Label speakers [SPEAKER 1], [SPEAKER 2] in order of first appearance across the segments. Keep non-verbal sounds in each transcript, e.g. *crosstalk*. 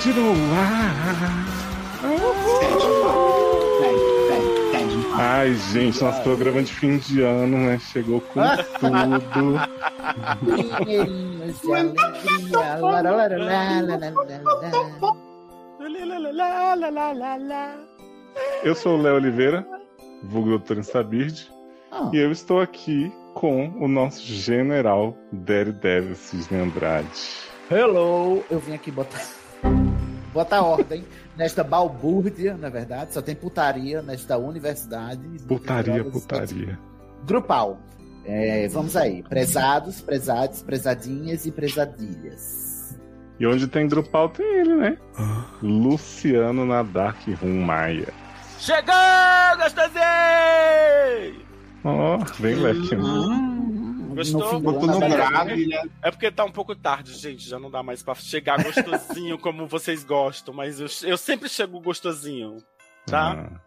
[SPEAKER 1] tiram. Ah, Ai, gente, nosso programa de fim de ano, né? Chegou com tudo.
[SPEAKER 2] Pinheirinhos de alegria. Lara, lara, lá, lá, lá, lá, lá.
[SPEAKER 1] Eu sou o Léo Oliveira, vulgo doutor Instabird,
[SPEAKER 2] Ah,
[SPEAKER 1] e eu estou aqui com o nosso general Daredevil Cisne Andrade.
[SPEAKER 2] Hello! Eu vim aqui botar. *laughs* Botar ordem nesta balbúrdia, na verdade. Só tem putaria nesta universidade.
[SPEAKER 1] Putaria,
[SPEAKER 2] Drogas,
[SPEAKER 1] putaria.
[SPEAKER 2] Grupal. É, vamos aí. Prezados, prezados, prezadinhas e prezadilhas.
[SPEAKER 1] E onde tem Drupal tem ele, né? Luciano Nadak Rum Maia.
[SPEAKER 3] Chegou, gostosei!
[SPEAKER 1] Ó, bem né? leque.
[SPEAKER 3] Hum. Gostou? Tá
[SPEAKER 2] No fim do
[SPEAKER 4] Botou
[SPEAKER 2] ano, tá
[SPEAKER 4] no
[SPEAKER 2] a galera-
[SPEAKER 4] grave, né?
[SPEAKER 3] É porque tá um pouco tarde, gente. Já não dá mais pra
[SPEAKER 2] *laughs*
[SPEAKER 3] chegar gostosinho como vocês gostam, mas eu, eu sempre chego gostosinho, tá?
[SPEAKER 1] Ah,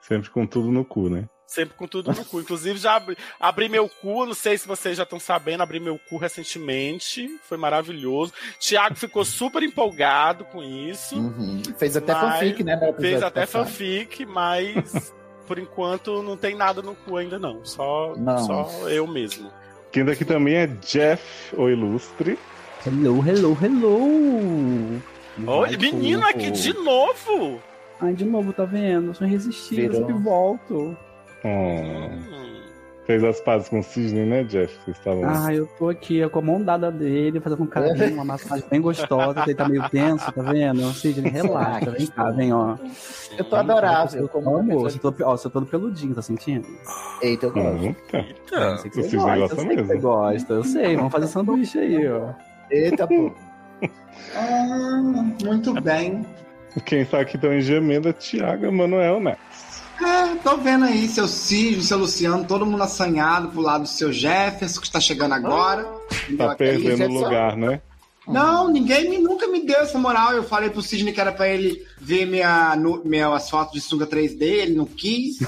[SPEAKER 1] sempre com tudo no cu, né?
[SPEAKER 3] Sempre com tudo no cu. Inclusive, já abri, abri meu cu, não sei se vocês já estão sabendo, abri meu cu recentemente. Foi maravilhoso. Tiago ficou super empolgado com isso.
[SPEAKER 2] Uhum. Fez até
[SPEAKER 3] Mas
[SPEAKER 2] fanfic, né? no
[SPEAKER 3] Fez
[SPEAKER 2] episódio
[SPEAKER 3] até
[SPEAKER 2] passado.
[SPEAKER 3] fanfic, mas por enquanto não tem nada no cu ainda, não. Só,
[SPEAKER 2] Não.
[SPEAKER 3] só eu mesmo.
[SPEAKER 1] Quem daqui também é Jeff, o ilustre.
[SPEAKER 5] Hello, hello, hello!
[SPEAKER 3] Olha, menino aqui de novo!
[SPEAKER 5] Ai, de novo, tá vendo? Eu sou irresistível,
[SPEAKER 2] Virou.
[SPEAKER 5] sempre volto.
[SPEAKER 1] Ó,
[SPEAKER 3] Hum.
[SPEAKER 1] Ah, fez as pazes com o Cisne, né, Jeff? Vocês estavam.
[SPEAKER 5] Ah, eu tô aqui com a mão dada dele, fazendo um carinho, uma massagem bem gostosa, que ele tá meio tenso, tá vendo? Sidney, relaxa, vem cá, vem, ó.
[SPEAKER 2] Eu tô adorável. Como
[SPEAKER 5] Como
[SPEAKER 2] uma
[SPEAKER 5] amor,
[SPEAKER 2] pessoa-
[SPEAKER 5] você tô, ó, você todo peludinho, tá sentindo?
[SPEAKER 2] Eita, eu gosto.
[SPEAKER 1] Eita.
[SPEAKER 5] Eu
[SPEAKER 3] Eita.
[SPEAKER 5] sei
[SPEAKER 1] Tá, O
[SPEAKER 5] que você
[SPEAKER 1] Sidney
[SPEAKER 5] gosta, eu
[SPEAKER 1] gosta
[SPEAKER 5] sei que
[SPEAKER 1] mesmo.
[SPEAKER 5] você gosta, eu sei, vamos fazer sanduíche aí, ó.
[SPEAKER 2] Eita, pô.
[SPEAKER 4] Ah, muito bem.
[SPEAKER 1] Quem tá aqui também gemendo é Tiago Manuel Neto.
[SPEAKER 4] É, tô vendo aí seu Cid, seu Luciano, todo mundo assanhado pro lado do seu Jefferson, que está chegando agora. Entendeu?
[SPEAKER 1] Tá
[SPEAKER 4] Aquele
[SPEAKER 2] é
[SPEAKER 1] perdendo o
[SPEAKER 4] Jefferson.
[SPEAKER 1] lugar, né?
[SPEAKER 4] Não, ninguém me- nunca me deu essa moral. Eu falei pro Sidney que era pra ele ver minha, nu- minhas fotos de sunga 3D, ele não quis.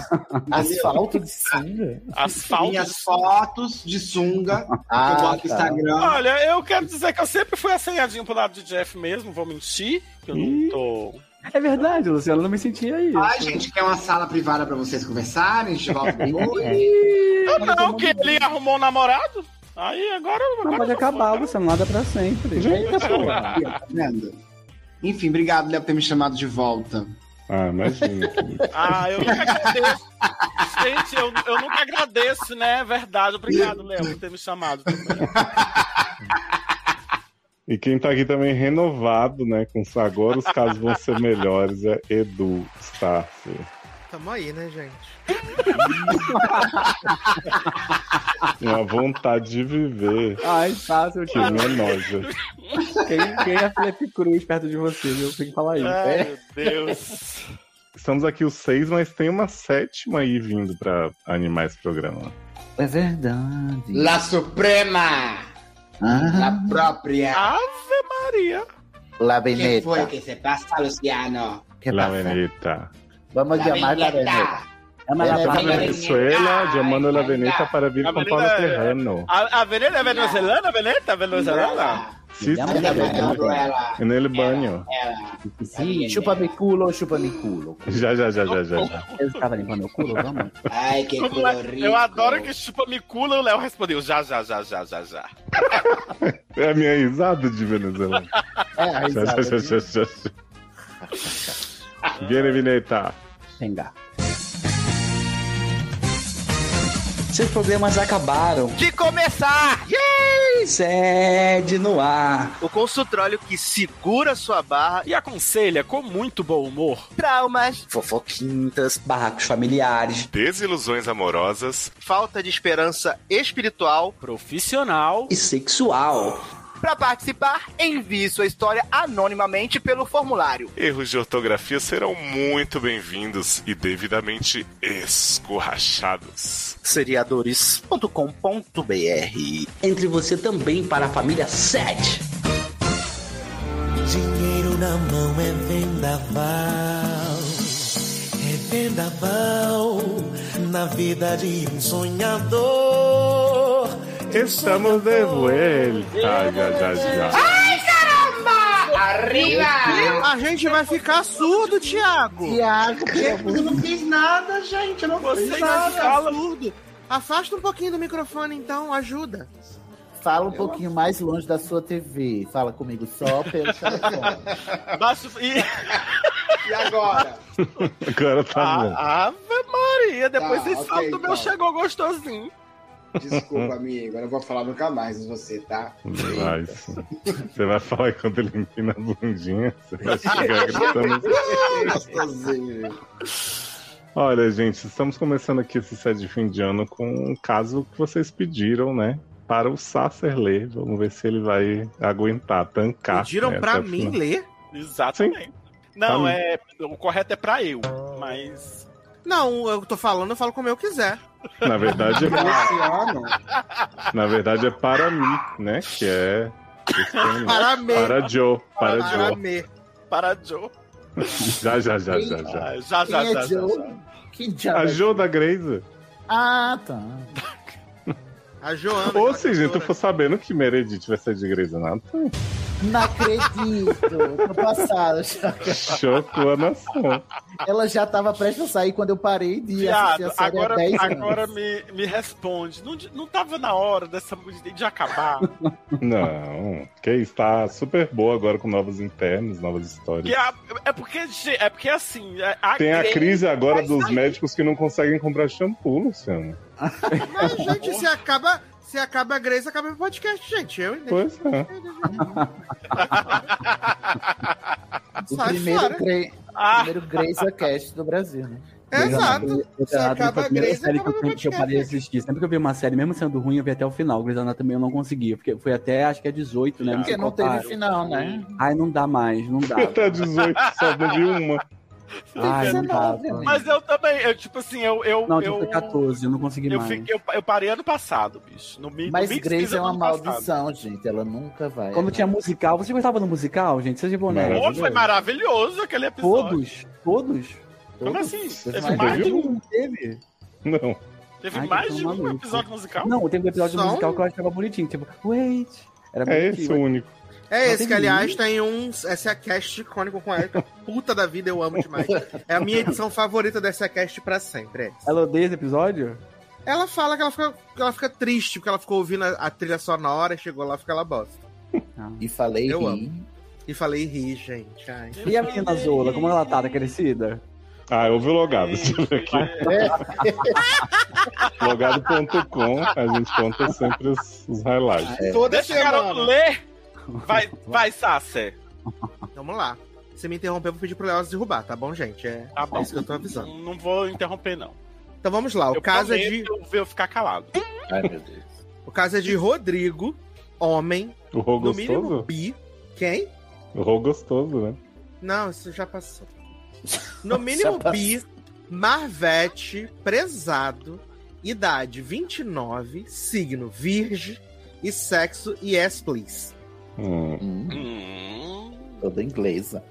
[SPEAKER 2] Asfalto de sunga?
[SPEAKER 3] Asfalto.
[SPEAKER 4] Minhas fotos de sunga, que eu
[SPEAKER 2] Ah,
[SPEAKER 4] boto no
[SPEAKER 2] tá.
[SPEAKER 4] Instagram.
[SPEAKER 3] Olha, eu quero dizer que eu sempre fui assanhadinho pro lado de Jeff mesmo, vou mentir. Que eu não tô.
[SPEAKER 5] É verdade, Luciano, eu não me sentia aí.
[SPEAKER 4] Ai, gente, quer uma sala privada pra vocês conversarem? A gente volta *laughs* depois.
[SPEAKER 3] Ah, não, que ele arrumou um namorado. Aí agora.
[SPEAKER 5] Não
[SPEAKER 3] agora
[SPEAKER 5] pode
[SPEAKER 3] eu vou
[SPEAKER 5] acabar,
[SPEAKER 3] focar.
[SPEAKER 5] Luciano, nada pra sempre.
[SPEAKER 1] Gente,
[SPEAKER 4] Aqui, ó, tá vendo? Enfim, obrigado, Léo, por ter me chamado de volta.
[SPEAKER 1] ah, imagina. querido.
[SPEAKER 3] Ah, eu nunca agradeço. Gente, eu, eu nunca agradeço, né? É Verdade. Obrigado, Léo, por ter me chamado também.
[SPEAKER 1] e quem tá aqui também renovado, né? Com agora os casos vão ser melhores, é Edu Starcer.
[SPEAKER 6] Tamo aí, né, gente?
[SPEAKER 1] Uma vontade de viver
[SPEAKER 5] Ai, tá, seu
[SPEAKER 1] que é
[SPEAKER 5] tio.
[SPEAKER 1] me enoja.
[SPEAKER 5] Quem, quem é Felipe Cruz perto de você, viu? Tem que falar isso. É.
[SPEAKER 3] Ai, meu Deus.
[SPEAKER 1] Estamos aqui os seis, mas tem uma sétima aí vindo pra animar esse programa.
[SPEAKER 2] É verdade.
[SPEAKER 4] La Suprema!
[SPEAKER 2] Ah,
[SPEAKER 4] La própria!
[SPEAKER 3] Ave Maria.
[SPEAKER 2] La
[SPEAKER 4] que
[SPEAKER 2] Veneta.
[SPEAKER 4] foi que se passa, Luciano?
[SPEAKER 2] Que
[SPEAKER 1] La
[SPEAKER 2] passa?
[SPEAKER 1] Veneta.
[SPEAKER 2] Vamos
[SPEAKER 4] La
[SPEAKER 2] chamar de
[SPEAKER 4] Veneta!
[SPEAKER 5] É, mas lá
[SPEAKER 2] É,
[SPEAKER 5] pra
[SPEAKER 1] A
[SPEAKER 2] Veneta.
[SPEAKER 1] Venezuela, chamando La Veneta para vir
[SPEAKER 3] La
[SPEAKER 1] com
[SPEAKER 3] Veneta
[SPEAKER 1] Paulo
[SPEAKER 3] é-
[SPEAKER 1] Terrano.
[SPEAKER 3] A, a Veneta é venezuelana? A Veneta é venezuelana?
[SPEAKER 4] Ela,
[SPEAKER 1] Sim,
[SPEAKER 5] La
[SPEAKER 4] ela, ela,
[SPEAKER 1] sim.
[SPEAKER 4] ela,
[SPEAKER 1] Nele banho.
[SPEAKER 4] ela.
[SPEAKER 2] Sim, chupa-me
[SPEAKER 3] *laughs*
[SPEAKER 2] culo, chupa-me culo.
[SPEAKER 1] Já, já, já, já, já. já.
[SPEAKER 5] Eu estava limpando meu culo, vamos.
[SPEAKER 4] Ai, que colorido.
[SPEAKER 3] Eu adoro que chupa me cula, o Léo respondeu já, já, já, já, já, já.
[SPEAKER 1] É a minha risada de Venezuela.
[SPEAKER 2] É, *laughs*
[SPEAKER 1] Já, já,
[SPEAKER 2] a risada
[SPEAKER 1] já,
[SPEAKER 2] de
[SPEAKER 1] já, já, já. Viene, Vineta.
[SPEAKER 5] Xingar.
[SPEAKER 7] Seus problemas acabaram.
[SPEAKER 6] De começar!
[SPEAKER 7] Sede no ar.
[SPEAKER 6] O consultório que segura sua barra,
[SPEAKER 3] Ah, E aconselha com muito bom humor.
[SPEAKER 6] traumas,
[SPEAKER 7] Fofoquintas, barracos familiares.
[SPEAKER 8] Desilusões amorosas,
[SPEAKER 6] falta de esperança espiritual.
[SPEAKER 3] Profissional.
[SPEAKER 7] E sexual.
[SPEAKER 6] Para participar, envie sua história anonimamente pelo formulário.
[SPEAKER 8] erros de ortografia serão muito bem-vindos e devidamente escorrachados.
[SPEAKER 6] Seriadores.com.br
[SPEAKER 7] Entre você também para a família Sede.
[SPEAKER 9] Dinheiro na mão é vendaval, é vendaval na vida de um sonhador.
[SPEAKER 1] Estamos de vuelta. Já, já, já.
[SPEAKER 4] Ai, caramba! Arriba!
[SPEAKER 10] A gente vai ficar surdo, Thiago.
[SPEAKER 2] Tiago,
[SPEAKER 4] Eu não fiz nada, gente. Eu não
[SPEAKER 10] Você
[SPEAKER 4] fiz
[SPEAKER 10] não
[SPEAKER 4] nada.
[SPEAKER 10] fala
[SPEAKER 3] *laughs*
[SPEAKER 10] surdo. Afasta um pouquinho do microfone, então, ajuda.
[SPEAKER 2] Fala um pouquinho mais longe da sua TV. Fala comigo só *laughs* pelo telefone.
[SPEAKER 3] Basta- Ih,
[SPEAKER 4] Ah, E agora?
[SPEAKER 1] Agora tá
[SPEAKER 10] Ah!
[SPEAKER 1] bom.
[SPEAKER 3] a- Ave Maria, depois
[SPEAKER 4] Tá,
[SPEAKER 3] vocês
[SPEAKER 4] ok,
[SPEAKER 3] falam do meu
[SPEAKER 4] então.
[SPEAKER 3] chegou gostosinho.
[SPEAKER 4] Desculpa, amigo. Eu não vou falar nunca mais de você,
[SPEAKER 1] *laughs*
[SPEAKER 4] tá?
[SPEAKER 1] Vai, sim. Você vai falar enquanto ele empina a bundinha, você vai
[SPEAKER 10] Ah!
[SPEAKER 1] ficar gritando.
[SPEAKER 4] Gostosinho.
[SPEAKER 1] Olha, gente, estamos começando aqui esse set de fim de ano com um caso que vocês pediram, né? Para o Sacer ler. Vamos ver se ele vai aguentar, tancar.
[SPEAKER 10] Pediram
[SPEAKER 1] né,
[SPEAKER 10] pra
[SPEAKER 1] até o
[SPEAKER 10] mim
[SPEAKER 1] final.
[SPEAKER 10] ler?
[SPEAKER 3] Exatamente. Não,
[SPEAKER 1] Tá.
[SPEAKER 3] é. O correto é pra eu, mas.
[SPEAKER 10] Não, eu tô falando, eu falo como eu quiser.
[SPEAKER 1] Na verdade, é pra-
[SPEAKER 4] Luciano.
[SPEAKER 1] na verdade, é para mim, né? Que é.
[SPEAKER 10] *laughs*
[SPEAKER 1] esse tema.
[SPEAKER 10] Para me,
[SPEAKER 1] Para Joe, para
[SPEAKER 10] para
[SPEAKER 1] Joe.
[SPEAKER 10] me.
[SPEAKER 3] Para Joe.
[SPEAKER 1] Já, já, já, já, já.
[SPEAKER 3] Ah, já, já,
[SPEAKER 2] Quem
[SPEAKER 3] já,
[SPEAKER 2] é
[SPEAKER 3] já,
[SPEAKER 2] Joe?
[SPEAKER 3] já.
[SPEAKER 2] Que
[SPEAKER 1] A
[SPEAKER 2] diabo?
[SPEAKER 1] Joe da Grazer.
[SPEAKER 2] Ah, tá.
[SPEAKER 10] A Joana.
[SPEAKER 1] Ou
[SPEAKER 10] a
[SPEAKER 1] seja, tu
[SPEAKER 10] cantora.
[SPEAKER 1] for sabendo que Meredith vai ser de Grey's Anatomy, *laughs*
[SPEAKER 2] Não acredito. Tô passada. já.
[SPEAKER 1] chocou a nação.
[SPEAKER 2] Ela já tava prestes a sair quando eu parei de assistir
[SPEAKER 3] Viado,
[SPEAKER 2] a série
[SPEAKER 3] agora,
[SPEAKER 2] há 10 anos.
[SPEAKER 3] agora me, me responde. Não, de- não tava na hora dessa música de
[SPEAKER 1] *laughs*
[SPEAKER 3] acabar?
[SPEAKER 1] Não, que está super boa agora com novos internos, novas histórias.
[SPEAKER 3] Que a- é porque, ge- é porque assim. é- A
[SPEAKER 1] Tem a
[SPEAKER 3] Grey-
[SPEAKER 1] crise agora dos médicos que não conseguem comprar shampoo, Luciano.
[SPEAKER 10] Mas, gente, se acaba, se acaba a Grace, acaba o podcast, gente. Eu ainda.
[SPEAKER 1] Pois é.
[SPEAKER 2] O
[SPEAKER 10] Sai
[SPEAKER 2] primeiro,
[SPEAKER 10] fora.
[SPEAKER 2] Grey,
[SPEAKER 3] Ah,
[SPEAKER 2] primeiro Grey's Cast do Brasil, né?
[SPEAKER 10] Exato.
[SPEAKER 5] Grey's
[SPEAKER 10] Se
[SPEAKER 5] Anatomy
[SPEAKER 10] acaba
[SPEAKER 5] foi a
[SPEAKER 10] a
[SPEAKER 5] primeira
[SPEAKER 10] Grace,
[SPEAKER 5] série que
[SPEAKER 10] acaba o
[SPEAKER 5] eu, que eu parei de
[SPEAKER 10] podcast.
[SPEAKER 5] assistir. Sempre que eu vi uma série, mesmo sendo ruim, eu vi até o final. Grey's Anatomy eu não conseguia. Porque foi até, acho que é 18, né?
[SPEAKER 2] Porque não teve final, né?
[SPEAKER 5] Ai, não dá mais, Ah,
[SPEAKER 1] *laughs*
[SPEAKER 5] não dá.
[SPEAKER 1] Até 18, só não vi uma.
[SPEAKER 5] *laughs* Ai, não dá.
[SPEAKER 2] 19,
[SPEAKER 5] tá.
[SPEAKER 3] *laughs* mas eu também. Eu, tipo assim, eu. eu,
[SPEAKER 5] Não,
[SPEAKER 3] eu
[SPEAKER 5] tipo, foi 14, eu não consegui
[SPEAKER 3] eu,
[SPEAKER 5] mais.
[SPEAKER 3] fiquei- eu- eu parei ano passado, bicho. No, mi- no
[SPEAKER 2] Mas
[SPEAKER 3] mid-season
[SPEAKER 2] Grace é uma
[SPEAKER 3] ano passado.
[SPEAKER 2] maldição, gente. Ela nunca vai.
[SPEAKER 5] É. Quando tinha musical, você gostava do musical, gente? Seja bom, né?
[SPEAKER 1] Maravilhoso.
[SPEAKER 3] Pô, foi maravilhoso aquele episódio.
[SPEAKER 5] Todos? Todos?
[SPEAKER 3] Como assim? Teve
[SPEAKER 1] Mas
[SPEAKER 3] mais,
[SPEAKER 1] teve
[SPEAKER 3] de um-
[SPEAKER 5] Não teve?
[SPEAKER 1] Não.
[SPEAKER 3] teve
[SPEAKER 5] Ai, que
[SPEAKER 3] mais de um
[SPEAKER 5] maluco.
[SPEAKER 3] episódio musical?
[SPEAKER 5] Não, teve um episódio
[SPEAKER 10] Só um?
[SPEAKER 5] musical que eu achava bonitinho, tipo, wait. Era
[SPEAKER 1] É esse o
[SPEAKER 5] bonitinho.
[SPEAKER 1] único.
[SPEAKER 10] É
[SPEAKER 5] Não
[SPEAKER 10] esse
[SPEAKER 5] tem
[SPEAKER 10] que, aliás, tem um. Essa é a cast icônico com a Erika. Puta da vida, eu amo demais. É a minha edição favorita dessa cast pra sempre. é.
[SPEAKER 5] Ela odeia esse episódio?
[SPEAKER 10] Ela fala que ela fica, que ela fica triste porque ela ficou ouvindo a, a trilha sonora, e chegou lá, fica lá bosta.
[SPEAKER 2] E falei
[SPEAKER 10] Eu
[SPEAKER 2] rim.
[SPEAKER 10] E falei, ri, gente. Ai.
[SPEAKER 5] E a menina Zola, como ela tá, tá crescida?
[SPEAKER 1] Ah, eu vi o logado. Deixa eu ver aqui. *laughs* Logado.com, a gente conta sempre os, os highlights.
[SPEAKER 4] Toda
[SPEAKER 3] Deixa o
[SPEAKER 4] semana.
[SPEAKER 3] garoto ler. Vai, vai, Sasser.
[SPEAKER 10] Vamos lá. Se me interromper, eu vou pedir pro Léo derrubar, tá bom, gente? É,
[SPEAKER 3] Tá bom.
[SPEAKER 10] é isso que eu tô avisando.
[SPEAKER 3] Não, não vou interromper, não.
[SPEAKER 10] Então vamos lá. O
[SPEAKER 3] eu
[SPEAKER 10] caso é
[SPEAKER 3] prometo
[SPEAKER 10] de.
[SPEAKER 3] eu- eu ficar calado.
[SPEAKER 2] Ai, meu Deus.
[SPEAKER 10] O caso é de Rodrigo, homem,
[SPEAKER 1] O Rô
[SPEAKER 10] no mínimo
[SPEAKER 1] gostoso?
[SPEAKER 10] bi. Quem?
[SPEAKER 1] O Rô gostoso, né?
[SPEAKER 10] Não, isso
[SPEAKER 2] *laughs*
[SPEAKER 10] já passou. No mínimo bi, Marvete, prezado, idade 29, signo virgem e sexo yes, please.
[SPEAKER 1] Hum. *laughs*
[SPEAKER 2] Hum,
[SPEAKER 3] Hum.
[SPEAKER 2] toda inglesa.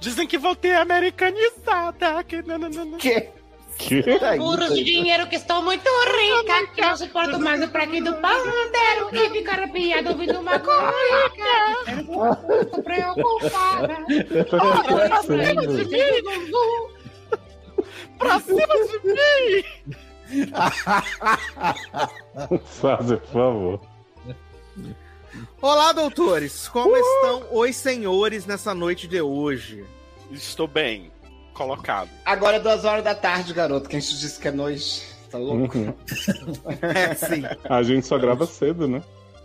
[SPEAKER 3] Dizem que voltei americanizada. Que... não, não, não, não.
[SPEAKER 2] Que?
[SPEAKER 1] Que?
[SPEAKER 2] Tá aí,
[SPEAKER 11] Por de dinheiro que estou muito rica, que não suporto mais o prato do pandeiro e ficar arrepiado ouvindo uma cuica. Preocupada.
[SPEAKER 1] Tá acontecendo?
[SPEAKER 11] Sim,
[SPEAKER 3] Pra cima de mim!
[SPEAKER 1] Sazer, por favor.
[SPEAKER 10] Olá, doutores! Como estão os senhores nessa noite de hoje?
[SPEAKER 3] Estou bem colocado.
[SPEAKER 4] Agora é duas horas da tarde, garoto. Quem te disse que é noite? Tá louco?
[SPEAKER 1] Uhum.
[SPEAKER 2] *laughs*
[SPEAKER 10] É, sim.
[SPEAKER 1] A gente só grava cedo, né?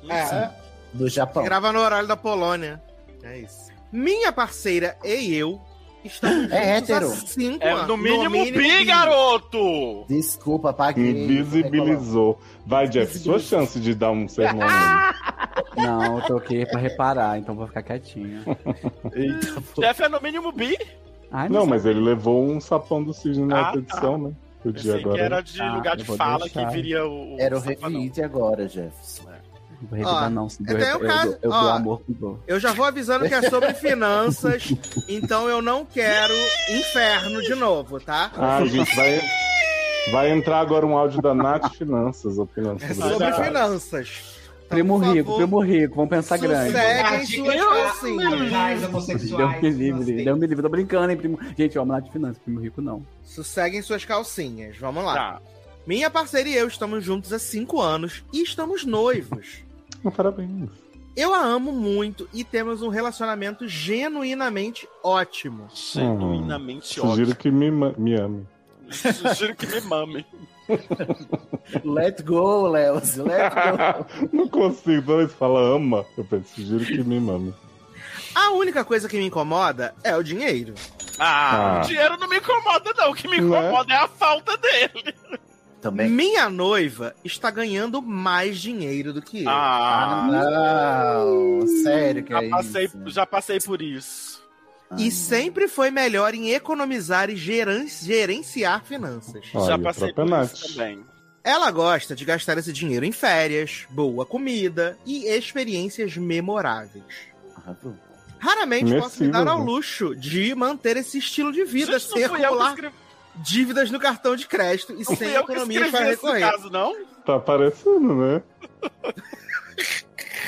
[SPEAKER 4] É.
[SPEAKER 2] do Japão.
[SPEAKER 10] Grava no horário da Polônia. É isso. Minha parceira e eu estamos
[SPEAKER 2] É
[SPEAKER 10] juntos
[SPEAKER 2] hétero.
[SPEAKER 10] há cinco
[SPEAKER 3] É,
[SPEAKER 10] anos.
[SPEAKER 3] no mínimo, bi,
[SPEAKER 10] bi.
[SPEAKER 3] garoto!
[SPEAKER 2] Desculpa, paguei. é
[SPEAKER 1] Invisibilizou. Vai, Jeff, sua chance de dar
[SPEAKER 10] *laughs*
[SPEAKER 1] um sermão. nele.
[SPEAKER 5] Não, eu toquei pra reparar, então vou ficar quietinho.
[SPEAKER 3] Jeff é no mínimo bi.
[SPEAKER 10] Ah,
[SPEAKER 5] Ai,
[SPEAKER 1] Não,
[SPEAKER 5] sei.
[SPEAKER 1] mas ele levou um sapão do cisne na
[SPEAKER 3] Ah,
[SPEAKER 1] outra edição, né? Podia
[SPEAKER 3] Pensei que
[SPEAKER 1] agora.
[SPEAKER 3] era de
[SPEAKER 5] Ah,
[SPEAKER 3] lugar
[SPEAKER 5] eu
[SPEAKER 3] de
[SPEAKER 5] vou
[SPEAKER 3] fala
[SPEAKER 5] deixar.
[SPEAKER 3] que viria o.
[SPEAKER 2] Era o
[SPEAKER 3] safanão.
[SPEAKER 2] repeat agora, Jefferson.
[SPEAKER 5] Não vou revidar,
[SPEAKER 10] Ó,
[SPEAKER 5] não. Se
[SPEAKER 10] eu
[SPEAKER 5] deu, eu,
[SPEAKER 10] tenho um
[SPEAKER 5] eu,
[SPEAKER 10] caso-
[SPEAKER 5] dou- eu
[SPEAKER 10] ó.
[SPEAKER 5] dou amor com dor.
[SPEAKER 10] Eu já vou avisando que
[SPEAKER 5] *laughs*
[SPEAKER 10] é sobre finanças, então eu não quero inferno de novo, tá?
[SPEAKER 3] *laughs*
[SPEAKER 1] Ah, gente, vai, vai entrar agora um áudio da Nath Finanças, opinando
[SPEAKER 10] É
[SPEAKER 1] sobre
[SPEAKER 10] sobre
[SPEAKER 1] isso.
[SPEAKER 10] finanças. Então,
[SPEAKER 5] primo
[SPEAKER 10] por
[SPEAKER 5] rico,
[SPEAKER 10] favor,
[SPEAKER 5] primo rico, vamos pensar grande.
[SPEAKER 10] Seguem suas
[SPEAKER 4] Casais um
[SPEAKER 5] Deus me livre, Deus me livre. Tô brincando, hein, primo. Gente, vamos lá de finanças, primo rico não.
[SPEAKER 2] Hum,
[SPEAKER 10] Sosseguem suas calcinhas. Vamos lá.
[SPEAKER 3] Tá.
[SPEAKER 10] Minha parceira e eu estamos juntos há cinco anos e estamos noivos.
[SPEAKER 1] Ah, Parabéns.
[SPEAKER 10] Eu a amo muito e temos um relacionamento genuinamente ótimo.
[SPEAKER 3] Genuinamente
[SPEAKER 1] Hum, Sugiro
[SPEAKER 3] ótimo.
[SPEAKER 1] que me, ma- me
[SPEAKER 10] *laughs*
[SPEAKER 1] ame.
[SPEAKER 3] Sugiro que me mame.
[SPEAKER 2] Let go, Léo. Let go.
[SPEAKER 1] Não consigo, toda vez que fala ama, eu penso, sugiro que me mame.
[SPEAKER 10] A única coisa que me incomoda é o dinheiro.
[SPEAKER 1] Ah.
[SPEAKER 3] O dinheiro não me incomoda, não. O que me
[SPEAKER 10] Não é?
[SPEAKER 3] incomoda é a falta dele.
[SPEAKER 2] Também.
[SPEAKER 10] Minha noiva está ganhando mais dinheiro do que eu.
[SPEAKER 3] Ah.
[SPEAKER 2] Não, sério que
[SPEAKER 3] Já
[SPEAKER 2] é isso?
[SPEAKER 3] passei, já passei por isso.
[SPEAKER 10] E sempre foi melhor em economizar e geran- gerenciar finanças.
[SPEAKER 3] já passei por isso também.
[SPEAKER 10] Ela gosta de gastar esse dinheiro em férias, boa comida e experiências memoráveis. Raramente posso me
[SPEAKER 4] Imersivas,
[SPEAKER 10] dar ao
[SPEAKER 4] né?
[SPEAKER 10] luxo de manter esse estilo de vida
[SPEAKER 3] Gente, não
[SPEAKER 10] sem
[SPEAKER 3] fui eu que
[SPEAKER 10] acumular
[SPEAKER 3] escrevi-
[SPEAKER 10] dívidas no cartão de crédito e
[SPEAKER 3] Não
[SPEAKER 10] sem
[SPEAKER 3] fui eu que
[SPEAKER 10] economias para
[SPEAKER 3] escrevi esse
[SPEAKER 10] recorrer.
[SPEAKER 3] caso, não?
[SPEAKER 1] Tá aparecendo, né?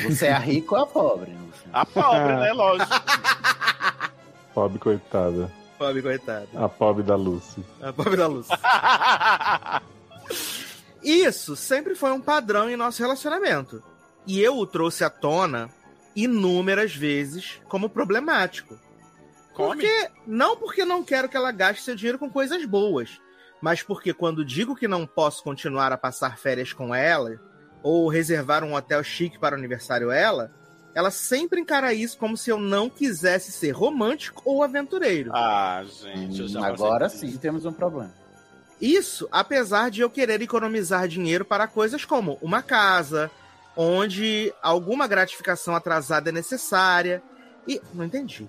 [SPEAKER 2] Você é a rica ou a pobre?
[SPEAKER 3] A pobre, né? Lógico.
[SPEAKER 1] Pobre coitada.
[SPEAKER 10] Pobre, coitada.
[SPEAKER 1] A pobre da Lucy.
[SPEAKER 10] A pobre da luz. Isso sempre foi um padrão em nosso relacionamento. E eu o trouxe à tona inúmeras vezes como problemático. Porque, não porque não quero que ela gaste seu dinheiro com coisas boas, mas porque quando digo que não posso continuar a passar férias com ela, ou reservar um hotel chique para o aniversário dela, ela sempre encara isso como se eu não quisesse ser romântico ou aventureiro.
[SPEAKER 3] Ah, gente, eu já passei
[SPEAKER 2] Agora
[SPEAKER 3] por isso.
[SPEAKER 2] sim temos um problema.
[SPEAKER 10] Isso, apesar de eu querer economizar dinheiro para coisas como uma casa, onde alguma gratificação atrasada é necessária. E. Não entendi.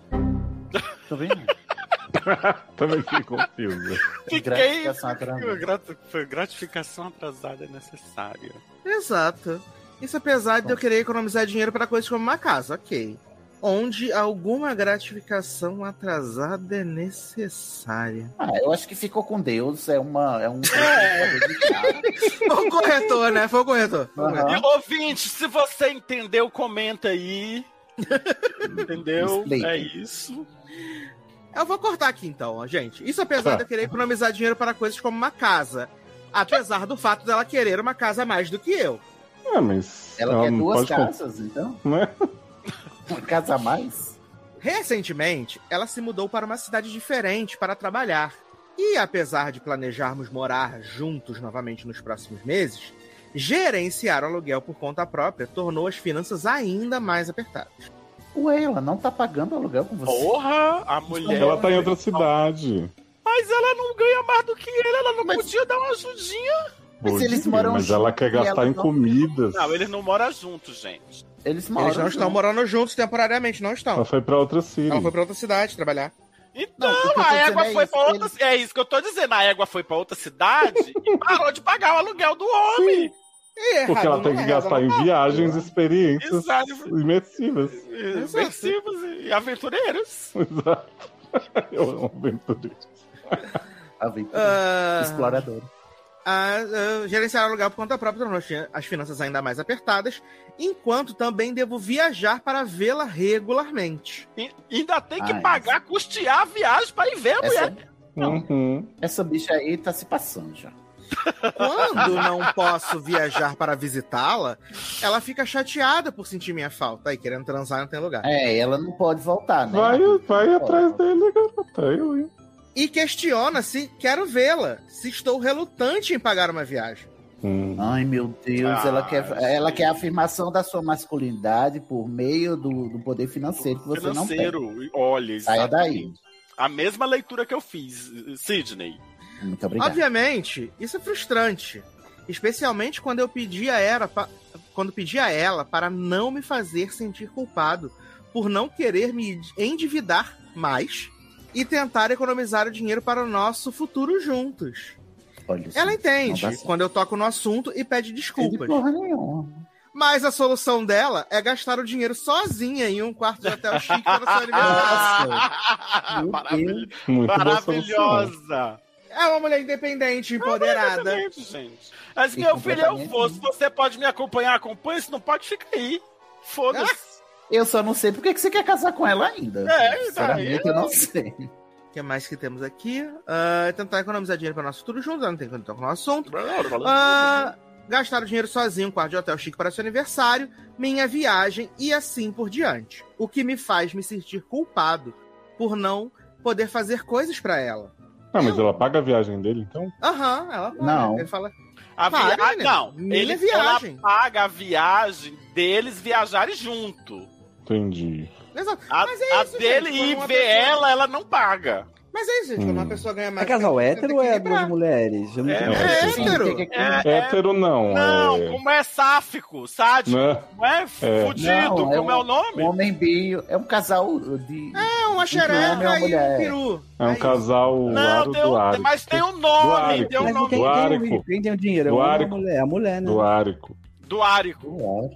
[SPEAKER 1] Também fiquei confuso.
[SPEAKER 10] *laughs*
[SPEAKER 3] Fiquei. fiquei- gratu- foi Gratificação atrasada é necessária.
[SPEAKER 10] Exato. Isso apesar de eu querer economizar dinheiro para coisas como uma casa, ok. Onde alguma gratificação atrasada é
[SPEAKER 2] *laughs*
[SPEAKER 10] necessária.
[SPEAKER 2] Ah, eu acho que ficou com Deus. É, uma, é um.
[SPEAKER 10] Foi o corretor, né? Foi o corretor. Foi o corretor.
[SPEAKER 3] E, ouvinte, se você entendeu, comenta *laughs* aí. entendeu?
[SPEAKER 10] Explica.
[SPEAKER 3] É isso.
[SPEAKER 10] Eu vou cortar aqui então, ó, gente. Isso apesar de eu querer economizar dinheiro para coisas como uma casa. Apesar do fato dela querer uma casa a mais do que eu.
[SPEAKER 1] Ah, mas. *laughs*
[SPEAKER 10] Ela quer
[SPEAKER 1] não
[SPEAKER 10] duas
[SPEAKER 1] pode com-
[SPEAKER 10] casas, então?
[SPEAKER 1] Né?
[SPEAKER 10] Uma casa a mais? Recentemente, ela se mudou para uma cidade diferente para trabalhar. E apesar de planejarmos morar juntos novamente nos próximos meses, gerenciar o aluguel por conta própria tornou as finanças ainda mais apertadas.
[SPEAKER 2] Ué, ela não tá pagando aluguel com você.
[SPEAKER 3] Porra, a mulher.
[SPEAKER 1] Ela tá em outra cidade.
[SPEAKER 3] Mas ela não ganha mais do que ele, ela não podia dar uma ajudinha.
[SPEAKER 1] Bom dia, mas né? ela quer gastar em comidas.
[SPEAKER 3] Não, eles não moram juntos, gente.
[SPEAKER 2] Eles
[SPEAKER 10] não estão morando juntos temporariamente, não estão.
[SPEAKER 1] Ela foi pra outra cidade.
[SPEAKER 10] Ela foi para outra cidade trabalhar.
[SPEAKER 3] Então,
[SPEAKER 10] o que eu tô
[SPEAKER 3] a égua
[SPEAKER 10] dizendo
[SPEAKER 3] foi
[SPEAKER 10] é isso,
[SPEAKER 3] pra outra. É isso que eu tô dizendo. A égua foi pra outra cidade e parou de pagar o aluguel do homem.
[SPEAKER 1] Porque né? ela
[SPEAKER 10] é
[SPEAKER 1] né? tem que gastar em viagens, experiências
[SPEAKER 3] Exato.
[SPEAKER 1] imersivas. *laughs*
[SPEAKER 3] Invencíveis e aventureiros.
[SPEAKER 1] Exato. Eu amo aventureiro.
[SPEAKER 10] Ah.
[SPEAKER 2] Explorador.
[SPEAKER 10] a, a gerenciar o aluguel por conta própria tornou as fin- as finanças ainda mais apertadas, enquanto também devo viajar para vê-la regularmente.
[SPEAKER 3] E ainda tem
[SPEAKER 2] que Ah, é
[SPEAKER 3] pagar, custear a viagem para ir ver a
[SPEAKER 2] mulher.
[SPEAKER 1] Uhum.
[SPEAKER 2] Essa bicha aí tá se passando já.
[SPEAKER 10] Quando não posso viajar para visitá-la, ela fica chateada por sentir minha falta. Aí, querendo transar, não tem lugar.
[SPEAKER 2] É, ela não pode voltar, né?
[SPEAKER 10] Vai- vai atrás
[SPEAKER 1] dele, garota. Eu, hein?
[SPEAKER 10] E questiona se quero vê-la, se estou relutante em pagar uma viagem.
[SPEAKER 1] Hum,
[SPEAKER 2] Ai, meu Deus,
[SPEAKER 10] Ah,
[SPEAKER 2] ela, quer, ela quer a afirmação da sua masculinidade por meio do, do poder financeiro que você não
[SPEAKER 3] Financeiro. Olha,
[SPEAKER 2] tem. Saia daí.
[SPEAKER 3] exatamente. A mesma leitura que eu fiz, Sidney.
[SPEAKER 2] Muito obrigado.
[SPEAKER 10] Obviamente, isso é frustrante. Especialmente quando eu pedi a ela, pa- quando pedi a ela para não me fazer sentir culpado por não querer me endividar mais e tentar economizar o dinheiro para o nosso futuro juntos.
[SPEAKER 2] Olha,
[SPEAKER 10] Ela é
[SPEAKER 2] não dá
[SPEAKER 10] entende
[SPEAKER 2] certo.
[SPEAKER 10] quando eu toco no assunto e pede desculpas.
[SPEAKER 2] porra nenhuma.
[SPEAKER 10] Mas a solução dela é gastar o dinheiro sozinha em um quarto de hotel chique *laughs*
[SPEAKER 3] Ah!
[SPEAKER 10] para o seu
[SPEAKER 3] *laughs*
[SPEAKER 10] aniversário.
[SPEAKER 3] Maravilhosa.
[SPEAKER 1] Muito boa solução.
[SPEAKER 3] Maravilhosa.
[SPEAKER 10] É uma mulher independente, empoderada.
[SPEAKER 3] Exatamente, gente. Mas meu filho, eu vou. Se você pode me acompanhar, acompanha. Se não pode, fica aí. Foda-se.
[SPEAKER 2] Eu só não sei por que que você quer casar com ela ainda.
[SPEAKER 3] É,
[SPEAKER 2] Sinceramente, eu
[SPEAKER 10] daí-
[SPEAKER 2] não sei.
[SPEAKER 10] O que mais que temos aqui? Ah, tentar economizar dinheiro para nosso tudo junto, não tem quando tocar no assunto. Ah, gastar o dinheiro sozinho, um quarto de hotel chique para seu aniversário, minha viagem e assim por diante. O que me faz me sentir culpado por não poder fazer coisas para ela.
[SPEAKER 1] Ah, mas ela paga a viagem dele, então?
[SPEAKER 10] Aham, ela paga.
[SPEAKER 1] Não.
[SPEAKER 10] Ele fala.
[SPEAKER 3] A
[SPEAKER 10] "Paga,
[SPEAKER 3] via- ah,
[SPEAKER 10] né?
[SPEAKER 3] Não,
[SPEAKER 10] Minha
[SPEAKER 3] ele
[SPEAKER 10] viagem.
[SPEAKER 3] ela paga a viagem deles viajarem junto.
[SPEAKER 1] Entendi.
[SPEAKER 10] Exato.
[SPEAKER 3] A,
[SPEAKER 10] Mas é
[SPEAKER 3] a
[SPEAKER 10] isso, gente,
[SPEAKER 3] dele
[SPEAKER 10] quando
[SPEAKER 3] ir
[SPEAKER 10] uma
[SPEAKER 3] ver
[SPEAKER 10] pessoa-
[SPEAKER 3] ela, ela não paga.
[SPEAKER 10] Mas é isso, gente. Quando uma pessoa ganha mais.
[SPEAKER 5] É casal hétero ou é duas mulheres? Eu não
[SPEAKER 1] É,
[SPEAKER 5] tenho
[SPEAKER 1] é
[SPEAKER 2] então,
[SPEAKER 5] certeza.
[SPEAKER 1] hétero.
[SPEAKER 5] Tem que-
[SPEAKER 1] É, Hétero não.
[SPEAKER 3] Não,
[SPEAKER 1] é...
[SPEAKER 3] como é sáfico, sádico,
[SPEAKER 1] Né?
[SPEAKER 3] não é fudido, como é o nome?
[SPEAKER 2] Um homem bi, é um casal de.
[SPEAKER 10] É, uma
[SPEAKER 2] xereca e um
[SPEAKER 10] peru.
[SPEAKER 1] É um casal
[SPEAKER 2] Não,
[SPEAKER 1] aro
[SPEAKER 2] tem um-
[SPEAKER 1] do Árico.
[SPEAKER 2] mas tem
[SPEAKER 3] um
[SPEAKER 1] nome, tem um
[SPEAKER 5] Mas
[SPEAKER 1] nome.
[SPEAKER 5] Quem,
[SPEAKER 1] Do
[SPEAKER 5] tem,
[SPEAKER 1] Árico.
[SPEAKER 5] o- quem tem o dinheiro? É
[SPEAKER 1] Do
[SPEAKER 5] o homem ou a
[SPEAKER 1] Árico.
[SPEAKER 5] mulher? É a mulher, né?
[SPEAKER 1] Do Árico.
[SPEAKER 3] Do Árico.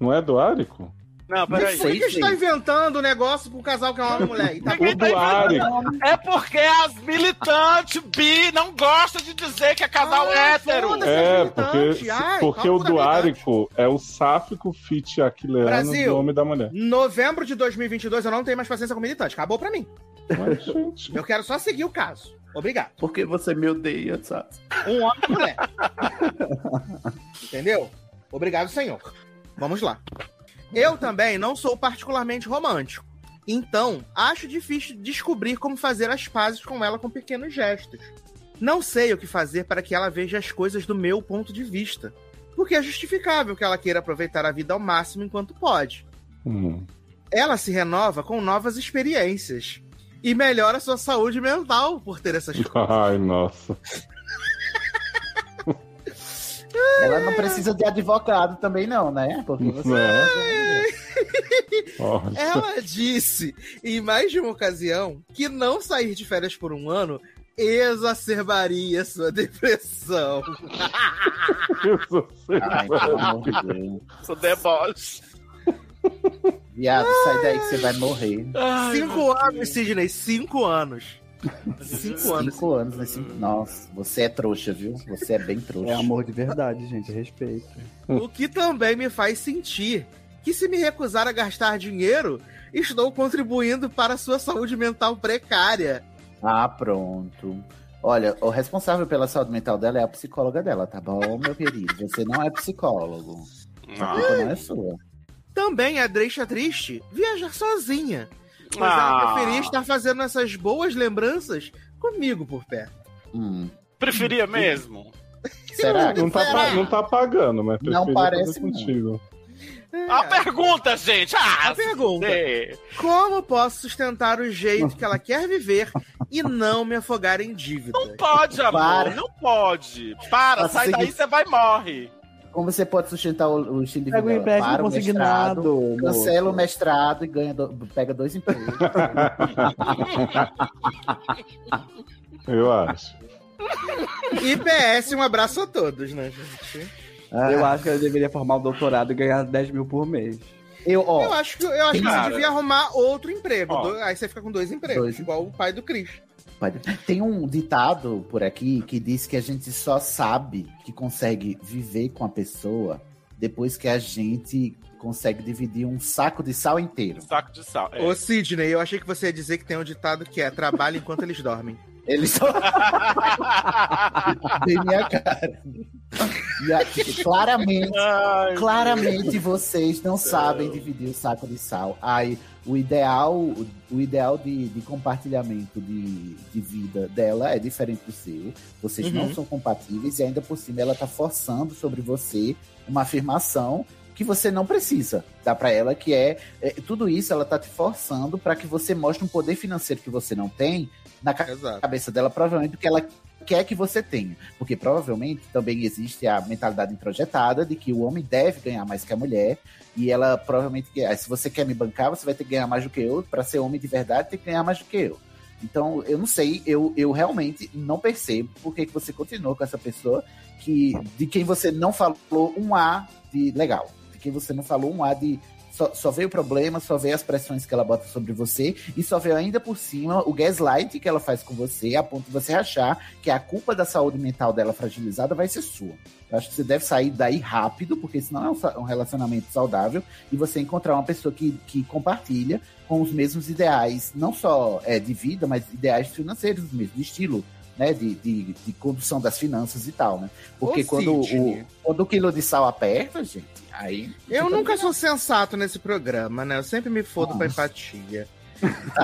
[SPEAKER 1] Não é do Árico?
[SPEAKER 3] Não,
[SPEAKER 10] Mas
[SPEAKER 1] peraí.
[SPEAKER 10] por que a gente tá inventando um negócio pro casal que é homem e mulher? E tá
[SPEAKER 1] O do Árico.
[SPEAKER 3] É porque as militantes bi não gostam de dizer que é
[SPEAKER 10] Ah,
[SPEAKER 3] casal hétero.
[SPEAKER 1] É, porque, porque o do Árico é o sáfico fit aquileno
[SPEAKER 10] Brasil.
[SPEAKER 1] do homem e da
[SPEAKER 2] *laughs*
[SPEAKER 1] mulher.
[SPEAKER 10] *laughs* Novembro de 2022 eu não tenho mais paciência com militante. Acabou pra mim.
[SPEAKER 1] Mas,
[SPEAKER 10] Eu quero só seguir o caso. Obrigado.
[SPEAKER 2] Porque você me odeia, sabe?
[SPEAKER 10] Um homem e mulher. *laughs* Entendeu? Obrigado, senhor. Vamos lá. Eu também não sou particularmente romântico. Então, acho difícil descobrir como fazer as pazes com ela com pequenos gestos. Não sei o que fazer para que ela veja as coisas do meu ponto de vista. Porque é justificável que ela queira aproveitar a vida ao máximo enquanto pode.
[SPEAKER 1] Hum.
[SPEAKER 10] Ela se renova com novas experiências e melhora sua saúde mental por ter
[SPEAKER 1] *laughs*
[SPEAKER 10] essas
[SPEAKER 1] Ai, nossa.
[SPEAKER 2] Ela não precisa de advogado também, não, né? Porque você.
[SPEAKER 1] Olha.
[SPEAKER 10] Ela disse em mais de uma ocasião que não sair de férias por um ano exacerbaria sua depressão.
[SPEAKER 2] É. Ai, pelo amor de Deus.
[SPEAKER 3] Sou deboche.
[SPEAKER 2] Viado, sai daí que você vai morrer.
[SPEAKER 10] cinco anos, Sidney, cinco anos. Cinco anos.
[SPEAKER 2] Cinco anos, né? Cinco... Nossa, você é trouxa, viu? Você é bem trouxa.
[SPEAKER 5] É amor de verdade, gente. Respeito.
[SPEAKER 10] O que também me faz sentir que se me recusar a gastar dinheiro, estou contribuindo para a sua saúde mental precária.
[SPEAKER 2] Ah, pronto. Olha, o responsável pela saúde mental dela é a psicóloga dela, tá bom, meu querido? Você não é psicólogo. A culpa não é sua.
[SPEAKER 10] Também a deixa triste viajar sozinha. Mas é um
[SPEAKER 3] Ah.
[SPEAKER 10] ela preferia estar fazendo essas boas lembranças comigo por perto.
[SPEAKER 2] Hum.
[SPEAKER 3] Preferia mesmo?
[SPEAKER 2] Será?
[SPEAKER 1] Não tá, pa- não tá pagando, mas
[SPEAKER 2] Não
[SPEAKER 1] preferia
[SPEAKER 2] parece,
[SPEAKER 1] fazer contigo.
[SPEAKER 10] É.
[SPEAKER 3] A pergunta, gente. Ah,
[SPEAKER 10] A pergunta.
[SPEAKER 3] sei.
[SPEAKER 10] Como posso sustentar o jeito que ela quer viver e não me afogar em dívida?
[SPEAKER 3] Não pode, amor.
[SPEAKER 2] Para.
[SPEAKER 3] Não pode. Para,
[SPEAKER 2] Nossa,
[SPEAKER 3] sai daí,
[SPEAKER 2] seguinte.
[SPEAKER 3] você vai e morre.
[SPEAKER 2] Como você pode sustentar o, o estilo de
[SPEAKER 5] Pega o
[SPEAKER 2] vida? dela?
[SPEAKER 5] empréstimo
[SPEAKER 2] Para o
[SPEAKER 5] consignado,
[SPEAKER 2] mestrado,
[SPEAKER 5] moço.
[SPEAKER 2] cancela o mestrado e ganha do- pega dois empregos.
[SPEAKER 1] Eu acho.
[SPEAKER 10] IPS, um abraço a todos, né, gente?
[SPEAKER 5] Eu acho que ela deveria formar o doutorado e ganhar 10 mil por mês.
[SPEAKER 2] Eu, ó,
[SPEAKER 10] Eu acho que, eu acho que você
[SPEAKER 2] Cara.
[SPEAKER 10] devia arrumar outro emprego.
[SPEAKER 2] Ó.
[SPEAKER 10] do- aí você fica com dois empregos,
[SPEAKER 2] Dois.
[SPEAKER 10] igual o pai do Cris.
[SPEAKER 2] Pai do- Tem um ditado por aqui que diz que a gente só sabe que consegue viver com a pessoa depois que a gente consegue dividir um saco de sal inteiro.
[SPEAKER 3] Saco de sal. É.
[SPEAKER 10] Ô, Sidney, eu achei que você ia dizer que tem um ditado que é trabalho enquanto eles dormem.
[SPEAKER 2] Eles só. Tem minha cara. E a- claramente,
[SPEAKER 3] Ai,
[SPEAKER 2] claramente vocês não sabem dividir o saco de sal. Aí o ideal, o ideal de, de compartilhamento de, de vida dela é diferente do seu. Vocês não
[SPEAKER 10] Uhum.
[SPEAKER 2] são compatíveis e ainda por cima ela tá forçando sobre você uma afirmação que você não precisa. Dá pra ela que é, é, tudo isso ela tá te forçando pra que você mostre um poder financeiro que você não tem na ca-
[SPEAKER 10] Exato.
[SPEAKER 2] cabeça dela, provavelmente o que ela quer que você tenha. Porque provavelmente também existe a mentalidade introjetada de que o homem deve ganhar mais que a mulher. E ela provavelmente quer. "Ah, Se você quer me bancar, você vai ter que ganhar mais do que eu. Pra ser homem de verdade, tem que ganhar mais do que eu. Então, eu não sei, eu, eu realmente não percebo por que que você continuou com essa pessoa que de quem você não falou um A de legal. De quem você não falou um A de Só, só vê o problema, só vê as pressões que ela bota sobre você e só vê ainda por cima o gaslight que ela faz com você, a ponto de você achar que a culpa da saúde mental dela fragilizada vai ser sua. Eu acho que você deve sair daí rápido, porque senão é um sa- um relacionamento saudável, e você encontrar uma pessoa que, que compartilha com os mesmos ideais, não só é, de vida, mas ideais financeiros mesmo, de estilo, né? De, de, de condução das finanças e tal, né? Porque
[SPEAKER 10] Ô,
[SPEAKER 2] quando, o,
[SPEAKER 10] Sidney.
[SPEAKER 2] quando o quilo de sal aperta, gente, aí.
[SPEAKER 10] Eu nunca sou sensato nesse programa, né? Eu sempre me fodo pra empatia.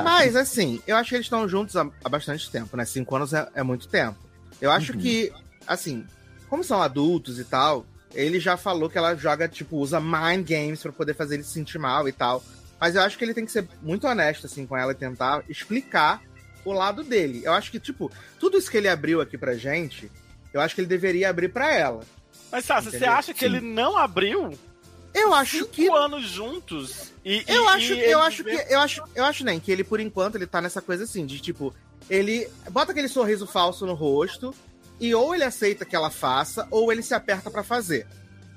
[SPEAKER 10] Mas, assim, eu acho que eles estão juntos há, há bastante tempo, né? Cinco anos é, é muito tempo. Eu acho que, assim, como são adultos e tal, ele já falou que ela joga, tipo, usa mind games pra poder fazer ele se sentir mal e tal. Mas eu acho que ele tem que ser muito honesto, assim, com ela e tentar explicar o lado dele. Eu acho que, tipo, tudo isso que ele abriu aqui pra gente, eu acho que ele deveria abrir pra ela.
[SPEAKER 3] Mas, Sassi, você
[SPEAKER 10] Entendeu?
[SPEAKER 3] acha que
[SPEAKER 10] Sim.
[SPEAKER 3] ele não abriu?
[SPEAKER 10] Eu acho
[SPEAKER 3] Cinco
[SPEAKER 10] que-
[SPEAKER 3] anos juntos. E,
[SPEAKER 10] eu
[SPEAKER 3] e-
[SPEAKER 10] acho,
[SPEAKER 3] e
[SPEAKER 10] eu
[SPEAKER 3] ele
[SPEAKER 10] acho
[SPEAKER 3] vê-
[SPEAKER 10] que eu acho, eu acho nem que ele por enquanto ele tá nessa coisa assim de tipo, ele bota aquele sorriso falso no rosto e ou ele aceita que ela faça ou ele se aperta pra fazer.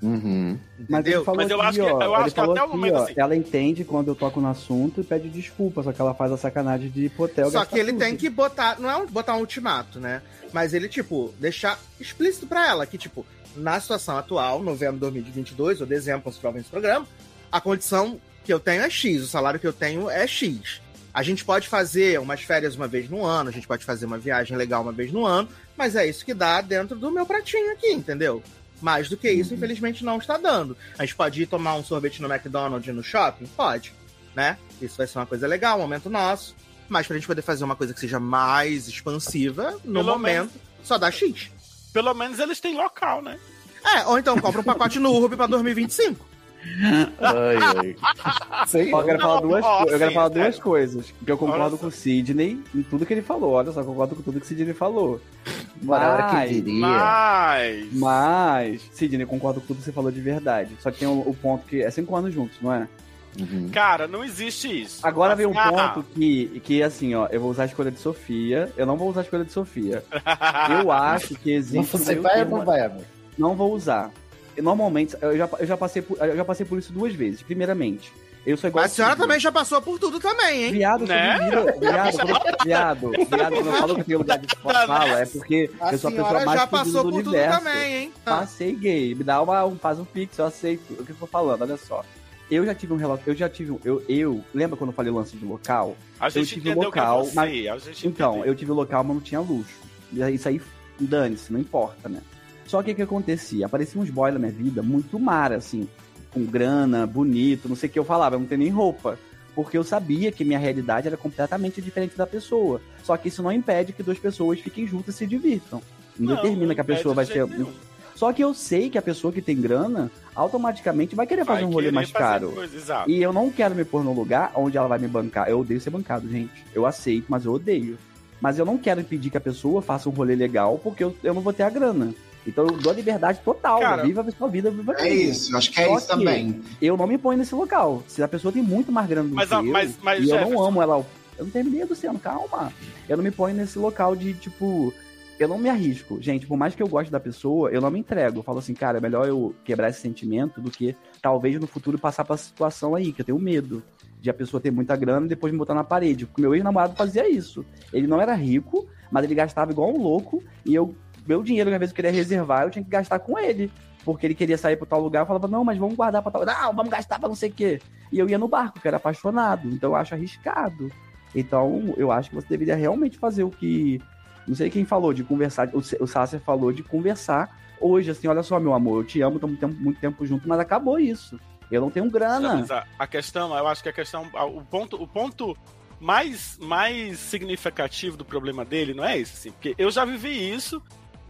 [SPEAKER 12] Uhum.
[SPEAKER 5] Mas ele
[SPEAKER 10] Entendeu?
[SPEAKER 5] falou
[SPEAKER 10] Mas eu
[SPEAKER 5] aqui,
[SPEAKER 10] acho que-
[SPEAKER 5] ó,
[SPEAKER 10] eu
[SPEAKER 5] ele
[SPEAKER 10] acho que
[SPEAKER 5] falou
[SPEAKER 10] até o
[SPEAKER 5] aqui,
[SPEAKER 10] momento,
[SPEAKER 5] ó,
[SPEAKER 10] assim-
[SPEAKER 5] Ela entende quando eu toco no assunto e pede desculpa, só que ela faz a sacanagem de hipotel.
[SPEAKER 10] Só que ele tem que botar, não é um, botar um ultimato, né? Mas ele tipo deixar explícito pra ela que tipo, na situação atual, novembro de 2022 ou dezembro, quando se prova esse programa, a condição que eu tenho é X, o salário que eu tenho é X. A gente pode fazer umas férias uma vez no ano, a gente pode fazer uma viagem legal uma vez no ano, mas é isso que dá dentro do meu pratinho aqui, entendeu? Mais do que isso,
[SPEAKER 5] Uhum.
[SPEAKER 10] infelizmente, não está dando. A gente pode ir tomar um sorvete no McDonald's e no shopping? Pode, né? Isso vai ser uma coisa legal, um momento nosso. Mas pra gente poder fazer uma coisa que seja mais expansiva, no
[SPEAKER 3] Pelo
[SPEAKER 10] momento, só dá X.
[SPEAKER 3] Pelo menos eles têm local, né?
[SPEAKER 10] É, ou então compra um pacote no Urb pra 2025.
[SPEAKER 12] Ai, ai.
[SPEAKER 10] Ah,
[SPEAKER 5] Ó, eu quero falar duas,
[SPEAKER 10] ó,
[SPEAKER 5] eu quero
[SPEAKER 10] sim,
[SPEAKER 5] falar
[SPEAKER 10] sério.
[SPEAKER 5] duas coisas. Que eu
[SPEAKER 10] Olha
[SPEAKER 5] concordo
[SPEAKER 10] só.
[SPEAKER 5] com o Sidney em tudo que ele falou. Olha só, concordo com tudo que o Sidney falou.
[SPEAKER 2] Bora, a hora que
[SPEAKER 5] Mas-
[SPEAKER 2] viria.
[SPEAKER 3] Mas.
[SPEAKER 5] Mas, Sidney, eu concordo com tudo que você falou de verdade. Só que tem o, o ponto que é cinco anos juntos, não é?
[SPEAKER 3] Cara, não existe isso.
[SPEAKER 5] Agora vem um
[SPEAKER 3] Ah,
[SPEAKER 5] ponto que, que, assim, ó, eu vou usar a escolha de Sofia. Eu não vou usar a escolha de Sofia.
[SPEAKER 3] *laughs*
[SPEAKER 10] Ah.
[SPEAKER 5] Eu acho que existe.
[SPEAKER 2] Você
[SPEAKER 5] um meio
[SPEAKER 2] vai ou
[SPEAKER 5] termo.
[SPEAKER 2] não vai, amor?
[SPEAKER 5] Não vou usar. Eu, normalmente, eu já, eu já passei por, eu já passei por isso duas vezes. Primeiramente, eu sou igual.
[SPEAKER 10] A senhora também já passou por tudo também, hein?
[SPEAKER 5] Viado, Viado, viado, quando- viado, viado, quando eu falo que eu tenho
[SPEAKER 10] *laughs*
[SPEAKER 5] lugar de fala, é porque
[SPEAKER 10] A
[SPEAKER 5] eu sou a
[SPEAKER 10] senhora
[SPEAKER 5] pessoa mais fodida
[SPEAKER 10] já passou
[SPEAKER 5] do
[SPEAKER 10] por tudo
[SPEAKER 5] universo.
[SPEAKER 10] também, né? hein?
[SPEAKER 5] Passei gay, me dá uma, um- faz um pix, eu aceito o que eu tô falando, olha só. Eu já tive um relato, eu já tive um, eu, eu, lembra quando eu falei lance de local?
[SPEAKER 3] A gente
[SPEAKER 5] eu tive
[SPEAKER 3] entendeu que é você, a gente
[SPEAKER 5] então, eu tive local, mas não tinha luxo. E aí, Isso aí, dane-se, não importa, né? Só que o que acontecia? Apareciam uns boys na minha vida muito mar, assim, com grana, bonito, não sei o que eu falava, eu não tenho nem roupa. Porque eu sabia que minha realidade era completamente diferente da pessoa. Só que isso não impede que duas pessoas fiquem juntas e se divirtam. Não,
[SPEAKER 7] Não,
[SPEAKER 5] determina
[SPEAKER 7] não
[SPEAKER 5] que a pessoa
[SPEAKER 7] impede
[SPEAKER 5] vai
[SPEAKER 7] de
[SPEAKER 5] ser.
[SPEAKER 7] jeito nenhum.
[SPEAKER 5] Só que eu sei que a pessoa que tem grana automaticamente vai querer fazer um rolê
[SPEAKER 3] querer
[SPEAKER 5] mais
[SPEAKER 3] fazer
[SPEAKER 5] caro.
[SPEAKER 3] coisa, exato.
[SPEAKER 5] E eu não quero me pôr num lugar onde ela vai me bancar. Eu odeio ser bancado, gente. Eu aceito, mas eu odeio. Mas eu não quero impedir que a pessoa faça um rolê legal porque eu, eu não vou ter a grana. Então eu dou a liberdade total.
[SPEAKER 4] Cara,
[SPEAKER 5] viva a sua vida, viva a
[SPEAKER 4] é
[SPEAKER 5] minha.
[SPEAKER 4] isso, acho que é isso também.
[SPEAKER 5] Eu não me ponho nesse local. Se a pessoa tem muito mais grana do
[SPEAKER 3] Mas
[SPEAKER 5] que
[SPEAKER 3] a-
[SPEAKER 5] eu,
[SPEAKER 3] mas- mas,
[SPEAKER 5] e eu não
[SPEAKER 3] Jefferson-
[SPEAKER 5] amo ela. Eu não terminei, Luciano, calma. Eu não me ponho nesse local de, tipo, eu não me arrisco. Gente, por mais que eu goste da pessoa, eu não me entrego. Eu falo assim, cara, é melhor eu quebrar esse sentimento do que talvez no futuro passar pra situação aí, que eu tenho medo de a pessoa ter muita grana e depois me botar na parede. Porque meu ex-namorado fazia isso. Ele não era rico, mas ele gastava igual um louco e eu, meu dinheiro, que às vezes eu queria reservar, eu tinha que gastar com ele. Porque ele queria sair pra tal lugar, eu falava, não, mas vamos guardar pra tal lugar. Não, vamos gastar pra não sei o quê. E eu ia no barco, que era apaixonado. Então eu acho arriscado. Então eu acho que você deveria realmente fazer o que não sei quem falou de conversar, o, S- o Sasser falou de conversar hoje, assim, olha só, meu amor, eu te amo, estamos muito tempo junto, mas acabou isso. Eu não tenho grana.
[SPEAKER 3] Mas a, a questão, eu acho que a questão, a- o ponto, o ponto mais, mais significativo do problema dele não é esse, assim, porque eu já vivi isso.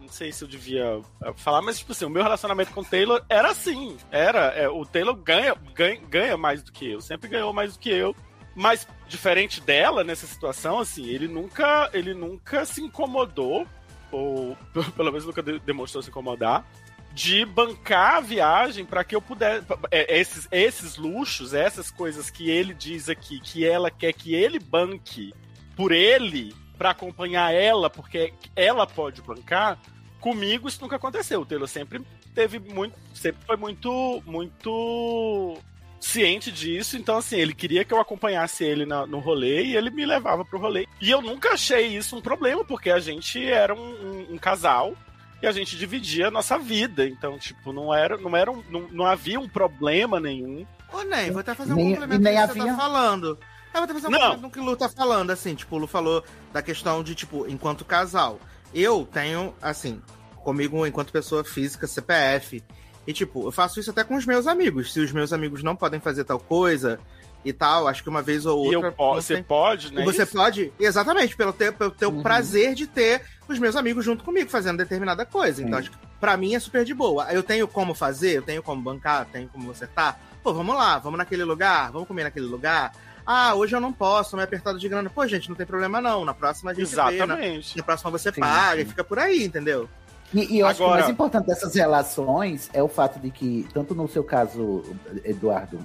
[SPEAKER 3] Não sei se eu devia eh, falar, mas tipo assim, o meu relacionamento com o Taylor era assim. Era, é, o Taylor ganha, ganha, ganha mais do que eu, sempre ganhou mais do que eu. Mas diferente dela nessa situação, assim, ele nunca, ele nunca se incomodou ou *laughs* pelo menos nunca de- demonstrou se incomodar de bancar a viagem para que eu pudesse. é, Esses, esses luxos, essas coisas que ele diz aqui, que ela quer que ele banque por ele, para acompanhar ela, porque ela pode bancar, comigo isso nunca aconteceu. O Taylor sempre teve muito. Sempre foi muito. Muito. ciente disso, então assim, ele queria que eu acompanhasse ele na- no rolê e ele me levava pro rolê. E eu nunca achei isso um problema, porque a gente era um, um- um casal e a gente dividia a nossa vida. Então, tipo, não era, não era um- não, não havia um problema nenhum.
[SPEAKER 10] Ô, Ney, vou até fazer um
[SPEAKER 3] Nem-
[SPEAKER 10] complemento
[SPEAKER 3] e
[SPEAKER 10] do
[SPEAKER 3] nem assim,
[SPEAKER 10] que você
[SPEAKER 3] havia-
[SPEAKER 10] tá falando. Eu vou até fazer um
[SPEAKER 3] Não.
[SPEAKER 10] complemento do que o Lu tá falando, assim, tipo, o Lu falou da questão de, tipo, enquanto casal. Eu tenho, assim, comigo, enquanto pessoa física, CPF. E, tipo, eu faço isso até com os meus amigos. Se os meus amigos não podem fazer tal coisa e tal, acho que uma vez ou
[SPEAKER 3] E eu
[SPEAKER 10] outra.
[SPEAKER 3] po-
[SPEAKER 10] não é
[SPEAKER 3] você
[SPEAKER 10] tem-
[SPEAKER 3] pode, né,
[SPEAKER 10] E Você
[SPEAKER 3] isso?
[SPEAKER 10] pode, exatamente, pelo teu, pelo teu
[SPEAKER 2] Uhum.
[SPEAKER 10] prazer de ter os meus amigos junto comigo fazendo determinada coisa. Então, acho que pra mim é super de boa. Eu tenho como fazer, eu tenho como bancar, eu tenho como acertar. Pô, vamos lá, vamos naquele lugar, vamos comer naquele lugar. Ah, hoje eu não posso, tô meio apertado de grana. Pô, gente, não tem problema não. Na próxima a
[SPEAKER 2] né?
[SPEAKER 10] gente vê, na-
[SPEAKER 3] Exatamente.
[SPEAKER 10] na, próxima você paga e
[SPEAKER 2] sim.
[SPEAKER 10] fica por aí, entendeu?
[SPEAKER 2] E, e eu acho que o
[SPEAKER 10] Agora-
[SPEAKER 2] mais importante dessas relações é o fato de que, tanto no seu caso, Eduardo.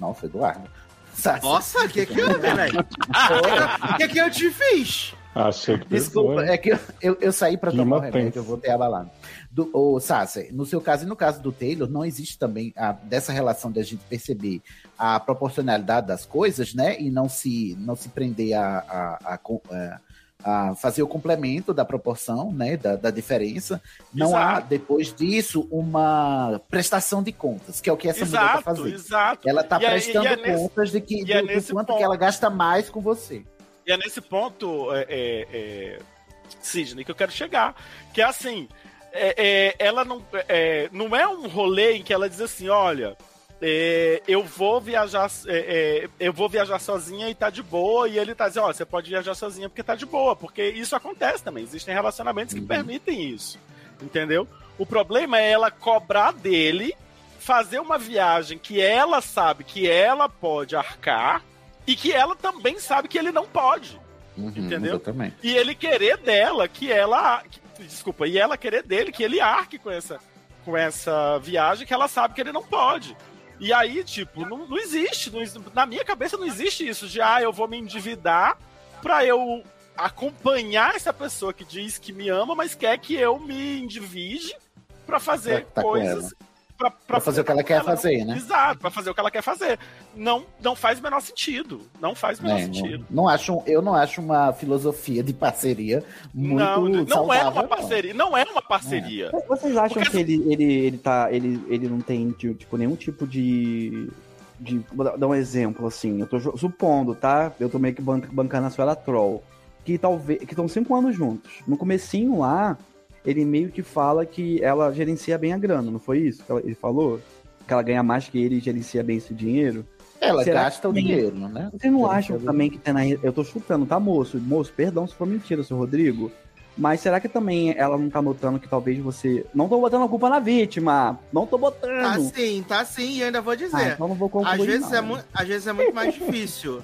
[SPEAKER 2] Nossa, Eduardo. Sassi.
[SPEAKER 10] Nossa, o que que eu, *laughs* velho? O que que eu te fiz?
[SPEAKER 1] Achei que
[SPEAKER 2] Desculpa,
[SPEAKER 1] pesou, hein?
[SPEAKER 2] é que eu, eu, eu saí pra
[SPEAKER 1] Clima
[SPEAKER 2] tomar o
[SPEAKER 1] tenso.
[SPEAKER 2] remédio, eu voltei abalado. Do, ô, Sassi, no seu caso e no caso do Taylor, não existe também a- dessa relação de a gente perceber a proporcionalidade das coisas, né? E não se, não se prender a, a, a com- a- a fazer o complemento da proporção, né? Da, da diferença. Não há, depois disso, uma prestação de contas, que é o que essa mulher tá
[SPEAKER 3] Exato,
[SPEAKER 2] fazendo.
[SPEAKER 3] exato.
[SPEAKER 2] Ela tá
[SPEAKER 3] E é- e é
[SPEAKER 2] prestando
[SPEAKER 3] nesse-
[SPEAKER 2] contas de que,
[SPEAKER 3] e
[SPEAKER 2] do,
[SPEAKER 3] é
[SPEAKER 2] do
[SPEAKER 3] nesse
[SPEAKER 2] quanto que ela gasta mais com você.
[SPEAKER 3] E é nesse ponto, é, é, é, Sidney, que eu quero chegar. Que é assim, é, é, ela não é, não é um rolê em que ela diz assim, olha, é, eu vou viajar, é, é, eu vou viajar sozinha e tá de boa, e ele tá dizendo, ó, você pode viajar sozinha porque tá de boa, porque isso acontece também, existem relacionamentos que permitem isso. Entendeu? O problema é ela cobrar dele fazer uma viagem que ela sabe que ela pode arcar e que ela também sabe que ele não pode. Entendeu?
[SPEAKER 2] Uhum, Exatamente.
[SPEAKER 3] E ele querer dela que ela. que- desculpa, e ela querer dele que ele arque com essa, com essa viagem que ela sabe que ele não pode. E aí, tipo, não, não existe. não ex- na minha cabeça não existe isso de, ah, eu vou me endividar pra eu acompanhar essa pessoa que diz que me ama, mas quer que eu me endivide pra fazer
[SPEAKER 2] Pra tá com
[SPEAKER 3] coisas.
[SPEAKER 2] ela.
[SPEAKER 3] Pra,
[SPEAKER 2] Pra fazer o que ela quer
[SPEAKER 3] não-
[SPEAKER 2] fazer, né?
[SPEAKER 3] Exato, pra fazer o que ela quer fazer. Não, não faz o menor sentido. Não faz o menor
[SPEAKER 2] É,
[SPEAKER 3] sentido.
[SPEAKER 2] não, não acho, eu não acho uma filosofia de parceria muito
[SPEAKER 3] Não, não é
[SPEAKER 2] saudável,
[SPEAKER 3] uma
[SPEAKER 2] não.
[SPEAKER 3] parceria. Não é uma parceria.
[SPEAKER 5] Vocês acham que ele, ele, ele, tá, ele, ele não tem ti- tipo, nenhum tipo de. de vou dar- dar um exemplo, assim. Eu tô ju- supondo, tá? Eu tô meio que ban- bancando a sua ela troll. Que talvez. Que estão cinco anos juntos. No comecinho lá, ele meio que fala que ela gerencia bem a grana, não foi isso? que ela- ele falou? Que ela ganha mais que ele e gerencia bem esse dinheiro?
[SPEAKER 2] Ela
[SPEAKER 5] Será
[SPEAKER 2] gasta o
[SPEAKER 5] que-
[SPEAKER 2] dinheiro, né?
[SPEAKER 5] Vocês não
[SPEAKER 2] Gerencia
[SPEAKER 5] acham
[SPEAKER 2] bem.
[SPEAKER 5] também que tem na. Eu tô chutando, tá, moço? Moço, perdão se for mentira, seu Rodrigo. Mas será que também ela não tá notando que talvez você. Não tô botando a culpa na vítima! Não tô
[SPEAKER 10] Tá
[SPEAKER 2] Uhum.
[SPEAKER 5] botando!
[SPEAKER 10] sim, tá sim, e eu ainda vou dizer.
[SPEAKER 3] é.
[SPEAKER 5] Ah, então não vou concluir,
[SPEAKER 10] às, vezes
[SPEAKER 5] não.
[SPEAKER 10] É mu- às vezes é muito mais difícil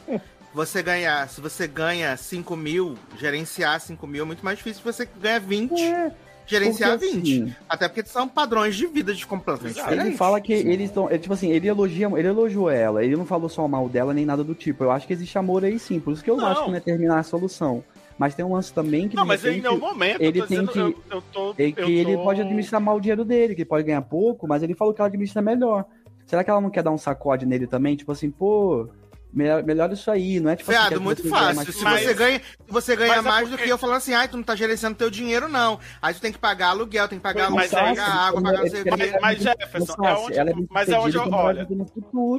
[SPEAKER 10] você ganhar. Se você ganha 5 mil, gerenciar 5 mil é muito mais difícil se você ganha 20. Gerenciar
[SPEAKER 5] É, porque
[SPEAKER 10] 20.
[SPEAKER 5] assim-
[SPEAKER 10] Até porque são padrões de vida de completamente
[SPEAKER 5] Ele
[SPEAKER 10] diferentes.
[SPEAKER 5] fala que eles estão. ele, Tipo assim, ele elogia, ele elogiou ela, ele não falou só mal dela nem nada do tipo. Eu acho que existe amor aí sim, por isso que eu
[SPEAKER 3] Não.
[SPEAKER 5] acho que não é terminar a solução. Mas tem um lance também que.
[SPEAKER 3] Não,
[SPEAKER 5] de
[SPEAKER 3] mas ele
[SPEAKER 5] repente,
[SPEAKER 3] é o momento, eu
[SPEAKER 5] Ele
[SPEAKER 3] tô
[SPEAKER 5] tem
[SPEAKER 3] dizendo,
[SPEAKER 5] que.
[SPEAKER 3] eu- eu tô-
[SPEAKER 5] é que
[SPEAKER 3] eu
[SPEAKER 5] ele
[SPEAKER 3] tô-
[SPEAKER 5] pode administrar mal o dinheiro dele, que ele pode ganhar pouco, mas ele falou que ela administra melhor. Será que ela não quer dar um sacode nele também? Tipo assim, pô, melhor, melhor isso aí, não é tipo assim,
[SPEAKER 10] Viado,
[SPEAKER 5] quero que
[SPEAKER 10] muito
[SPEAKER 5] você ganhe
[SPEAKER 10] fácil.
[SPEAKER 5] mais
[SPEAKER 10] se,
[SPEAKER 5] que eu.
[SPEAKER 10] você ganha, se você ganha
[SPEAKER 5] mas é
[SPEAKER 10] mais do
[SPEAKER 5] porque-
[SPEAKER 10] que eu falando assim, ai, tu não tá gerenciando teu dinheiro, não. Aí tu tem que pagar aluguel, tem que pagar
[SPEAKER 3] Mas
[SPEAKER 10] luz,
[SPEAKER 3] é
[SPEAKER 10] pagar
[SPEAKER 3] isso.
[SPEAKER 10] água, pagar não sei o quê.
[SPEAKER 3] Mas, mas, Jefferson, é onde, mas é onde eu. Olha,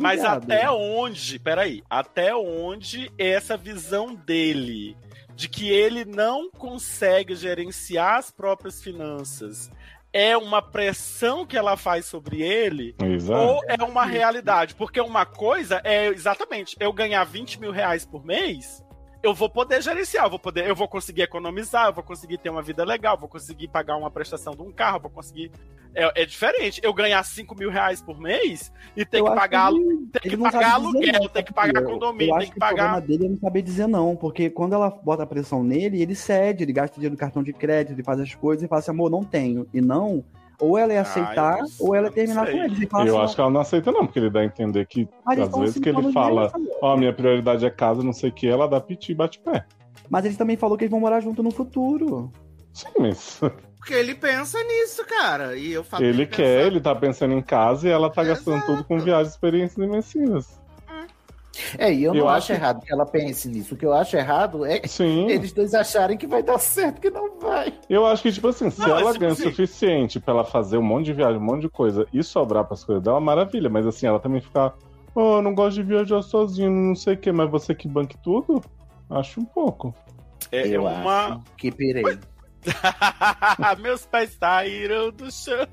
[SPEAKER 3] mas até
[SPEAKER 2] né?
[SPEAKER 3] onde, peraí, até onde é essa visão dele de que ele não consegue gerenciar as próprias finanças é uma pressão que ela faz sobre ele
[SPEAKER 1] Exato.
[SPEAKER 5] Ah.
[SPEAKER 3] ou é uma realidade? Porque uma coisa é exatamente eu ganhar 20 mil reais por mês. Eu vou poder gerenciar, eu vou poder, eu vou conseguir economizar, eu vou conseguir ter uma vida legal, vou conseguir pagar uma prestação de um carro, vou conseguir. É, é diferente. Eu ganhar 5 mil reais por mês e ter
[SPEAKER 5] Eu
[SPEAKER 3] que
[SPEAKER 5] acho
[SPEAKER 3] pagar,
[SPEAKER 5] que
[SPEAKER 3] ter que
[SPEAKER 5] ele não sabe
[SPEAKER 3] pagar
[SPEAKER 5] dizer
[SPEAKER 3] aluguel,
[SPEAKER 5] não,
[SPEAKER 3] ter que
[SPEAKER 5] sabe?
[SPEAKER 3] pagar
[SPEAKER 5] Eu-
[SPEAKER 3] condomínio,
[SPEAKER 5] eu
[SPEAKER 3] tem
[SPEAKER 5] acho
[SPEAKER 3] que
[SPEAKER 5] O problema
[SPEAKER 3] pagar.
[SPEAKER 5] dele é não saber dizer não, porque quando ela bota a pressão nele, ele cede, ele gasta dinheiro no cartão de crédito, ele faz as coisas e fala assim, amor, não tenho. E não, ou ela é
[SPEAKER 3] Ah,
[SPEAKER 5] aceitar,
[SPEAKER 1] eu não
[SPEAKER 5] ou ela é terminar com ele. Ele fala
[SPEAKER 1] eu
[SPEAKER 5] assim,
[SPEAKER 1] acho que ela não aceita, não, porque ele dá a entender que
[SPEAKER 5] Mas eles
[SPEAKER 1] às
[SPEAKER 5] tão
[SPEAKER 1] vezes
[SPEAKER 5] se
[SPEAKER 1] que ele
[SPEAKER 5] falando
[SPEAKER 1] fala,
[SPEAKER 5] direito,
[SPEAKER 1] ó, minha prioridade é casa, não sei o que, ela dá piti e bate pé.
[SPEAKER 5] Mas ele também falou que eles vão morar junto no futuro.
[SPEAKER 1] Sim, mas
[SPEAKER 10] Porque ele pensa nisso, cara. E eu falo.
[SPEAKER 1] Ele quer, ele tá pensando em casa e ela tá gastando tudo com viagens, experiências imersivas.
[SPEAKER 2] É, e eu,
[SPEAKER 1] Eu acho
[SPEAKER 2] não
[SPEAKER 1] Hum.
[SPEAKER 2] acho
[SPEAKER 1] que-
[SPEAKER 2] errado que ela pense nisso. O que eu acho errado é eles dois acharem que vai dar certo, que não vai.
[SPEAKER 1] Eu acho que, tipo assim, se
[SPEAKER 2] Não, é
[SPEAKER 1] ela
[SPEAKER 2] tipo
[SPEAKER 1] ganha o
[SPEAKER 2] assim-
[SPEAKER 1] suficiente pra ela fazer um monte de viagem, um monte de coisa e sobrar pras coisas dela, maravilha. Mas assim, ela também ficar, oh, eu não gosto de viajar sozinho, não sei o quê, mas você que banque tudo? Acho um pouco.
[SPEAKER 3] É,
[SPEAKER 2] eu
[SPEAKER 3] uma-
[SPEAKER 2] acho que pirei.
[SPEAKER 3] *laughs* Meus pés saíram do chão.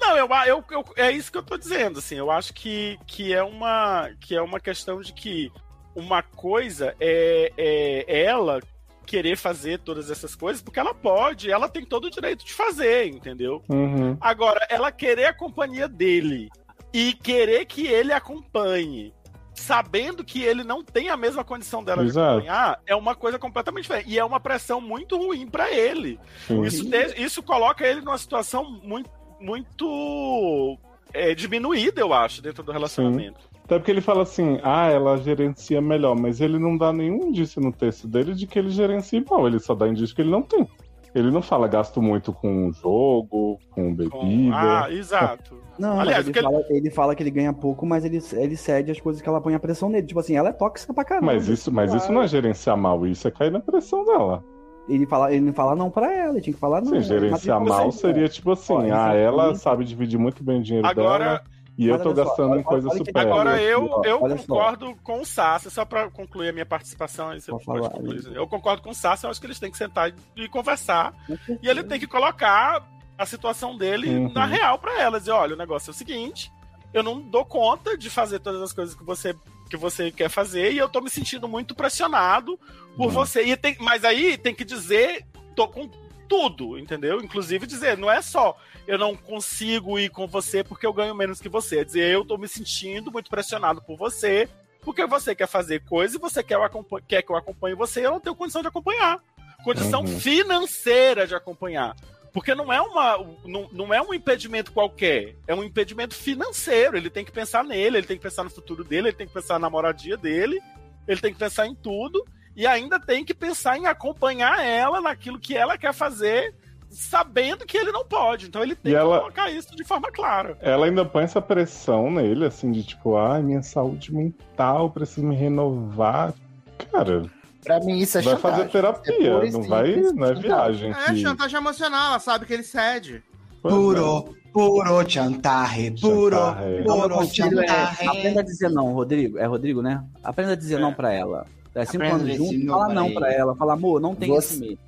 [SPEAKER 3] Não, eu, a- eu, eu- é isso que eu tô dizendo, assim, eu acho que, que, é, uma, que é uma questão de que uma coisa é, é ela querer fazer todas essas coisas, porque ela pode, ela tem todo o direito de fazer, entendeu?
[SPEAKER 1] Uhum.
[SPEAKER 3] Agora, ela querer a companhia dele e querer que ele acompanhe, sabendo que ele não tem a mesma condição dela de
[SPEAKER 1] Exato.
[SPEAKER 3] acompanhar, é uma coisa completamente diferente. E é uma pressão muito ruim pra ele.
[SPEAKER 1] Sim.
[SPEAKER 3] Isso, de- isso coloca ele numa situação muito, muito é, diminuída, eu acho, dentro do relacionamento.
[SPEAKER 1] Até porque ele fala assim, ah, ela gerencia melhor, mas ele não dá nenhum indício no texto dele de que ele gerencia mal, ele só dá indício que ele não tem. Ele não fala gasto muito com jogo, com bebida.
[SPEAKER 3] Ah,
[SPEAKER 5] *laughs*
[SPEAKER 3] exato.
[SPEAKER 5] Não, mas
[SPEAKER 3] Aliás,
[SPEAKER 5] ele,
[SPEAKER 3] porque ele-
[SPEAKER 5] fala, ele fala que ele ganha pouco, mas ele, ele cede as coisas que ela põe a pressão nele. Tipo assim, ela é tóxica pra caramba.
[SPEAKER 1] Mas isso, mas isso não é gerenciar mal, isso é cair na pressão dela.
[SPEAKER 5] Ele, fala, ele não fala não pra ela, ele tinha que falar não.
[SPEAKER 1] Se gerenciar
[SPEAKER 5] Mas, tipo,
[SPEAKER 1] mal
[SPEAKER 5] assim,
[SPEAKER 1] seria tipo assim,
[SPEAKER 5] Ó,
[SPEAKER 1] ah,
[SPEAKER 5] isso é
[SPEAKER 1] ela
[SPEAKER 5] muito-
[SPEAKER 1] sabe dividir muito bem o dinheiro
[SPEAKER 3] Agora-
[SPEAKER 1] dela e eu
[SPEAKER 5] Mas
[SPEAKER 1] tô
[SPEAKER 5] olha só,
[SPEAKER 1] gastando em
[SPEAKER 5] olha-
[SPEAKER 1] coisas
[SPEAKER 5] É, olha o que-
[SPEAKER 1] supérfluas.
[SPEAKER 5] Agora
[SPEAKER 3] Agora eu,
[SPEAKER 5] Ó,
[SPEAKER 3] eu
[SPEAKER 5] olha só.
[SPEAKER 3] concordo com o Sassi, só pra concluir a minha participação. Aí você
[SPEAKER 5] Pode
[SPEAKER 3] pode
[SPEAKER 5] falar,
[SPEAKER 3] concluir.
[SPEAKER 5] amigo.
[SPEAKER 3] eu concordo com o Sassi, eu acho que eles têm que sentar e- e conversar. E ele tem que colocar a situação dele
[SPEAKER 1] Uhum.
[SPEAKER 3] na real pra ela. Dizer, olha, o negócio é o seguinte, eu não dou conta de fazer todas as coisas que você que você quer fazer e eu tô me sentindo muito pressionado por você. E tem, mas aí tem que dizer, tô com tudo, entendeu? Inclusive dizer, não é só eu não consigo ir com você porque eu ganho menos que você. É dizer, eu tô me sentindo muito pressionado por você, porque você quer fazer coisa e você quer, eu acompa- quer que eu acompanhe você e eu não tenho condição de acompanhar. Condição
[SPEAKER 1] Uhum.
[SPEAKER 3] financeira de acompanhar. Porque não é, uma, não, não é um impedimento qualquer, é um impedimento financeiro. Ele tem que pensar nele, ele tem que pensar no futuro dele, ele tem que pensar na moradia dele, ele tem que pensar em tudo e ainda tem que pensar em acompanhar ela naquilo que ela quer fazer, sabendo que ele não pode. Então ele tem
[SPEAKER 1] E
[SPEAKER 3] que
[SPEAKER 1] ela-
[SPEAKER 3] colocar isso de forma clara.
[SPEAKER 1] Ela ainda põe essa pressão nele, assim, de tipo, ah, minha saúde mental, preciso me renovar. Cara,
[SPEAKER 2] Pra mim, isso é
[SPEAKER 1] vai
[SPEAKER 2] chantagem.
[SPEAKER 1] fazer terapia,
[SPEAKER 2] É pura e
[SPEAKER 1] não
[SPEAKER 2] simples
[SPEAKER 1] vai, não é
[SPEAKER 2] chantagem.
[SPEAKER 1] viagem.
[SPEAKER 10] É
[SPEAKER 1] que-
[SPEAKER 10] chantagem emocional, ela sabe que ele cede.
[SPEAKER 4] Puro, puro chantarre, puro, puro
[SPEAKER 5] Conselho é,
[SPEAKER 4] chantarre.
[SPEAKER 5] aprenda a dizer não, Rodrigo. É Rodrigo, né? Aprenda a dizer não pra ela. É cinco
[SPEAKER 2] Aprenda a
[SPEAKER 5] anos
[SPEAKER 2] dizer
[SPEAKER 5] juntos,
[SPEAKER 2] não
[SPEAKER 5] fala
[SPEAKER 2] pra
[SPEAKER 5] não
[SPEAKER 2] ele.
[SPEAKER 5] pra ela. Fala, amor, não tem
[SPEAKER 2] Você-
[SPEAKER 5] esse medo.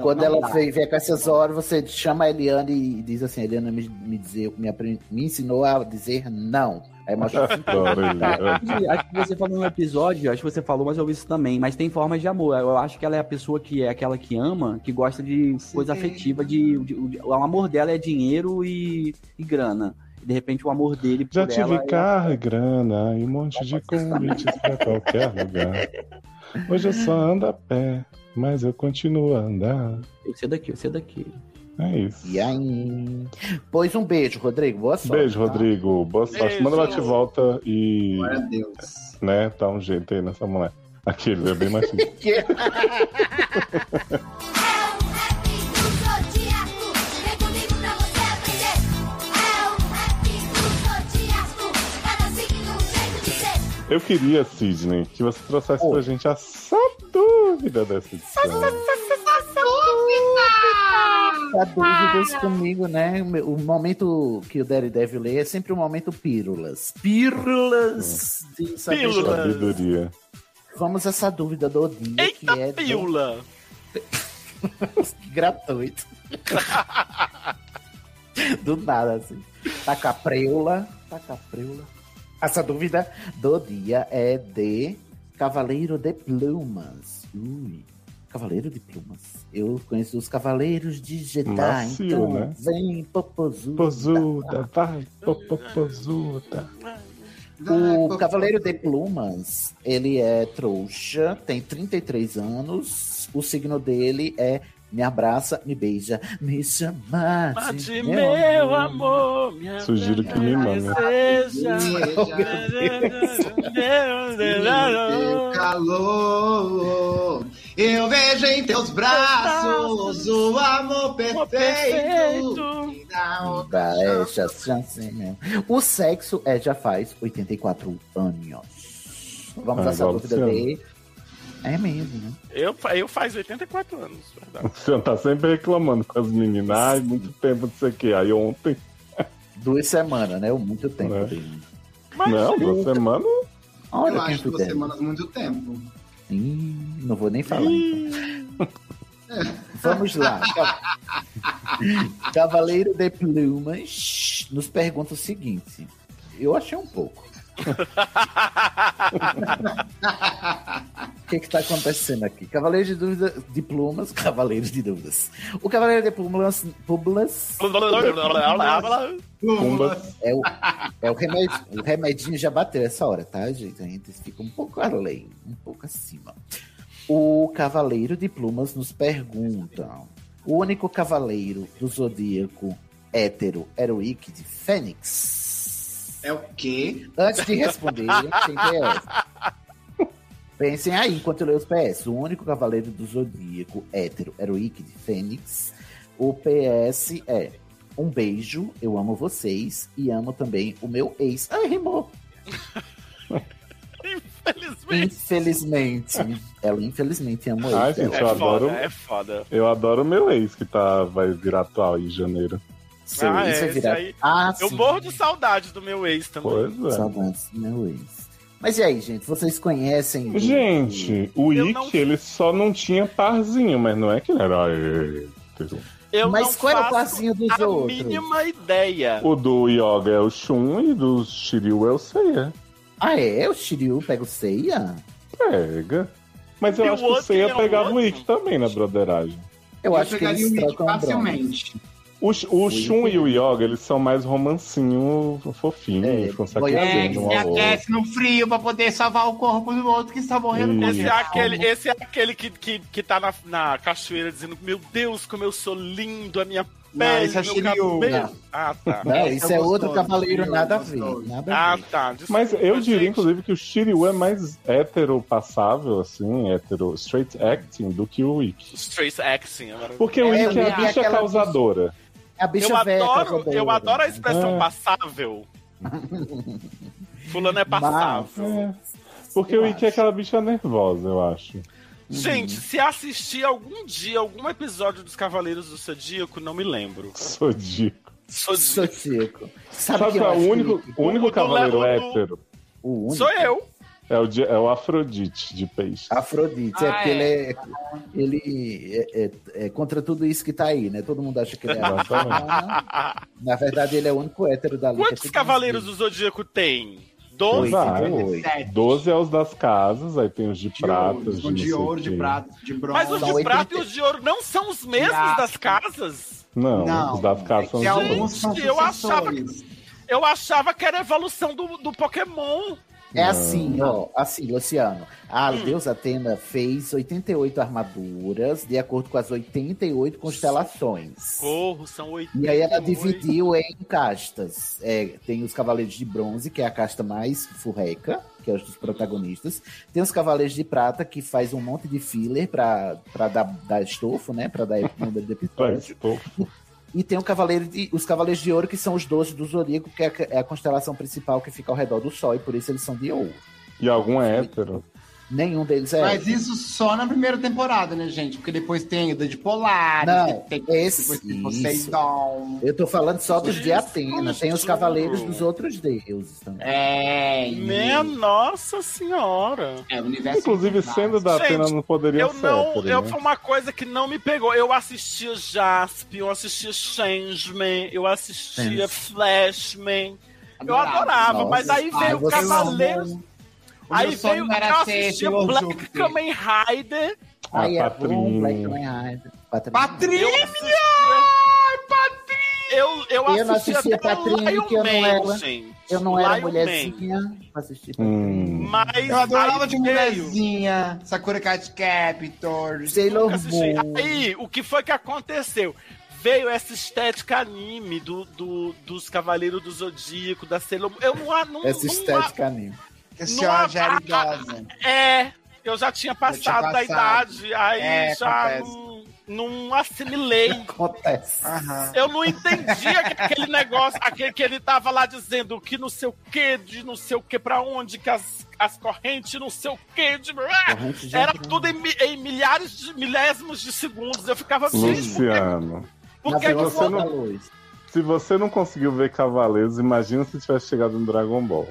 [SPEAKER 2] Quando ela
[SPEAKER 5] dá.
[SPEAKER 2] vem, vem com essas horas, você chama a Eliane e diz assim: Eliane me, me, dizer, me, apre- me ensinou a dizer não. Aí mostra
[SPEAKER 1] *laughs*
[SPEAKER 2] assim.
[SPEAKER 1] Adoro,
[SPEAKER 5] Entendi. acho que você falou no episódio, acho que você falou, mas eu ouvi isso também. Mas tem formas de amor. Eu acho que ela é a pessoa que é aquela que ama, que gosta de coisa afetiva, de, de- de- o amor dela é dinheiro e, e grana. E de repente o amor dele
[SPEAKER 1] Já
[SPEAKER 5] por
[SPEAKER 1] tive
[SPEAKER 5] ela é-
[SPEAKER 1] carro e grana e um monte de convites pra qualquer lugar. Hoje eu só ando a pé, mas eu continuo a andar.
[SPEAKER 5] Eu sei daqui, eu sei daqui.
[SPEAKER 1] É isso.
[SPEAKER 2] E aí? Pois um beijo, Rodrigo. Boa sorte.
[SPEAKER 1] Beijo,
[SPEAKER 2] tá?
[SPEAKER 1] Rodrigo. Boa sorte.
[SPEAKER 2] Beijo.
[SPEAKER 1] Manda bate e volta e.
[SPEAKER 2] Glória a Deus.
[SPEAKER 1] Né, dá um jeito aí nessa mulher. Aquele é bem machista. Eu queria, Sidney, que você trouxesse pra gente essa dúvida dessa edição.
[SPEAKER 2] Pra dúvidas comigo, né? O momento que o Daredevil lê é sempre o momento pílulas. Pílulas de sabedoria.
[SPEAKER 1] Sabedoria.
[SPEAKER 2] Vamos a essa dúvida do dia, que é do-
[SPEAKER 3] Pílula.
[SPEAKER 2] *laughs* gratuito. do nada, assim. Tá com a preula. Tá com a preula. Essa dúvida do dia é de Cavaleiro de Plumas. Ui, Cavaleiro de Plumas. Eu conheço os Cavaleiros de Jedi,
[SPEAKER 1] Macio,
[SPEAKER 2] então
[SPEAKER 1] né?
[SPEAKER 2] vem Popozuda.
[SPEAKER 1] Pozuda, vai, popozuda.
[SPEAKER 2] O Cavaleiro de Plumas, ele é trouxa, tem 33 anos. O signo dele é me abraça, me beija, me chama
[SPEAKER 3] Ah,
[SPEAKER 2] de
[SPEAKER 3] De meu amor, minha
[SPEAKER 1] Sugiro que me manda.
[SPEAKER 3] seja.
[SPEAKER 4] Meu calor, Eu vejo em teus braços o amor perfeito. Me dá outra
[SPEAKER 2] Dá Ah, essa chance mesmo. O sexo é já faz 84 anos. Vamos
[SPEAKER 1] Ah,
[SPEAKER 2] a essa
[SPEAKER 1] igual
[SPEAKER 2] dúvida
[SPEAKER 1] Luciano.
[SPEAKER 2] de. É mesmo, né?
[SPEAKER 3] Eu, fa- eu faz 84 anos, verdade.
[SPEAKER 1] O senhor tá sempre reclamando com as meninas. Ai, muito tempo disso aqui. Aí ontem.
[SPEAKER 2] Duas semanas, né? Muito tempo.
[SPEAKER 1] Não,
[SPEAKER 3] *laughs*
[SPEAKER 1] duas semanas.
[SPEAKER 4] eu
[SPEAKER 2] Olha
[SPEAKER 4] acho
[SPEAKER 2] quanto
[SPEAKER 4] duas
[SPEAKER 2] tempo.
[SPEAKER 4] semanas muito tempo.
[SPEAKER 2] Ih, não vou nem falar. então. Vamos lá. Cavaleiro de Plumas nos pergunta o seguinte. Eu achei um pouco. O que está acontecendo aqui? Cavaleiro de dúvida de plumas, Cavaleiro de dúvidas. O Cavaleiro de plumas, Publas.
[SPEAKER 1] Pumbas.
[SPEAKER 2] É o, é o remédio. O remedinho já bateu essa hora, tá, gente? A gente fica um pouco além, um pouco acima. O Cavaleiro de Plumas nos pergunta: o único cavaleiro do zodíaco hétero heroic de Fênix?
[SPEAKER 4] É o quê?
[SPEAKER 2] Antes de responder, tem PS. é Pensem aí enquanto eu leio os PS. O único cavaleiro do zodíaco hétero heroic de Fênix. O PS é: um beijo, eu amo vocês e amo também o meu ex. Ah, rimou! Infelizmente. Ela infelizmente ama o
[SPEAKER 1] Ai,
[SPEAKER 2] ex.
[SPEAKER 1] gente,
[SPEAKER 2] dela.
[SPEAKER 1] eu adoro.
[SPEAKER 3] É foda.
[SPEAKER 1] Eu adoro o meu ex que tá, vai virar atual em janeiro.
[SPEAKER 2] Seu
[SPEAKER 3] ah,
[SPEAKER 2] ex
[SPEAKER 3] é,
[SPEAKER 2] vai
[SPEAKER 3] esse
[SPEAKER 2] virar-
[SPEAKER 3] aí.
[SPEAKER 2] Ah,
[SPEAKER 3] eu
[SPEAKER 2] sim.
[SPEAKER 3] morro de saudade do meu ex também.
[SPEAKER 1] Pois é.
[SPEAKER 2] Saudades do meu ex. Mas e aí, gente? Vocês conhecem. o-
[SPEAKER 1] Gente, o
[SPEAKER 2] Eu
[SPEAKER 1] Ick,
[SPEAKER 2] não-
[SPEAKER 1] ele só não tinha parzinho, mas não é que ele era. hétero.
[SPEAKER 3] Eu
[SPEAKER 2] Mas
[SPEAKER 3] não
[SPEAKER 2] qual é o
[SPEAKER 3] faço
[SPEAKER 2] passinho dos
[SPEAKER 3] a
[SPEAKER 2] outros?
[SPEAKER 3] mínima ideia.
[SPEAKER 1] O do Yoga é o Shun e do Shiryu é o Seiya.
[SPEAKER 2] Ah, é? O Shiryu pega o Seiya?
[SPEAKER 1] Pega. Mas eu
[SPEAKER 2] E o
[SPEAKER 1] acho que o
[SPEAKER 2] outro é
[SPEAKER 1] Seiya
[SPEAKER 2] o
[SPEAKER 1] pegava o Ikki também na broderagem.
[SPEAKER 2] Eu,
[SPEAKER 4] Eu
[SPEAKER 2] acho que
[SPEAKER 4] pegaria
[SPEAKER 2] eles
[SPEAKER 4] o Ikki
[SPEAKER 2] trocam bromas.
[SPEAKER 4] facilmente.
[SPEAKER 1] O, Sh- o Shun e o Yoga, eles são mais romancinho fofinho, eles ficam se
[SPEAKER 4] É, que
[SPEAKER 1] aquecendo um
[SPEAKER 4] se
[SPEAKER 1] ao outro.
[SPEAKER 4] aquece no frio pra poder salvar o corpo do outro que está morrendo
[SPEAKER 1] Isso.
[SPEAKER 4] com
[SPEAKER 3] Esse é aquele, esse é aquele que, que, que tá na, na cachoeira dizendo: Meu Deus, como eu sou lindo, a minha
[SPEAKER 4] Não,
[SPEAKER 3] pele,
[SPEAKER 4] esse é
[SPEAKER 3] meu
[SPEAKER 4] Shiryu.
[SPEAKER 3] cabelo.
[SPEAKER 4] Não.
[SPEAKER 3] Ah, tá.
[SPEAKER 2] Não, isso é, outro
[SPEAKER 4] gostoso,
[SPEAKER 2] cavaleiro,
[SPEAKER 4] Shiryu,
[SPEAKER 2] nada a ver. Nada a
[SPEAKER 3] Ah,
[SPEAKER 2] ver.
[SPEAKER 3] tá. Desculpa,
[SPEAKER 1] Mas eu
[SPEAKER 3] gente.
[SPEAKER 1] diria, inclusive, que o Shiryu é mais hétero passável, assim, hétero, straight acting, do que o Ikki.
[SPEAKER 3] Straight acting. agora-
[SPEAKER 1] Porque o Ikki é a
[SPEAKER 2] Ikki é
[SPEAKER 1] bicha
[SPEAKER 2] aquela-
[SPEAKER 1] causadora.
[SPEAKER 2] Ah, A bicha
[SPEAKER 3] eu
[SPEAKER 2] velha.
[SPEAKER 3] adoro,
[SPEAKER 2] cavaleira.
[SPEAKER 3] eu adoro a expressão
[SPEAKER 1] É.
[SPEAKER 3] passável. Fulano é passável.
[SPEAKER 2] É.
[SPEAKER 1] Porque o Ikki é aquela bicha nervosa, eu acho. *laughs*
[SPEAKER 3] Gente, se assistir algum dia algum episódio dos Cavaleiros do Zodíaco, não me lembro.
[SPEAKER 1] Sodico.
[SPEAKER 2] Zodíaco.
[SPEAKER 1] Sabe,
[SPEAKER 2] Sabe quem eu
[SPEAKER 1] qual é
[SPEAKER 2] acho
[SPEAKER 1] o único,
[SPEAKER 2] que-
[SPEAKER 1] o único
[SPEAKER 2] O do-
[SPEAKER 1] cavaleiro
[SPEAKER 2] o do-
[SPEAKER 1] hétero?
[SPEAKER 2] O único.
[SPEAKER 3] Sou eu.
[SPEAKER 1] É o, de- é o Afrodite de peixe.
[SPEAKER 2] Afrodite, é
[SPEAKER 3] Ah,
[SPEAKER 2] porque
[SPEAKER 3] é.
[SPEAKER 2] ele é, ele é, é- é contra tudo isso que tá aí, né? Todo mundo acha que ele é bacana. Na verdade, ele é o único hétero da lista.
[SPEAKER 3] Quantos Cavaleiros do Zodíaco tem? Doze?
[SPEAKER 1] Doze. Doze é os das casas, aí tem os de prata, os de,
[SPEAKER 4] de ouro, de prata, de bronze.
[SPEAKER 3] Mas os de prata e os de ouro não são os mesmos das casas?
[SPEAKER 1] Não,
[SPEAKER 4] Não,
[SPEAKER 1] os das casas Tá, são os
[SPEAKER 4] Que
[SPEAKER 1] de ouro.
[SPEAKER 4] alguns são
[SPEAKER 3] Gente, eu achava que-
[SPEAKER 4] sucessores.
[SPEAKER 3] Eu achava que era a evolução do, do Pokémon.
[SPEAKER 2] É assim, ó, assim, Luciano. A deusa Atena fez 88 armaduras de acordo com as 88 constelações.
[SPEAKER 3] Corro, são oito.
[SPEAKER 2] E aí ela dividiu em castas. É, tem os Cavaleiros de Bronze, que é a casta mais furreca, que é os dos protagonistas. Tem os Cavaleiros de Prata, que faz um monte de filler pra, pra dar, dar estofo, né? Pra dar número de episódios. E tem o Cavaleiro de, os Cavaleiros de Ouro, que são os 12 do Zodíaco, que é a, é a constelação principal que fica ao redor do Sol, e por isso eles são de ouro.
[SPEAKER 1] E algum é hétero.
[SPEAKER 2] Nenhum deles é.
[SPEAKER 4] Mas isso só na primeira temporada, né, gente? Porque depois tem a Ida de Polaris,
[SPEAKER 2] Não,
[SPEAKER 4] tem,
[SPEAKER 2] esse-
[SPEAKER 4] depois tem
[SPEAKER 2] isso.
[SPEAKER 4] Poseidon.
[SPEAKER 2] Eu tô falando só dos de Atena, tem os Cavaleiros dos outros deuses também.
[SPEAKER 4] É.
[SPEAKER 3] Minha Né? Nossa Senhora.
[SPEAKER 4] É, o universo.
[SPEAKER 1] Inclusive, sendo da
[SPEAKER 3] Gente,
[SPEAKER 1] Atena, não poderia
[SPEAKER 3] Eu
[SPEAKER 1] ser
[SPEAKER 3] não,
[SPEAKER 1] hétero,
[SPEAKER 3] eu
[SPEAKER 1] né?
[SPEAKER 3] foi uma coisa que não me pegou. Eu assistia Jasp, eu assistia Changeman, eu assistia Flashman. Eu
[SPEAKER 4] Adorava.
[SPEAKER 3] adorava, mas
[SPEAKER 4] Nossa,
[SPEAKER 3] aí
[SPEAKER 4] ai,
[SPEAKER 3] veio o
[SPEAKER 4] você é um
[SPEAKER 3] Cavaleiros.
[SPEAKER 4] O meu
[SPEAKER 3] Aí
[SPEAKER 4] sonho
[SPEAKER 3] veio
[SPEAKER 4] era
[SPEAKER 3] eu
[SPEAKER 4] ser
[SPEAKER 3] assistia
[SPEAKER 4] Senhor
[SPEAKER 3] Black
[SPEAKER 4] Júpiter.
[SPEAKER 3] Kamen Rider.
[SPEAKER 2] Aí é bom,
[SPEAKER 1] Patrinho.
[SPEAKER 2] Black Kamen Rider. Patrinho.
[SPEAKER 4] Patrícia!
[SPEAKER 3] Eu, eu
[SPEAKER 2] Eu não
[SPEAKER 3] assistia,
[SPEAKER 2] assistia
[SPEAKER 3] até
[SPEAKER 2] Patrinho,
[SPEAKER 3] Lion
[SPEAKER 2] que eu não
[SPEAKER 3] Man,
[SPEAKER 2] era.
[SPEAKER 3] gente.
[SPEAKER 2] Eu não era assim.
[SPEAKER 3] Lion
[SPEAKER 2] mulherzinha pra assistir.
[SPEAKER 1] Hum.
[SPEAKER 3] Mas
[SPEAKER 4] Eu adorava
[SPEAKER 3] aí
[SPEAKER 4] de
[SPEAKER 3] veio-
[SPEAKER 4] mulherzinha, Sakura Cat Captor,
[SPEAKER 2] Sailor
[SPEAKER 3] Nunca assisti. Aí, o que foi que aconteceu? Veio essa estética anime do, do- dos Cavaleiros do Zodíaco, da Sailor Moon. Eu não, não,
[SPEAKER 2] Essa
[SPEAKER 3] não-
[SPEAKER 2] estética anime.
[SPEAKER 4] que a senhora
[SPEAKER 3] Não,
[SPEAKER 4] já era idosa.
[SPEAKER 3] É, eu já tinha passado, da
[SPEAKER 4] passado.
[SPEAKER 3] idade, aí
[SPEAKER 4] É,
[SPEAKER 3] já
[SPEAKER 4] acontece.
[SPEAKER 3] não, não assimilei.
[SPEAKER 2] Acontece.
[SPEAKER 3] Eu não entendia que aquele negócio, aquele que ele tava lá dizendo que não sei o que, de não sei o que pra onde, que as, as correntes não sei o que, de...
[SPEAKER 1] Corrente de
[SPEAKER 3] Ah, era
[SPEAKER 1] água.
[SPEAKER 3] tudo em, mi- em milhares de milésimos de segundos. Eu ficava assim,
[SPEAKER 1] Luciano.
[SPEAKER 3] por que, por que que
[SPEAKER 1] você
[SPEAKER 3] foi-
[SPEAKER 1] não, se você não conseguiu ver Cavaleiros, imagina se tivesse chegado no Dragon Ball.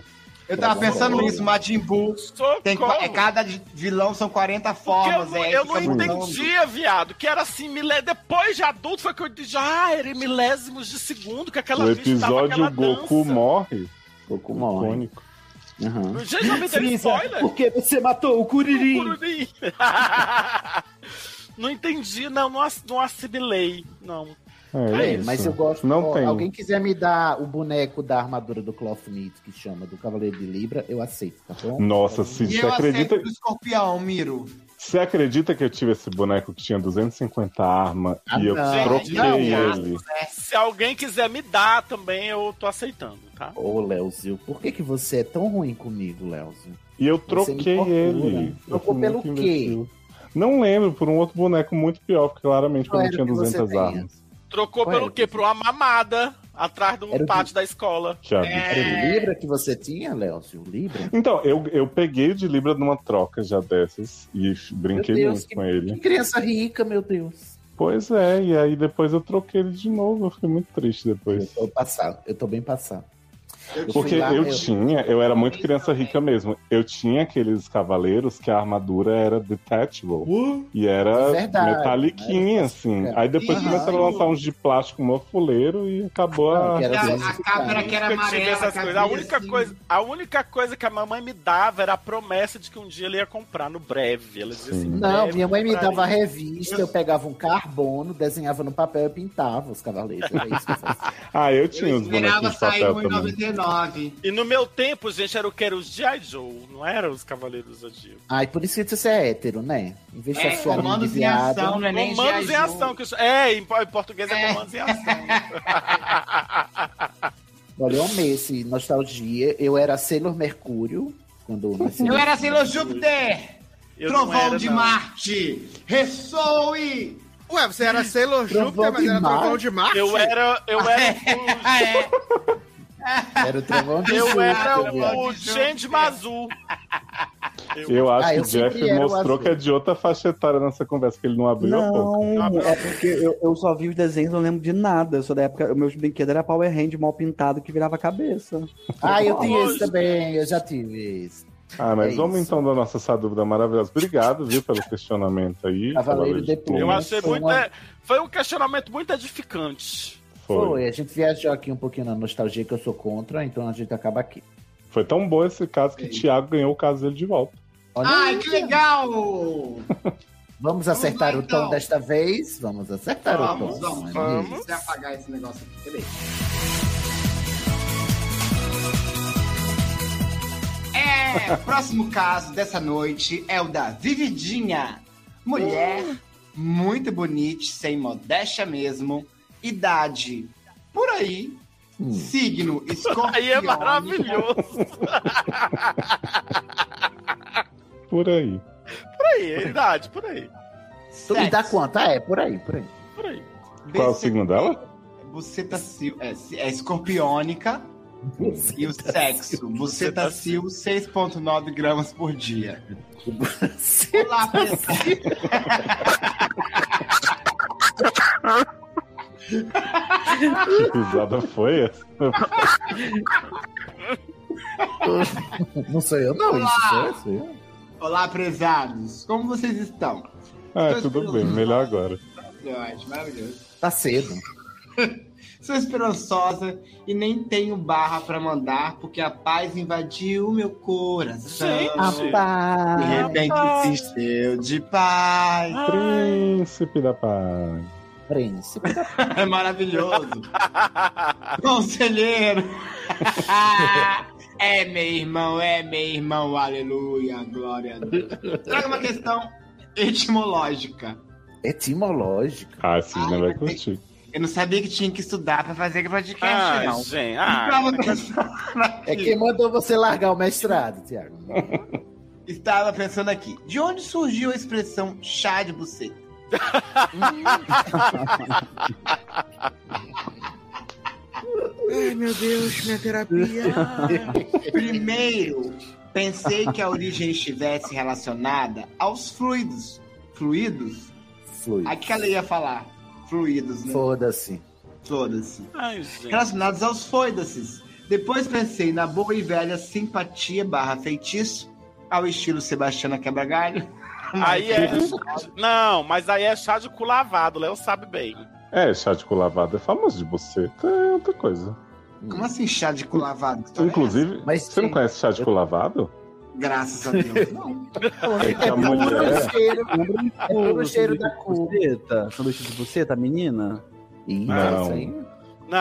[SPEAKER 4] Eu tava
[SPEAKER 1] Dragon
[SPEAKER 4] pensando
[SPEAKER 1] Ball.
[SPEAKER 4] nisso, Majin Buu. Tem, qua- é, cada di- vilão são 40
[SPEAKER 3] Porque eu
[SPEAKER 4] formas.
[SPEAKER 3] não,
[SPEAKER 4] é,
[SPEAKER 3] eu não
[SPEAKER 4] fica mudando.
[SPEAKER 3] entendia, viado, que era assim, milé... depois de adulto foi que eu entendi, ah, era em milésimos de segundo que aquela
[SPEAKER 1] o
[SPEAKER 3] bicha tava
[SPEAKER 1] episódio
[SPEAKER 3] aquela
[SPEAKER 1] Goku morre.
[SPEAKER 12] Goku morre.
[SPEAKER 1] Icônico.
[SPEAKER 3] Gente, não me deu
[SPEAKER 12] Frieza,
[SPEAKER 3] spoiler.
[SPEAKER 12] por que você matou o Kuririn?
[SPEAKER 3] Cururi. não entendi, não, não, ass- não assimilei, não.
[SPEAKER 1] É,
[SPEAKER 2] É, mas eu gosto.
[SPEAKER 1] Não
[SPEAKER 2] ó,
[SPEAKER 1] tem.
[SPEAKER 2] Alguém quiser me dar o boneco da armadura do Clothmith, que chama do Cavaleiro de Libra, eu aceito, tá bom?
[SPEAKER 1] Nossa, Cid,
[SPEAKER 2] E
[SPEAKER 1] você
[SPEAKER 2] eu
[SPEAKER 1] acredita,
[SPEAKER 4] Do escorpião, Miro.
[SPEAKER 1] você acredita que eu tive esse boneco que tinha 250 armas
[SPEAKER 2] Ah,
[SPEAKER 1] e eu
[SPEAKER 3] Gente,
[SPEAKER 1] troquei
[SPEAKER 2] é um
[SPEAKER 3] não,
[SPEAKER 1] ele?
[SPEAKER 3] né? Se alguém quiser me dar também, eu tô aceitando, tá?
[SPEAKER 2] Ô, Leozil, por que, que você é tão ruim comigo, Leozil?
[SPEAKER 1] E eu
[SPEAKER 2] Você
[SPEAKER 1] troquei
[SPEAKER 2] me tortura.
[SPEAKER 1] ele.
[SPEAKER 2] é Trocou
[SPEAKER 1] Eu
[SPEAKER 2] pelo
[SPEAKER 1] nunca
[SPEAKER 2] quê?
[SPEAKER 1] investi. Não lembro, por um outro boneco muito pior, porque claramente eu
[SPEAKER 3] Qual
[SPEAKER 1] não
[SPEAKER 3] era
[SPEAKER 1] tinha
[SPEAKER 3] que você
[SPEAKER 1] 200
[SPEAKER 3] tinha?
[SPEAKER 1] armas.
[SPEAKER 3] Trocou
[SPEAKER 2] Qual é
[SPEAKER 3] pelo quê? Por uma mamada atrás de um
[SPEAKER 2] Era o
[SPEAKER 3] pátio da escola.
[SPEAKER 1] Thiago.
[SPEAKER 2] Era o Libra que você tinha, Leozil? Libra?
[SPEAKER 1] Então, eu, eu peguei o de Libra numa troca já dessas e f- brinquei
[SPEAKER 2] Deus,
[SPEAKER 1] muito
[SPEAKER 2] que-
[SPEAKER 1] com ele.
[SPEAKER 2] Que criança rica, meu Deus.
[SPEAKER 1] Pois é, e aí depois eu troquei ele de novo, eu fiquei muito triste depois.
[SPEAKER 2] Eu tô passado, eu tô bem passado. Eu
[SPEAKER 1] Porque
[SPEAKER 2] fui lá,
[SPEAKER 1] eu
[SPEAKER 2] eu-
[SPEAKER 1] tinha, eu era muito criança rica mesmo. Eu tinha aqueles cavaleiros que a armadura era detachable. E era
[SPEAKER 2] Verdade, né? É.
[SPEAKER 1] metaliquinha, assim. Aí depois
[SPEAKER 4] Sim,
[SPEAKER 1] começaram a
[SPEAKER 4] sim.
[SPEAKER 1] lançar uns de plástico mofuleiro e acabou a.
[SPEAKER 3] Ah,
[SPEAKER 4] a, a capa
[SPEAKER 3] É
[SPEAKER 4] era que era
[SPEAKER 3] Eu tive
[SPEAKER 4] amarela.
[SPEAKER 3] essas
[SPEAKER 4] cabia
[SPEAKER 3] coisas. A única,
[SPEAKER 4] assim.
[SPEAKER 3] coisa, a única coisa que a mamãe me dava era a promessa de que um dia ela ia comprar no breve. Ela dizia assim:
[SPEAKER 2] Não,
[SPEAKER 3] "Breve,
[SPEAKER 2] minha mãe me
[SPEAKER 3] comprarei."
[SPEAKER 2] dava a revista, eu pegava um carbono, desenhava no papel e pintava os cavaleiros. Era isso que eu fazia.
[SPEAKER 3] *laughs*
[SPEAKER 1] Ah, eu tinha os
[SPEAKER 3] esperava
[SPEAKER 1] bonequinhos de
[SPEAKER 4] um
[SPEAKER 1] papel também.
[SPEAKER 4] 99.
[SPEAKER 3] E no meu tempo, gente, era o que era os G.I. Joe, não era os Cavaleiros do Zodíaco.
[SPEAKER 2] Ai, por isso que você é hétero, né? Em vez de
[SPEAKER 3] É,
[SPEAKER 2] associar anime de
[SPEAKER 3] comandos em
[SPEAKER 2] viado.
[SPEAKER 4] né?
[SPEAKER 3] ação, não é nem Comandos em ação. Que isso- é, em, po- em português é, comandos em ação.
[SPEAKER 2] Olha, eu amei esse nostalgia. Eu era Sailor Mercúrio. Quando eu nasci.
[SPEAKER 4] Eu era Sailor Júpiter.
[SPEAKER 2] Eu não
[SPEAKER 4] trovão
[SPEAKER 2] era,
[SPEAKER 4] de
[SPEAKER 2] não.
[SPEAKER 4] Marte. Ressoe.
[SPEAKER 10] Ué, você era Sailor Júpiter, mas era Trovão de Marte?
[SPEAKER 3] Eu era. Eu era. Ah,
[SPEAKER 4] é,
[SPEAKER 2] Era o trovão de
[SPEAKER 3] Eu
[SPEAKER 2] Júpiter,
[SPEAKER 3] era
[SPEAKER 2] viado.
[SPEAKER 3] o Gente Mazu. um.
[SPEAKER 1] Eu acho
[SPEAKER 2] Ah, eu
[SPEAKER 1] que o
[SPEAKER 2] sempre
[SPEAKER 1] Jeff
[SPEAKER 2] era o
[SPEAKER 1] mostrou
[SPEAKER 2] azul.
[SPEAKER 1] que é de outra faixa etária nessa conversa, que ele não abriu a boca.
[SPEAKER 5] Não, é porque eu, eu só vi os desenhos, eu não lembro de nada. Eu sou da época, meus brinquedos era Power Hand mal pintado que virava cabeça.
[SPEAKER 2] Ah, eu tinha esse também, eu já tive esse.
[SPEAKER 1] Ah, mas
[SPEAKER 2] É
[SPEAKER 1] vamos então da nossa essa dúvida maravilhosa. Obrigado, viu, pelo questionamento aí.
[SPEAKER 2] Cavaleiro de
[SPEAKER 1] Pluma.
[SPEAKER 3] Eu achei
[SPEAKER 2] Foi
[SPEAKER 3] muito.
[SPEAKER 2] uma-
[SPEAKER 3] é, Foi um questionamento muito edificante.
[SPEAKER 2] Foi. a gente viajou aqui um pouquinho na nostalgia que eu sou contra, então a gente acaba aqui.
[SPEAKER 1] Foi tão bom esse caso
[SPEAKER 2] É
[SPEAKER 1] que o Thiago ganhou o caso dele de volta.
[SPEAKER 4] Ai, que legal!
[SPEAKER 2] Vamos acertar o tom desta vez? Vamos acertar o tom.
[SPEAKER 4] Vamos, vamos,
[SPEAKER 2] Vamos.
[SPEAKER 4] vamos. Você apagar esse negócio aqui, beleza. É, próximo caso dessa noite é o da Vividinha. Mulher muito bonita, sem modéstia mesmo. Idade por aí.
[SPEAKER 2] Hum.
[SPEAKER 4] Signo escorpião. Aí é
[SPEAKER 3] maravilhoso.
[SPEAKER 1] Por aí.
[SPEAKER 3] Por aí, é idade, por aí.
[SPEAKER 2] Tu me dá conta? É, por aí, *laughs* por aí.
[SPEAKER 3] Por aí.
[SPEAKER 1] Qual é o signo dela?
[SPEAKER 4] Buceta Sil. É, é escorpiônica. e o sexo. Buceta Sil, 6,9 gramas por dia. Olá, pessoal.
[SPEAKER 1] Que risada foi essa?
[SPEAKER 2] Não sou eu, não.
[SPEAKER 4] Olá.
[SPEAKER 2] Isso sou eu, sou eu.
[SPEAKER 4] Olá, prezados. Como vocês estão?
[SPEAKER 1] Ah, tudo bem, melhor agora.
[SPEAKER 4] Eu acho maravilhoso.
[SPEAKER 2] Tá cedo.
[SPEAKER 4] Sou esperançosa e nem tenho barra pra mandar porque a paz invadiu meu coração.
[SPEAKER 2] Gente. A paz.
[SPEAKER 4] De repente se encheu de paz.
[SPEAKER 1] Príncipe da paz.
[SPEAKER 2] Príncipe da
[SPEAKER 4] *laughs* É maravilhoso. Conselheiro. *laughs* é, meu irmão, é, meu irmão. Aleluia, glória a Deus. Traga uma questão etimológica.
[SPEAKER 2] Etimológica.
[SPEAKER 1] Ah, Cisne vai curtir.
[SPEAKER 4] Eu não sabia que tinha que estudar pra fazer podcast,
[SPEAKER 3] Ah,
[SPEAKER 4] não.
[SPEAKER 3] gente, ah,
[SPEAKER 4] Então, eu vou pensar
[SPEAKER 2] É quem mandou você largar o mestrado, Tiago.
[SPEAKER 4] Estava pensando aqui. De onde surgiu a expressão chá de buceta?
[SPEAKER 10] Ai, meu Deus, minha terapia.
[SPEAKER 4] Primeiro, pensei que a origem estivesse relacionada aos fluidos. Fluidos?
[SPEAKER 2] Fluido.
[SPEAKER 4] Aqui que ela ia falar. Fluidos, né?
[SPEAKER 2] Foda-se.
[SPEAKER 4] Foda-se.
[SPEAKER 3] Ai,
[SPEAKER 4] é
[SPEAKER 3] gente.
[SPEAKER 4] Relacionados aos foidaces. Depois pensei na boa e velha simpatia barra feitiço, ao estilo Sebastiana Quebragalho.
[SPEAKER 3] Aí é. Não, mas aí é chá de cu lavado, Léo sabe bem.
[SPEAKER 1] É, chá de cu lavado é famoso de buceta, é outra coisa.
[SPEAKER 4] Como assim chá de cu lavado? Que história é
[SPEAKER 1] Inclusive, você não conhece chá de cu lavado?
[SPEAKER 4] essa? Graças a Deus. Não.
[SPEAKER 1] É que
[SPEAKER 2] *laughs*
[SPEAKER 1] a mulher.
[SPEAKER 2] cheiro.
[SPEAKER 1] Ah,
[SPEAKER 5] É
[SPEAKER 2] puro cheiro da cu.
[SPEAKER 5] buceta. Sanduíche de buceta, menina? Ih,
[SPEAKER 1] Não.
[SPEAKER 5] Eu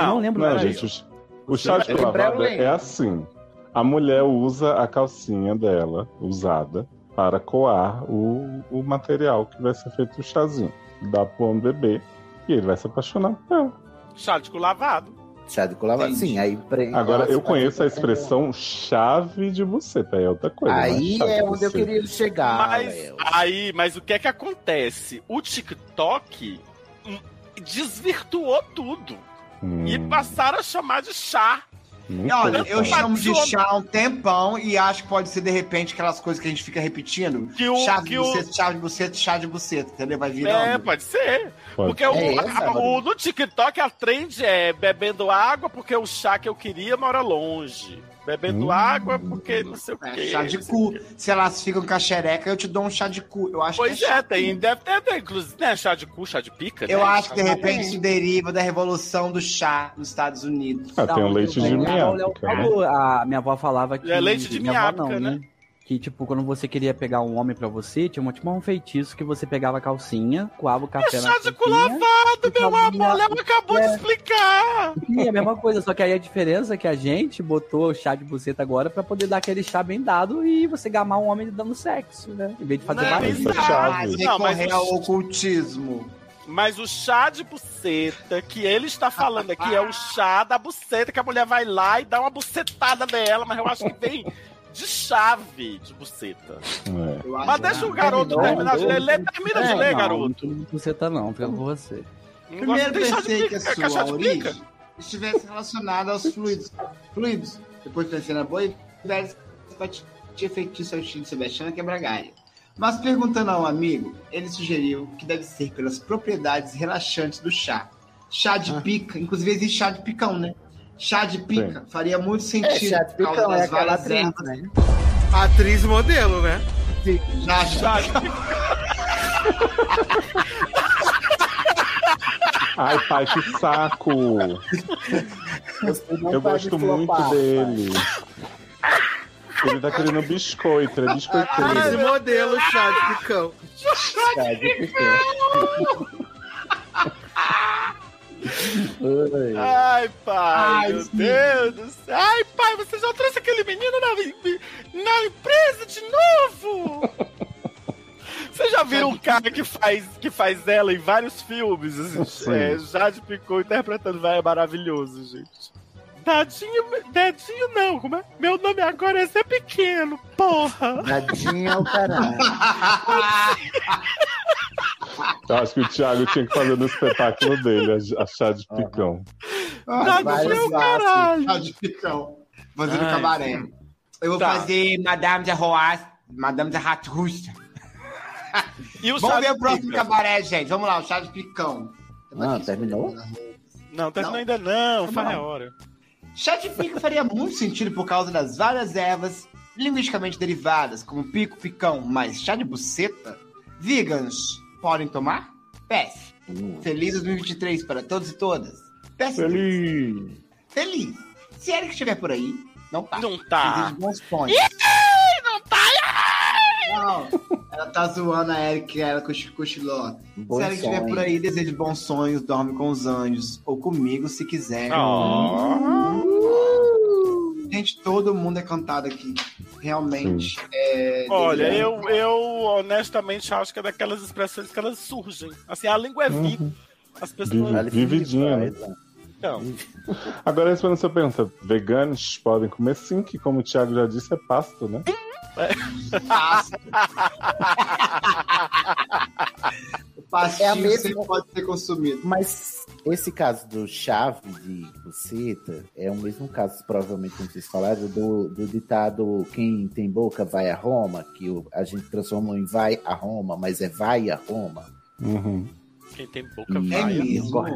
[SPEAKER 5] não lembro
[SPEAKER 1] Não,
[SPEAKER 5] mais.
[SPEAKER 1] gente, o ch- o chá de
[SPEAKER 5] Eu lembro,
[SPEAKER 1] lavada
[SPEAKER 5] eu lembro.
[SPEAKER 1] é assim. A mulher usa a calcinha dela, usada, para coar o, o material que vai ser feito o chazinho. Dá pro homem beber e ele vai se apaixonar por ela.
[SPEAKER 3] Chá de cu lavado.
[SPEAKER 2] Chá de colava. Sim, aí prende.
[SPEAKER 1] Agora, eu
[SPEAKER 2] Nossa,
[SPEAKER 1] conheço a
[SPEAKER 2] tá prendendo.
[SPEAKER 1] expressão chave de buceta, é outra coisa. né?
[SPEAKER 2] Aí
[SPEAKER 1] Chave
[SPEAKER 2] é
[SPEAKER 1] de
[SPEAKER 2] onde eu
[SPEAKER 1] buceta.
[SPEAKER 2] queria chegar.
[SPEAKER 3] Mas
[SPEAKER 2] Tá, Léo.
[SPEAKER 3] aí, mas o que é que acontece? O TikTok hum, desvirtuou tudo.
[SPEAKER 1] Hum,
[SPEAKER 3] E passaram a chamar de chá.
[SPEAKER 4] Olha,
[SPEAKER 3] sei.
[SPEAKER 4] eu chamo de
[SPEAKER 3] Passou-
[SPEAKER 4] chá há um tempão e acho que pode ser, de repente, aquelas coisas que a gente fica repetindo.
[SPEAKER 3] Que o-
[SPEAKER 4] chá de
[SPEAKER 3] que o-
[SPEAKER 4] buceta, chá de buceta, chá de buceta, entendeu? Vai
[SPEAKER 3] É,
[SPEAKER 4] virando.
[SPEAKER 3] pode ser.
[SPEAKER 4] Pode
[SPEAKER 3] porque
[SPEAKER 4] ser.
[SPEAKER 3] o,
[SPEAKER 4] É,
[SPEAKER 3] a- a-
[SPEAKER 4] Bárbara.
[SPEAKER 3] o- no TikTok a trend é bebendo água porque o chá que eu queria mora longe. Bebendo água porque não sei o quê.
[SPEAKER 4] É, chá de cu. Se elas ficam com a xereca, eu te dou um chá de cu. Eu acho
[SPEAKER 3] Pois
[SPEAKER 4] que
[SPEAKER 3] é,
[SPEAKER 4] chá
[SPEAKER 3] tem,
[SPEAKER 4] de cu.
[SPEAKER 3] deve ter, tem, inclusive, né? Chá de cu, chá de pica.
[SPEAKER 4] Eu
[SPEAKER 3] né?
[SPEAKER 4] acho que de
[SPEAKER 3] Chá
[SPEAKER 4] repente isso deriva da revolução do chá nos Estados Unidos.
[SPEAKER 1] Ah,
[SPEAKER 5] um
[SPEAKER 1] tem o leite de né?
[SPEAKER 5] Minha,
[SPEAKER 1] miado.
[SPEAKER 5] avó,
[SPEAKER 1] cara.
[SPEAKER 5] a minha avó falava que.
[SPEAKER 3] né? É leite de
[SPEAKER 5] minha avó
[SPEAKER 3] minhaca, né?
[SPEAKER 5] Que, tipo, quando você queria pegar um homem pra você, tinha um, tipo um feitiço que você pegava a calcinha, coava o café
[SPEAKER 3] É
[SPEAKER 5] na
[SPEAKER 3] chá de cu
[SPEAKER 5] calcinha,
[SPEAKER 3] lavado, meu amor.
[SPEAKER 5] minha-
[SPEAKER 3] Léo acabou de explicar.
[SPEAKER 5] E é a mesma coisa, só que aí a diferença é que a gente botou o chá de buceta agora pra poder dar aquele chá bem dado e você gamar um homem dando sexo, né? Em vez de fazer
[SPEAKER 3] Não, é
[SPEAKER 5] barulho.
[SPEAKER 3] isso-
[SPEAKER 4] Ah,
[SPEAKER 3] Chave. Não, mas
[SPEAKER 4] recorrer
[SPEAKER 3] o-
[SPEAKER 4] ao ocultismo.
[SPEAKER 3] Mas o chá de buceta que ele está falando aqui é o chá da buceta, que a mulher vai lá e dá uma bucetada nela, mas eu acho que vem de chave de buceta.
[SPEAKER 1] É.
[SPEAKER 4] Eu
[SPEAKER 3] Mas deixa o garoto terminar de ler. Lê- Termina de
[SPEAKER 5] É,
[SPEAKER 3] ler,
[SPEAKER 5] não,
[SPEAKER 3] né, garoto.
[SPEAKER 5] Não, tem buceta não, fica com você.
[SPEAKER 3] Não gosta
[SPEAKER 4] Primeiro
[SPEAKER 3] de chá de
[SPEAKER 4] pensei que a
[SPEAKER 3] pica, é chá
[SPEAKER 4] sua
[SPEAKER 3] de
[SPEAKER 4] origem
[SPEAKER 3] pica.
[SPEAKER 4] estivesse relacionada aos fluidos. Fluidos. Depois pensei na boa e velha simpatia feitiço ao estilo Sebastiana Quebragalha. é Mas perguntando a um amigo, ele sugeriu que deve ser pelas propriedades relaxantes do chá. Chá de pica, inclusive existe chá de picão, né? Chá de pica faria muito
[SPEAKER 2] É,
[SPEAKER 4] sentido
[SPEAKER 2] chá de
[SPEAKER 4] por causa
[SPEAKER 2] picão,
[SPEAKER 4] das
[SPEAKER 2] é aquela
[SPEAKER 4] várias
[SPEAKER 2] atriz,
[SPEAKER 4] ervas.
[SPEAKER 2] né?
[SPEAKER 10] *laughs* Atriz modelo, né?
[SPEAKER 4] Já, já.
[SPEAKER 1] Ai, pai, que saco!
[SPEAKER 2] Você não
[SPEAKER 1] Eu
[SPEAKER 2] pode
[SPEAKER 1] gosto
[SPEAKER 2] flopar,
[SPEAKER 1] muito
[SPEAKER 2] pai.
[SPEAKER 1] dele. Ele tá querendo biscoito, ele é
[SPEAKER 10] Atriz
[SPEAKER 1] biscoiteiro.
[SPEAKER 10] modelo, chá de picão.
[SPEAKER 2] Chá de picão. Ai.
[SPEAKER 3] Ai, pai,
[SPEAKER 4] Ai,
[SPEAKER 3] meu
[SPEAKER 4] sim.
[SPEAKER 3] Deus do céu. Ai, pai, você já trouxe aquele menino na, na empresa de
[SPEAKER 4] *laughs*
[SPEAKER 3] novo? Vocês já viram um cara que faz, que faz ela em vários filmes? Assim,
[SPEAKER 1] Sim.
[SPEAKER 3] é, Jade Picou interpretando, vai, é maravilhoso, gente. Dadinho, dadinho não, como é? Meu nome agora é Zé Pequeno, porra!
[SPEAKER 2] Nadinha é o *laughs* caralho.
[SPEAKER 3] *laughs*
[SPEAKER 4] *laughs*
[SPEAKER 1] Eu acho que o Thiago tinha que fazer no espetáculo dele, a- a chá
[SPEAKER 2] Ah,
[SPEAKER 1] de picão.
[SPEAKER 4] Ah,
[SPEAKER 3] Dadinho
[SPEAKER 4] assim,
[SPEAKER 3] é o caralho!
[SPEAKER 4] Chá de picão. Fazendo
[SPEAKER 3] Ai,
[SPEAKER 4] cabaré. Eu vou
[SPEAKER 3] Tá.
[SPEAKER 4] fazer Madame de Arroz, Madame de Ratrusta.
[SPEAKER 3] E o
[SPEAKER 4] Vamos
[SPEAKER 3] chá
[SPEAKER 4] ver
[SPEAKER 3] de
[SPEAKER 4] o próximo
[SPEAKER 3] pica?
[SPEAKER 4] cabaré, gente. Vamos lá, o chá de picão.
[SPEAKER 2] Ah, terminou?
[SPEAKER 3] Não, tá não ainda não, faz a
[SPEAKER 4] Não.
[SPEAKER 3] hora.
[SPEAKER 4] Chá de pico faria muito sentido por causa das várias ervas linguisticamente derivadas, como pico, picão, mas chá de buceta? Vegans, podem tomar? PES. Feliz 2023 para todos e todas. PES.
[SPEAKER 1] Feliz!
[SPEAKER 4] Feliz. Se Eric estiver por aí, não tá.
[SPEAKER 3] Não tá.
[SPEAKER 4] Exige bons pontos.
[SPEAKER 3] Não tá,
[SPEAKER 4] Não, ela tá zoando a Eric, ela cochi- cochilou.
[SPEAKER 2] Bons
[SPEAKER 4] Se Eric estiver
[SPEAKER 2] sonhos.
[SPEAKER 4] por aí, desejo bons sonhos, dorme com os anjos, ou comigo se quiser. Gente, todo mundo é cantado aqui. Realmente. é,
[SPEAKER 3] Olha,
[SPEAKER 4] desejo-
[SPEAKER 3] eu, eu honestamente acho que é daquelas expressões que elas surgem. Assim, a língua é
[SPEAKER 4] Uhum.
[SPEAKER 3] vida. As pessoas.
[SPEAKER 1] Vive- Vividinha, né?
[SPEAKER 3] Então,
[SPEAKER 1] Agora respondendo a sua pergunta, veganos podem comer sim, que como o Thiago já disse, é pasto, né?
[SPEAKER 4] Pastinho
[SPEAKER 2] É a mesma-
[SPEAKER 4] sempre pode ser consumido.
[SPEAKER 2] Mas esse caso do chave de buceta é o mesmo caso, provavelmente, como vocês falaram, do, do ditado quem tem boca vai a Roma, que o- a gente transformou em vai a Roma, mas é vai a Roma.
[SPEAKER 1] Uhum.
[SPEAKER 3] Quem tem boca
[SPEAKER 2] E-
[SPEAKER 4] É
[SPEAKER 3] vai.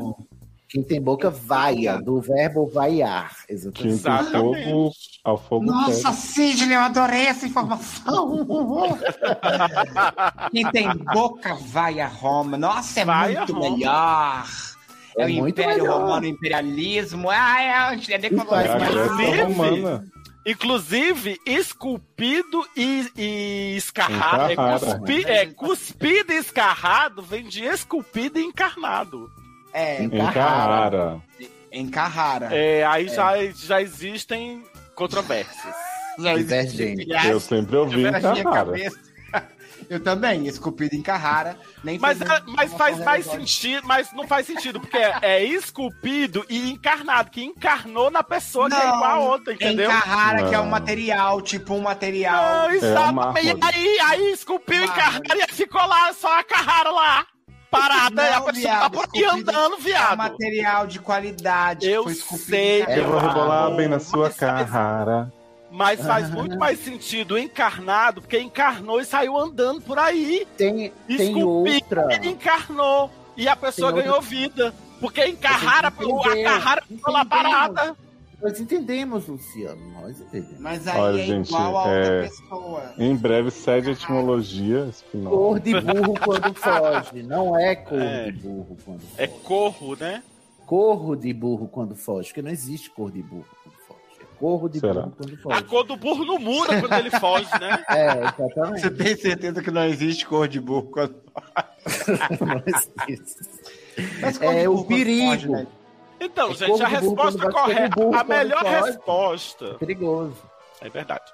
[SPEAKER 2] Quem tem boca vaia, do verbo vaiar.
[SPEAKER 1] Quem
[SPEAKER 2] Exatamente.
[SPEAKER 1] tem fogo ao fogo
[SPEAKER 4] Nossa,
[SPEAKER 1] pega.
[SPEAKER 4] Sidney, eu adorei essa informação. *laughs* Quem tem boca vai a Roma. Nossa, é
[SPEAKER 3] Vai a
[SPEAKER 4] muito
[SPEAKER 3] Roma.
[SPEAKER 4] melhor. É,
[SPEAKER 3] É
[SPEAKER 4] o
[SPEAKER 3] muito
[SPEAKER 4] Império
[SPEAKER 3] melhor.
[SPEAKER 4] Romano, o imperialismo. Ah, é, a gente é
[SPEAKER 3] Inclusive-
[SPEAKER 4] decolonização.
[SPEAKER 3] Inclusive, esculpido e, e escarrado. É,
[SPEAKER 4] Encarrado. né?
[SPEAKER 3] cuspi- é, cuspido e escarrado vem de esculpido e encarnado.
[SPEAKER 4] É,
[SPEAKER 1] Encarrara.
[SPEAKER 4] Em Carrara.
[SPEAKER 3] É, aí Já, já existem controvérsias.
[SPEAKER 2] Divergente.
[SPEAKER 4] *laughs*
[SPEAKER 1] Eu sempre ouvi
[SPEAKER 4] Eu perdi a
[SPEAKER 1] Encarrara.
[SPEAKER 4] cabeça. *laughs* Eu também, esculpido em Carrara. Nem
[SPEAKER 3] Mas,
[SPEAKER 4] fez-
[SPEAKER 3] é- mas
[SPEAKER 4] uma
[SPEAKER 3] faz
[SPEAKER 4] forma
[SPEAKER 3] mais
[SPEAKER 4] elegante.
[SPEAKER 3] sentido, mas não faz sentido, porque é, é esculpido e encarnado, que encarnou na pessoa que é
[SPEAKER 4] Não,
[SPEAKER 3] igual a outra, entendeu?
[SPEAKER 4] Em Carrara, que é um
[SPEAKER 3] Não.
[SPEAKER 4] material, tipo um
[SPEAKER 2] É
[SPEAKER 4] material.
[SPEAKER 3] Não, exatamente.
[SPEAKER 4] É
[SPEAKER 3] aí, aí esculpiu e carrara e ficou lá, só a carrara lá. Parada,
[SPEAKER 4] Não,
[SPEAKER 3] e a pessoa
[SPEAKER 4] viado,
[SPEAKER 3] tá por aqui
[SPEAKER 4] esculpido
[SPEAKER 3] andando, viado.
[SPEAKER 4] um material de qualidade. Eu
[SPEAKER 3] sei,
[SPEAKER 1] Eu vou rebolar bem na sua carrara.
[SPEAKER 3] Mas faz
[SPEAKER 1] Ah.
[SPEAKER 3] muito mais sentido encarnado, porque encarnou e saiu andando por aí.
[SPEAKER 2] Tem,
[SPEAKER 1] tem outra.
[SPEAKER 3] Ele encarnou e a pessoa
[SPEAKER 2] É. Tem
[SPEAKER 3] ganhou
[SPEAKER 2] outra.
[SPEAKER 3] vida. Porque encarrara, a
[SPEAKER 2] Entendeu?
[SPEAKER 3] carrara ficou lá parada.
[SPEAKER 2] Nós entendemos, Luciano, nós entendemos.
[SPEAKER 4] Mas
[SPEAKER 1] Olha, gente, é...
[SPEAKER 4] pessoa.
[SPEAKER 1] em breve segue a etimologia. Espinosa.
[SPEAKER 2] Cor de burro quando foge, não é cor
[SPEAKER 1] É.
[SPEAKER 2] de burro quando foge.
[SPEAKER 3] É corro, né?
[SPEAKER 2] Corro de burro quando foge, porque não existe cor de burro quando foge. É corro de burro quando
[SPEAKER 3] A
[SPEAKER 2] foge.
[SPEAKER 3] cor do burro não muda quando ele foge, né?
[SPEAKER 2] É, exatamente. *laughs*
[SPEAKER 4] Você tem certeza que não existe cor de burro quando Mas cor de
[SPEAKER 2] É
[SPEAKER 4] burro
[SPEAKER 2] o
[SPEAKER 4] quando foge,
[SPEAKER 2] perigo.
[SPEAKER 4] né?
[SPEAKER 3] Então,
[SPEAKER 2] É
[SPEAKER 3] gente,
[SPEAKER 2] corvo
[SPEAKER 3] a
[SPEAKER 2] de burro
[SPEAKER 3] resposta
[SPEAKER 2] quando bate, corvo
[SPEAKER 3] correta,
[SPEAKER 2] de burro
[SPEAKER 3] a
[SPEAKER 2] quando
[SPEAKER 3] melhor
[SPEAKER 2] foge.
[SPEAKER 3] resposta.
[SPEAKER 2] perigoso.
[SPEAKER 3] É verdade.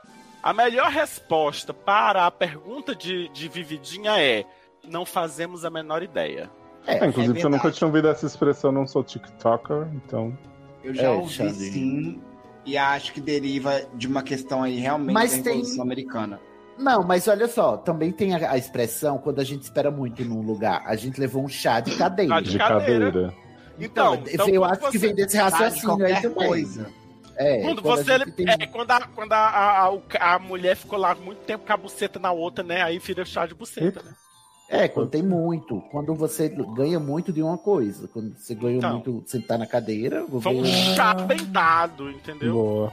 [SPEAKER 3] A melhor resposta para a pergunta de, de Vividinha é: não fazemos a menor ideia.
[SPEAKER 1] Ah,
[SPEAKER 4] é
[SPEAKER 1] inclusive, eu nunca tinha ouvido essa expressão, não sou TikToker, então.
[SPEAKER 4] Eu já ouvi sim, e acho que deriva de uma questão aí realmente
[SPEAKER 2] Mas
[SPEAKER 4] da
[SPEAKER 2] tem-
[SPEAKER 4] Revolução Americana.
[SPEAKER 2] Não, mas olha só, também tem a, a expressão quando a gente espera muito num lugar. A gente levou um chá de cadeira.
[SPEAKER 1] Chá Tá de De cadeira. cadeira.
[SPEAKER 3] Então, então
[SPEAKER 2] eu
[SPEAKER 3] quando
[SPEAKER 2] acho que
[SPEAKER 3] você-
[SPEAKER 2] vem desse
[SPEAKER 3] Tá, de
[SPEAKER 2] raciocínio aí
[SPEAKER 3] qualquer
[SPEAKER 2] também.
[SPEAKER 3] coisa.
[SPEAKER 2] É,
[SPEAKER 3] quando
[SPEAKER 2] a
[SPEAKER 3] você.
[SPEAKER 2] gente tem-
[SPEAKER 3] É, quando a, quando a, a, a- o ca- a mulher ficou lá muito tempo com a buceta na outra, né? Aí vira chá de buceta, né?
[SPEAKER 2] É, quando tem muito. Quando você ganha muito de uma coisa. Quando você ganha
[SPEAKER 3] Então.
[SPEAKER 2] muito de sentar na cadeira.
[SPEAKER 3] Foi um chá bem dado, entendeu?
[SPEAKER 1] Boa.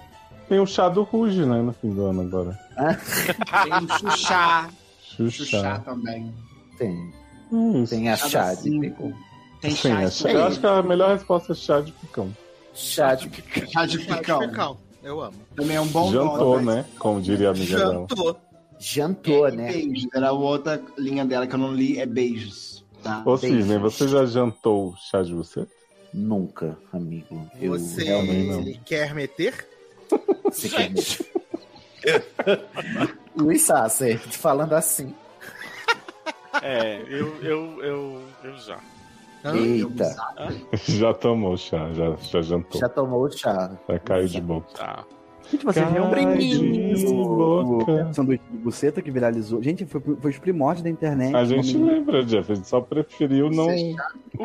[SPEAKER 1] Tem o chá do Ruge, né? No fim do ano agora.
[SPEAKER 4] Tem um chuchá, chuchá
[SPEAKER 1] Xuxa.
[SPEAKER 4] também.
[SPEAKER 2] Tem.
[SPEAKER 1] Hum,
[SPEAKER 2] Tem a
[SPEAKER 1] chá
[SPEAKER 2] chá
[SPEAKER 1] da
[SPEAKER 2] de picão.
[SPEAKER 4] Tem
[SPEAKER 1] Sim, é chá. Eu acho que a melhor resposta é chá de picão.
[SPEAKER 2] Chá de picão.
[SPEAKER 4] Chá de picão.
[SPEAKER 10] Eu amo.
[SPEAKER 4] Também é um bom
[SPEAKER 1] Jantou,
[SPEAKER 4] nome.
[SPEAKER 1] né? Como diria a amiga dela.
[SPEAKER 2] Jantou, né?
[SPEAKER 4] Beijos. Era outra linha dela que eu não li, é beijos. Tá?
[SPEAKER 1] Ô, Cisne, você já jantou chá de você?
[SPEAKER 2] Nunca, amigo.
[SPEAKER 10] Você quer meter?
[SPEAKER 2] Você quer é. *laughs* Luiz Sasser, falando assim.
[SPEAKER 3] É, eu, eu, eu, eu já.
[SPEAKER 4] tá
[SPEAKER 2] Eita.
[SPEAKER 1] *laughs* Já tomou chá, já, já jantou.
[SPEAKER 2] Já tomou o chá.
[SPEAKER 1] Já caiu de boca.
[SPEAKER 3] Tá.
[SPEAKER 5] Gente, você
[SPEAKER 1] Cai
[SPEAKER 5] viu
[SPEAKER 1] de
[SPEAKER 5] o
[SPEAKER 1] boca.
[SPEAKER 5] o sanduíche de buceta que viralizou? Gente, foi, foi os primórdios da internet.
[SPEAKER 1] A
[SPEAKER 5] Né? uma
[SPEAKER 1] gente
[SPEAKER 5] menina-
[SPEAKER 1] lembra, Jeff, a gente só preferiu não.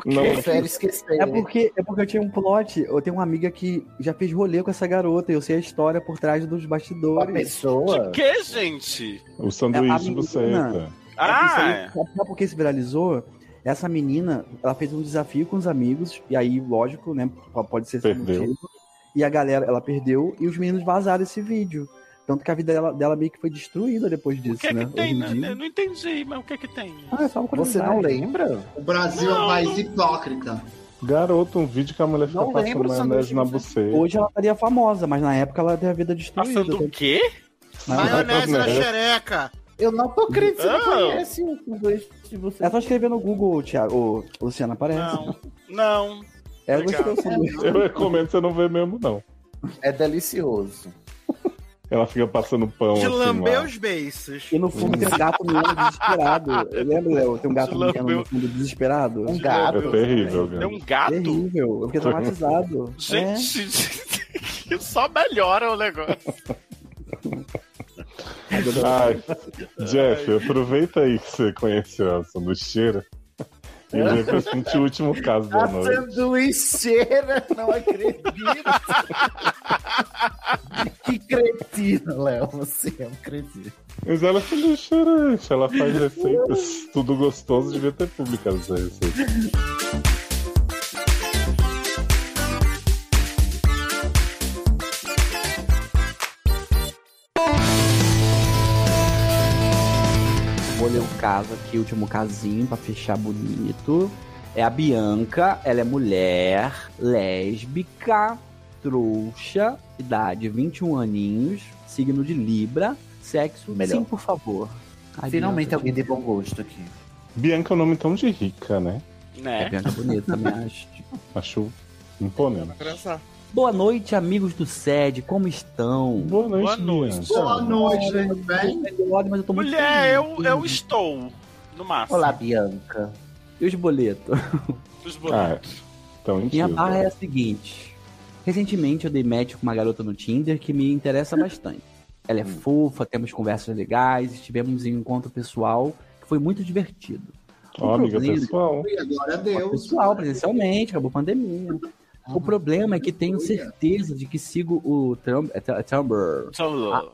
[SPEAKER 1] não...
[SPEAKER 2] esquecer.
[SPEAKER 5] É porque, é porque eu tinha um plot. Eu tenho uma amiga que já fez rolê com essa garota. Eu sei a história por trás dos bastidores.
[SPEAKER 2] Uma pessoa?
[SPEAKER 3] De que, gente?
[SPEAKER 1] O sanduíche
[SPEAKER 5] É, a
[SPEAKER 1] de
[SPEAKER 5] menina-
[SPEAKER 1] buceta.
[SPEAKER 3] Ah,
[SPEAKER 5] É, isso aí, Sabe por que se viralizou? Essa menina, ela fez um desafio com os amigos, e aí, lógico, né? p- Pode ser esse
[SPEAKER 1] Perdeu.
[SPEAKER 5] motivo. E a galera, ela perdeu, e os meninos vazaram esse vídeo. Tanto que a vida dela, dela meio que foi destruída depois disso,
[SPEAKER 3] O que é que
[SPEAKER 5] né?
[SPEAKER 3] tem?
[SPEAKER 5] Hoje em
[SPEAKER 3] né?
[SPEAKER 5] dia-
[SPEAKER 3] Eu não entendi, mas o que é que tem?
[SPEAKER 5] Ah, é só uma
[SPEAKER 2] Você
[SPEAKER 5] curiosidade.
[SPEAKER 2] não lembra?
[SPEAKER 4] O Brasil é um país hipócrita.
[SPEAKER 1] Garoto, um vídeo que a mulher fica
[SPEAKER 5] Não
[SPEAKER 1] passando
[SPEAKER 5] lembro o sanduíche
[SPEAKER 1] maionese
[SPEAKER 5] de
[SPEAKER 1] na
[SPEAKER 5] buceta.
[SPEAKER 1] buceta.
[SPEAKER 5] Hoje ela estaria famosa, mas na época ela teve a vida destruída.
[SPEAKER 3] Passando o quê?
[SPEAKER 5] Ah,
[SPEAKER 10] Maionese na
[SPEAKER 5] Maionese.
[SPEAKER 10] xereca.
[SPEAKER 2] Eu não tô crendo
[SPEAKER 5] que você não Ah.
[SPEAKER 2] conhece o sanduíche de você.
[SPEAKER 5] É só escrever no Google, Thiago. Ô, Luciana, aparece.
[SPEAKER 3] Não. Não.
[SPEAKER 5] É, eu
[SPEAKER 3] Obrigado.
[SPEAKER 5] gostei do sanduíche.
[SPEAKER 1] Eu recomendo você não ver mesmo, não.
[SPEAKER 2] É delicioso.
[SPEAKER 1] Ela fica passando pão.
[SPEAKER 10] De
[SPEAKER 1] assim,
[SPEAKER 10] lamber
[SPEAKER 1] lá.
[SPEAKER 10] os beiços.
[SPEAKER 5] E no fundo tem um gato miando desesperado. Lembra, Léo? Tem um gato miando no fundo desesperado. Um
[SPEAKER 1] gato. É terrível,
[SPEAKER 3] É um gato?
[SPEAKER 5] Terrível. Eu fiquei traumatizado. É.
[SPEAKER 3] É. *laughs* Gente, só melhora o negócio.
[SPEAKER 5] É.
[SPEAKER 1] Ai, Jeff, aproveita aí que você conheceu a sanduicheira e vem pra sentir o último caso da
[SPEAKER 2] A
[SPEAKER 1] noite.
[SPEAKER 2] sanduicheira, não acredito. que cretino, Léo. Você é um cretino.
[SPEAKER 1] Mas ela é sanduicheirante, ela faz receitas, tudo gostoso, devia ter publicado essa receita.
[SPEAKER 5] Vou ler um caso aqui, último casinho pra fechar bonito. É a Bianca, ela é mulher, lésbica, trouxa, idade 21 aninhos, signo de Libra, sexo,
[SPEAKER 2] Melhor.
[SPEAKER 5] sim, por favor. Ai,
[SPEAKER 2] Finalmente
[SPEAKER 5] Bianca,
[SPEAKER 2] alguém de bom gosto aqui.
[SPEAKER 1] Bianca é um nome tão de rica, né?
[SPEAKER 3] Né?
[SPEAKER 2] tá
[SPEAKER 5] É, Bianca é bonita, também acho.
[SPEAKER 1] Acho imponente.
[SPEAKER 5] Boa noite, amigos do SED, como estão? Boa
[SPEAKER 1] noite, Boa noite. Bianca.
[SPEAKER 4] Boa noite, tudo bem?
[SPEAKER 5] Mas eu tô muito
[SPEAKER 3] Mulher, é um,
[SPEAKER 5] feliz.
[SPEAKER 3] eu, eu estou. No máximo.
[SPEAKER 5] Olá,
[SPEAKER 2] Bianca.
[SPEAKER 5] E os boletos?
[SPEAKER 3] Os boletos.
[SPEAKER 1] então,
[SPEAKER 5] Minha barra é a seguinte. Recentemente eu dei match com uma garota no Tinder que me interessa bastante. Ela é fofa, temos conversas legais, estivemos em um encontro pessoal que foi muito divertido.
[SPEAKER 1] Ó, amiga
[SPEAKER 5] problema-
[SPEAKER 1] pessoal.
[SPEAKER 4] E agora é Deus.
[SPEAKER 5] Pessoal, presencialmente, acabou a pandemia. O problema é que tenho certeza de que sigo o Trump, é, Tr- Tumblr.
[SPEAKER 3] Tumblr.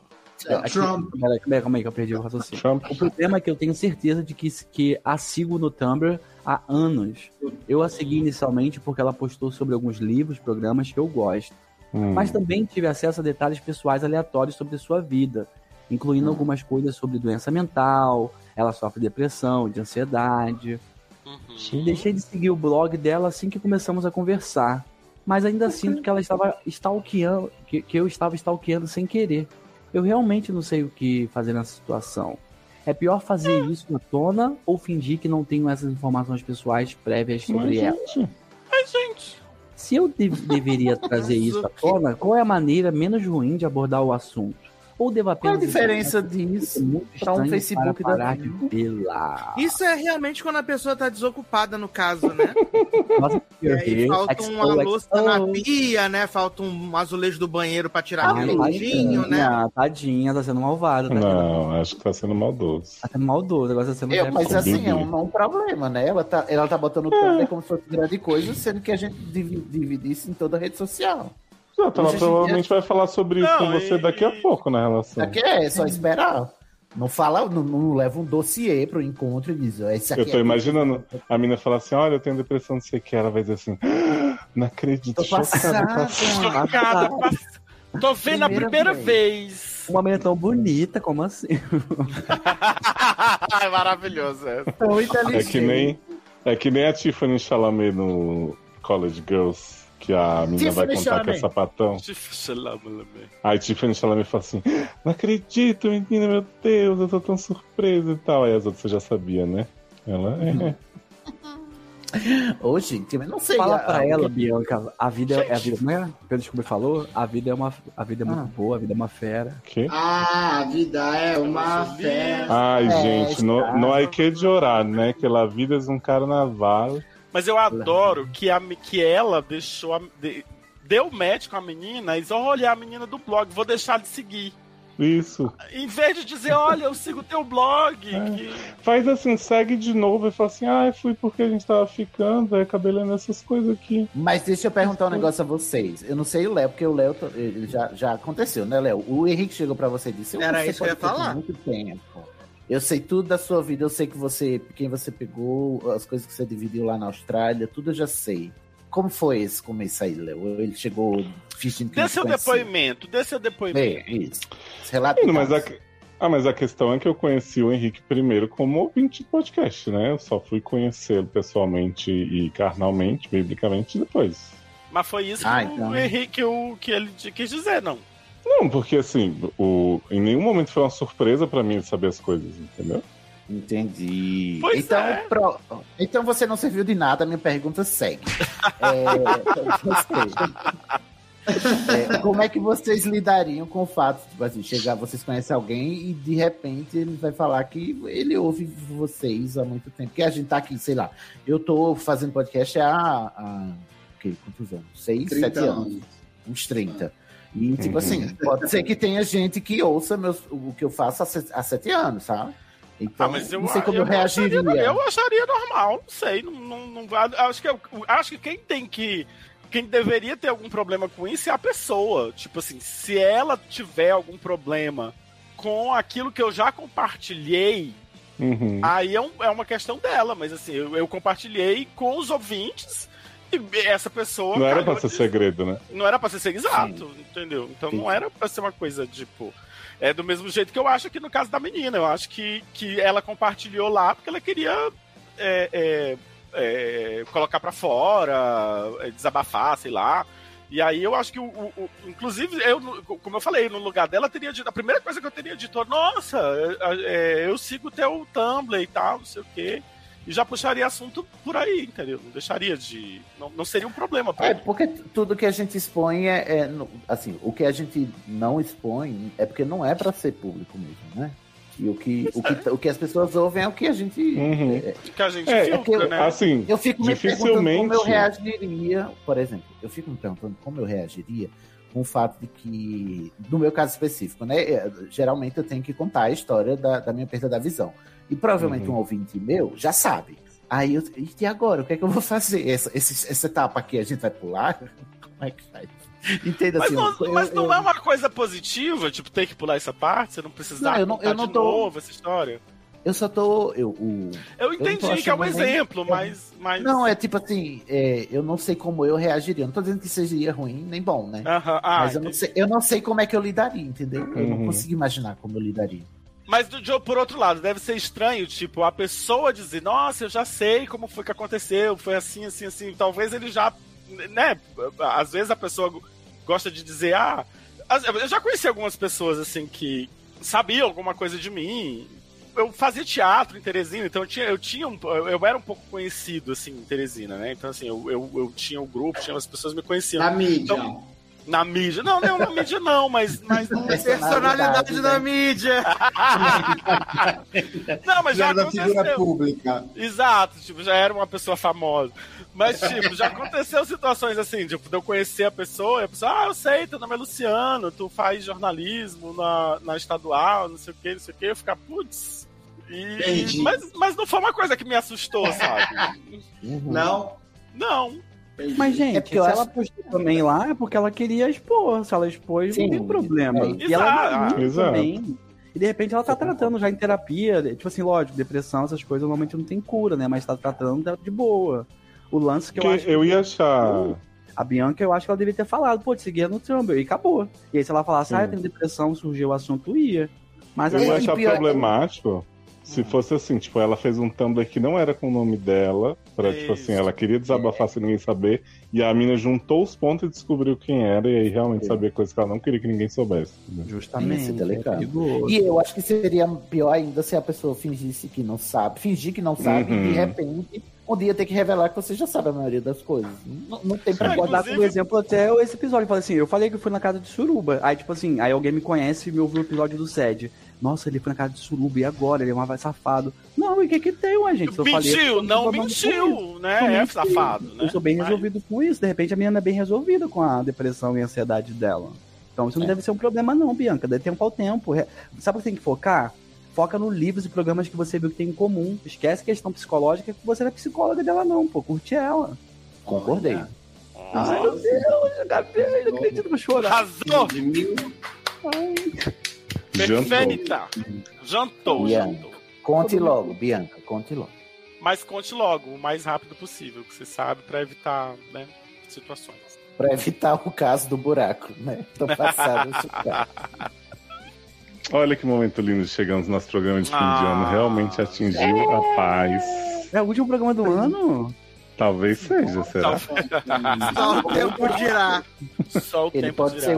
[SPEAKER 5] É, aqui-
[SPEAKER 4] Trump.
[SPEAKER 5] Pera, Calma aí, calma aí que eu perdi o raciocínio. O problema é que eu tenho certeza de que, que a sigo no Tumblr há anos. Eu a segui inicialmente porque ela postou sobre alguns livros, programas que eu gosto.
[SPEAKER 1] Hum.
[SPEAKER 5] Mas tá também tive acesso a detalhes pessoais aleatórios sobre sua vida, incluindo algumas coisas sobre doença mental, ela sofre depressão, de ansiedade. E deixei de seguir o blog dela assim que começamos a conversar. Mas ainda sinto que ela estava stalkeando, que, que eu estava stalkeando sem querer. Eu realmente não sei o que fazer nessa situação. É pior fazer isso na tona ou fingir que não tenho essas informações pessoais prévias sobre
[SPEAKER 1] Hum, Mas,
[SPEAKER 5] ela?
[SPEAKER 1] gente,
[SPEAKER 5] Se eu de- deveria trazer isso à tona, qual é a maneira menos ruim de abordar o assunto? Ou devo
[SPEAKER 12] Qual a
[SPEAKER 5] apenas.
[SPEAKER 12] diferença
[SPEAKER 5] disso
[SPEAKER 12] pra um Facebook
[SPEAKER 5] é para
[SPEAKER 12] da
[SPEAKER 5] parar de pelar?
[SPEAKER 10] Isso é realmente quando a pessoa tá desocupada, no caso, né?
[SPEAKER 5] Nossa,
[SPEAKER 10] E
[SPEAKER 5] Uhum.
[SPEAKER 10] aí
[SPEAKER 2] Uhum.
[SPEAKER 10] falta uma
[SPEAKER 5] XOXO.
[SPEAKER 10] louça na pia, né? Falta um azulejo do banheiro pra tirar
[SPEAKER 5] Ah,
[SPEAKER 10] aquele
[SPEAKER 5] tadinha,
[SPEAKER 10] nojinho, né?
[SPEAKER 5] Ah, tadinha, tá sendo malvada. Tá
[SPEAKER 1] Não, acho que tá sendo maldoso.
[SPEAKER 5] Tá sendo maldoso, agora tá sendo
[SPEAKER 2] É, mas assim, é
[SPEAKER 1] Bibi.
[SPEAKER 2] um, é um problema, né? Ela tá, ela tá botando o Tumblr como se fosse grande coisa, sendo que a gente divi- divide isso em toda a rede social.
[SPEAKER 1] Então, ela
[SPEAKER 2] Hoje a gente-
[SPEAKER 1] provavelmente
[SPEAKER 5] é-
[SPEAKER 1] vai falar sobre isso
[SPEAKER 2] Não,
[SPEAKER 1] com você daqui a pouco na relação.
[SPEAKER 2] Aqui é só esperar. Não fala, não, não leva um dossiê pro encontro e diz, ó, esse aqui
[SPEAKER 1] Eu tô
[SPEAKER 2] é-
[SPEAKER 1] imaginando a mina falar assim: olha, eu tenho depressão, não sei o que. Ela vai dizer assim: "Ah, não acredito,
[SPEAKER 2] Tô
[SPEAKER 1] chocada.
[SPEAKER 2] passada.
[SPEAKER 3] Chocada, pass- Tô vendo a primeira vez.
[SPEAKER 5] Uma menina tão bonita, como assim?
[SPEAKER 6] Ai, maravilhoso essa.
[SPEAKER 2] Tão
[SPEAKER 1] É que nem, é que nem a Tiffany Chalamet no College Girls, que a menina vai
[SPEAKER 3] Tiffany
[SPEAKER 1] contar que é
[SPEAKER 3] Chalamet.
[SPEAKER 1] sapatão.
[SPEAKER 3] Chalamet.
[SPEAKER 1] Aí Tiffany Chalamet fala assim: não acredito, menina, meu Deus, eu tô tão surpresa e tal. Aí as outras você já sabia, né? Ela é.
[SPEAKER 2] *laughs* Ô, gente, mas não sei.
[SPEAKER 5] Fala
[SPEAKER 2] a-
[SPEAKER 5] pra
[SPEAKER 2] a-
[SPEAKER 5] ela,
[SPEAKER 2] o que-
[SPEAKER 5] Bianca. A vida é a vida. Como é? Pedro Scooby falou? A vida é uma. A vida é muito
[SPEAKER 2] Ah.
[SPEAKER 5] boa, a vida é uma fera.
[SPEAKER 1] Que?
[SPEAKER 4] Ah, a vida é uma festa.
[SPEAKER 1] Ai,
[SPEAKER 4] É,
[SPEAKER 1] gente, não, não há que chorar, né? Que la vida é um carnaval.
[SPEAKER 3] Mas eu adoro que, a, me- que ela deixou. A, de- deu match com a menina e só olha a menina do blog, vou deixar de seguir.
[SPEAKER 1] Isso.
[SPEAKER 3] Em vez de dizer, olha, eu sigo teu blog. Ah, que-
[SPEAKER 1] Faz assim, segue de novo e fala assim: ah, fui porque a gente tava ficando, aí acabei lendo essas coisas aqui.
[SPEAKER 2] Mas deixa eu perguntar um negócio a vocês. Eu não sei o Léo, porque o Léo to- ele já, já aconteceu, né, Léo? O Henrique chegou pra você e disse:
[SPEAKER 10] Era
[SPEAKER 2] você
[SPEAKER 10] isso que eu ia
[SPEAKER 2] pode ter
[SPEAKER 10] falar.
[SPEAKER 2] Muito tempo. Eu sei tudo da sua vida, eu sei que você, quem você pegou, as coisas que você dividiu lá na Austrália, tudo eu já sei. Como foi esse começo aí, Léo? Ele chegou fingindo que
[SPEAKER 3] Dê
[SPEAKER 2] não te
[SPEAKER 3] seu
[SPEAKER 2] conhecia.
[SPEAKER 3] depoimento, dê seu depoimento.
[SPEAKER 2] É, isso. Relato. tá
[SPEAKER 1] Menino, mas a, ah, mas a questão é que eu conheci o Henrique primeiro como ouvinte de podcast, né? Eu só fui conhecê-lo pessoalmente e carnalmente, biblicamente, depois.
[SPEAKER 3] Mas foi isso que
[SPEAKER 1] Ah,
[SPEAKER 3] o
[SPEAKER 1] então.
[SPEAKER 2] né?
[SPEAKER 3] Henrique o, que ele te- quis dizer, não. Ah,
[SPEAKER 1] Não, porque assim, o, em nenhum momento foi uma surpresa pra mim saber as coisas, entendeu?
[SPEAKER 2] Entendi.
[SPEAKER 1] Pois
[SPEAKER 2] então, pro- então você não serviu de nada, minha pergunta segue. É, você- *laughs* é, como é que vocês lidariam com o fato, tipo assim, chegar, vocês conhecem alguém e de repente ele vai falar que ele ouve vocês há muito tempo. Porque a gente tá aqui, sei lá, eu tô fazendo podcast há, há o quê? quantos anos? Seis,
[SPEAKER 4] 30
[SPEAKER 2] sete anos.
[SPEAKER 4] anos.
[SPEAKER 2] Uns 30. E, tipo assim, pode ser que tenha gente que ouça meus, o que eu faço há, se- há sete anos, sabe? Então,
[SPEAKER 3] Ah, mas eu,
[SPEAKER 2] não sei como eu,
[SPEAKER 3] eu
[SPEAKER 2] reagiria.
[SPEAKER 3] Acharia, eu acharia normal, não sei. Não, não, não- acho, que, eu- acho que quem tem que. Quem deveria ter algum problema com isso é a pessoa. Tipo assim, se ela tiver algum problema com aquilo que eu já compartilhei,
[SPEAKER 1] Uhum.
[SPEAKER 3] aí é, um- é uma questão dela. Mas assim, eu, eu compartilhei com os ouvintes e essa pessoa.
[SPEAKER 1] Não era
[SPEAKER 3] caiu
[SPEAKER 1] pra ser segredo, né?
[SPEAKER 3] não era pra ser ser exato, entendeu? Então não era pra ser uma coisa, tipo. É do mesmo jeito que eu acho aqui no caso da menina. Eu acho que, que ela compartilhou lá porque ela queria é, é, é, colocar pra fora, é, desabafar, sei lá. E aí eu acho que o. o- o- inclusive, eu, no- como eu falei, no lugar dela eu teria dito. A primeira coisa que eu teria dito, é, nossa, é, é, eu sigo teu Tumblr e tal, não sei o quê. E já puxaria assunto por aí, entendeu? Não deixaria de. Não, não seria um problema pra
[SPEAKER 2] É, porque t- tudo que a gente expõe é, é no- Assim, o que a gente não expõe é porque não é pra ser público mesmo, né? E o que, o que, o que as pessoas ouvem é o que a gente.
[SPEAKER 1] Uhum.
[SPEAKER 2] É,
[SPEAKER 3] que a gente
[SPEAKER 1] É,
[SPEAKER 2] que eu,
[SPEAKER 1] filtra, né? assim,
[SPEAKER 2] eu fico me perguntando
[SPEAKER 1] dificilmente-
[SPEAKER 2] como eu reagiria, por exemplo, eu fico me perguntando como eu reagiria com o fato de que, no meu caso específico, né? é, Geralmente eu tenho que contar a história da, da minha perda da visão. E provavelmente
[SPEAKER 12] Uhum.
[SPEAKER 2] um ouvinte meu já sabe. Aí eu. E agora? O que é que eu vou fazer? Essa, esse- essa etapa aqui a gente vai pular? *laughs* Como é que faz? Entenda
[SPEAKER 3] Mas
[SPEAKER 2] assim.
[SPEAKER 3] não,
[SPEAKER 2] eu-
[SPEAKER 3] mas
[SPEAKER 2] eu-
[SPEAKER 3] não é uma coisa positiva, tipo, ter que pular essa parte, você não precisar
[SPEAKER 2] Não, eu não-
[SPEAKER 3] contar
[SPEAKER 2] eu não
[SPEAKER 3] de
[SPEAKER 2] tô-
[SPEAKER 3] novo essa história.
[SPEAKER 2] Eu só tô. Eu, o-
[SPEAKER 3] Eu
[SPEAKER 2] não tô
[SPEAKER 3] entendi que é um
[SPEAKER 2] achando nem-
[SPEAKER 3] exemplo, mas, mas.
[SPEAKER 2] Não, é tipo assim, é, eu não sei como eu reagiria. Eu não tô dizendo que seria ruim nem bom, né?
[SPEAKER 3] Aham, ah,
[SPEAKER 2] Mas eu não, sei, eu não sei como é que eu lidaria, entendeu? Eu
[SPEAKER 1] Uhum.
[SPEAKER 2] não consigo imaginar como eu lidaria.
[SPEAKER 3] Mas do Joe, por outro lado, deve ser estranho, tipo, a pessoa dizer, nossa, eu já sei como foi que aconteceu, foi assim, assim, assim. Talvez ele já. Né? Às vezes a pessoa go- gosta de dizer, ah. as- Eu já conheci algumas pessoas, assim, que sabiam alguma coisa de mim. Eu fazia teatro em Teresina, então eu tinha, eu tinha um, eu eu era um pouco conhecido, assim, em Teresina, né? Então, assim, eu, eu, eu tinha o grupo, tinha as pessoas me conheciam.
[SPEAKER 4] Na tá mídia.
[SPEAKER 3] Então, na mídia. Não, não, na mídia não, mas.
[SPEAKER 4] *laughs*
[SPEAKER 3] mas
[SPEAKER 4] Personalidade da
[SPEAKER 3] mídia. não, mas já
[SPEAKER 4] Era da figura
[SPEAKER 3] aconteceu.
[SPEAKER 4] pública.
[SPEAKER 3] Exato, tipo, já era uma pessoa famosa. Mas, tipo, já aconteceu situações assim, tipo, de eu conhecer a pessoa e a pessoa, ah, eu sei, teu nome é Luciano, tu faz jornalismo na, na estadual, não sei o que, não sei o que, eu ficar, putz. E-
[SPEAKER 4] Entendi.
[SPEAKER 3] mas, mas não foi uma coisa que me assustou, sabe?
[SPEAKER 5] Uhum.
[SPEAKER 4] Não?
[SPEAKER 3] Não.
[SPEAKER 5] Mas, gente,
[SPEAKER 3] É
[SPEAKER 5] se
[SPEAKER 3] porque eu
[SPEAKER 5] ela
[SPEAKER 3] acho-
[SPEAKER 5] postou também lá, é porque ela queria expor. Se ela expôs,
[SPEAKER 1] Sim.
[SPEAKER 5] não tem problema.
[SPEAKER 1] É.
[SPEAKER 5] E ela
[SPEAKER 1] Exato.
[SPEAKER 5] admite
[SPEAKER 1] Exato.
[SPEAKER 5] também. E de repente ela tá tratando já em terapia. Tipo assim, lógico, depressão, essas coisas normalmente não tem cura, né? Mas tá tratando tá de boa. O lance que eu
[SPEAKER 1] Porque
[SPEAKER 5] acho.
[SPEAKER 1] eu ia achar.
[SPEAKER 5] A Bianca, eu acho que ela devia ter falado, pô, te seguia no Tumblr, e acabou. E aí, se ela falasse, ah, eu tenho depressão, surgiu o assunto, ia. Mas é
[SPEAKER 1] eu
[SPEAKER 5] ela-
[SPEAKER 1] ia achar problemático se fosse assim, tipo, ela fez um Tumblr que não era com o nome dela, pra, tipo assim, ela queria desabafar sem ninguém saber, e a mina juntou os pontos e descobriu quem era, e aí realmente sabia coisas que ela não queria que ninguém soubesse.
[SPEAKER 5] Justamente.
[SPEAKER 3] é
[SPEAKER 5] é
[SPEAKER 2] Esse delicado. E eu acho que seria pior ainda se a pessoa fingisse que não sabe, fingir que não sabe,
[SPEAKER 1] Uhum.
[SPEAKER 2] e de repente, um dia ter que revelar que você já sabe a maioria das coisas. Não, não tem
[SPEAKER 5] Pra
[SPEAKER 2] pra
[SPEAKER 5] guardar como exemplo até esse episódio. Eu falei assim, eu falei que eu fui na casa de Suruba. Aí, tipo assim, aí alguém me conhece e me ouviu o episódio do Sed. Nossa, ele foi na casa de Suruba, e agora? Ele é uma safado. Não, e o que que tem, ué, gente? Se eu falei, eu
[SPEAKER 3] Mentiu,
[SPEAKER 5] sou
[SPEAKER 3] não
[SPEAKER 5] babado com isso.
[SPEAKER 3] mentiu,
[SPEAKER 5] Sou
[SPEAKER 3] né? É
[SPEAKER 5] muito
[SPEAKER 3] safado, né?
[SPEAKER 5] Eu sou bem resolvido com isso. De repente, a menina é bem resolvida com a depressão e a ansiedade dela. Então,
[SPEAKER 3] É.
[SPEAKER 5] isso não deve ser um problema não, Bianca. Deve tempo ao tempo. Re- Sabe o que tem que focar? Foca no livros e programas que você viu que tem em comum. Esquece a questão psicológica, que você não é psicóloga dela não, pô. Curte ela. Concordei. Ai, meu Deus, Gabriel, eu não acredito que eu vou chorar.
[SPEAKER 3] Arrasou!
[SPEAKER 5] *laughs*
[SPEAKER 2] Jantou.
[SPEAKER 3] Perfeita! Jantou, jantou.
[SPEAKER 2] Bianca, conte logo, Bianca, conte logo.
[SPEAKER 3] Mas conte logo, o mais rápido possível, que você sabe, pra evitar né, situações.
[SPEAKER 2] Pra evitar o caso do buraco, né? Tô passado. eu sou
[SPEAKER 10] *laughs*
[SPEAKER 2] cara.
[SPEAKER 1] Olha que momento lindo chegamos no nosso programa de fim de
[SPEAKER 5] Ah.
[SPEAKER 1] ano. Realmente atingiu a paz.
[SPEAKER 5] É o último programa do ano?
[SPEAKER 1] Talvez seja, será?
[SPEAKER 10] Só o tempo dirá.
[SPEAKER 3] Só o
[SPEAKER 5] Ele
[SPEAKER 10] tempo pode dirá.
[SPEAKER 5] ser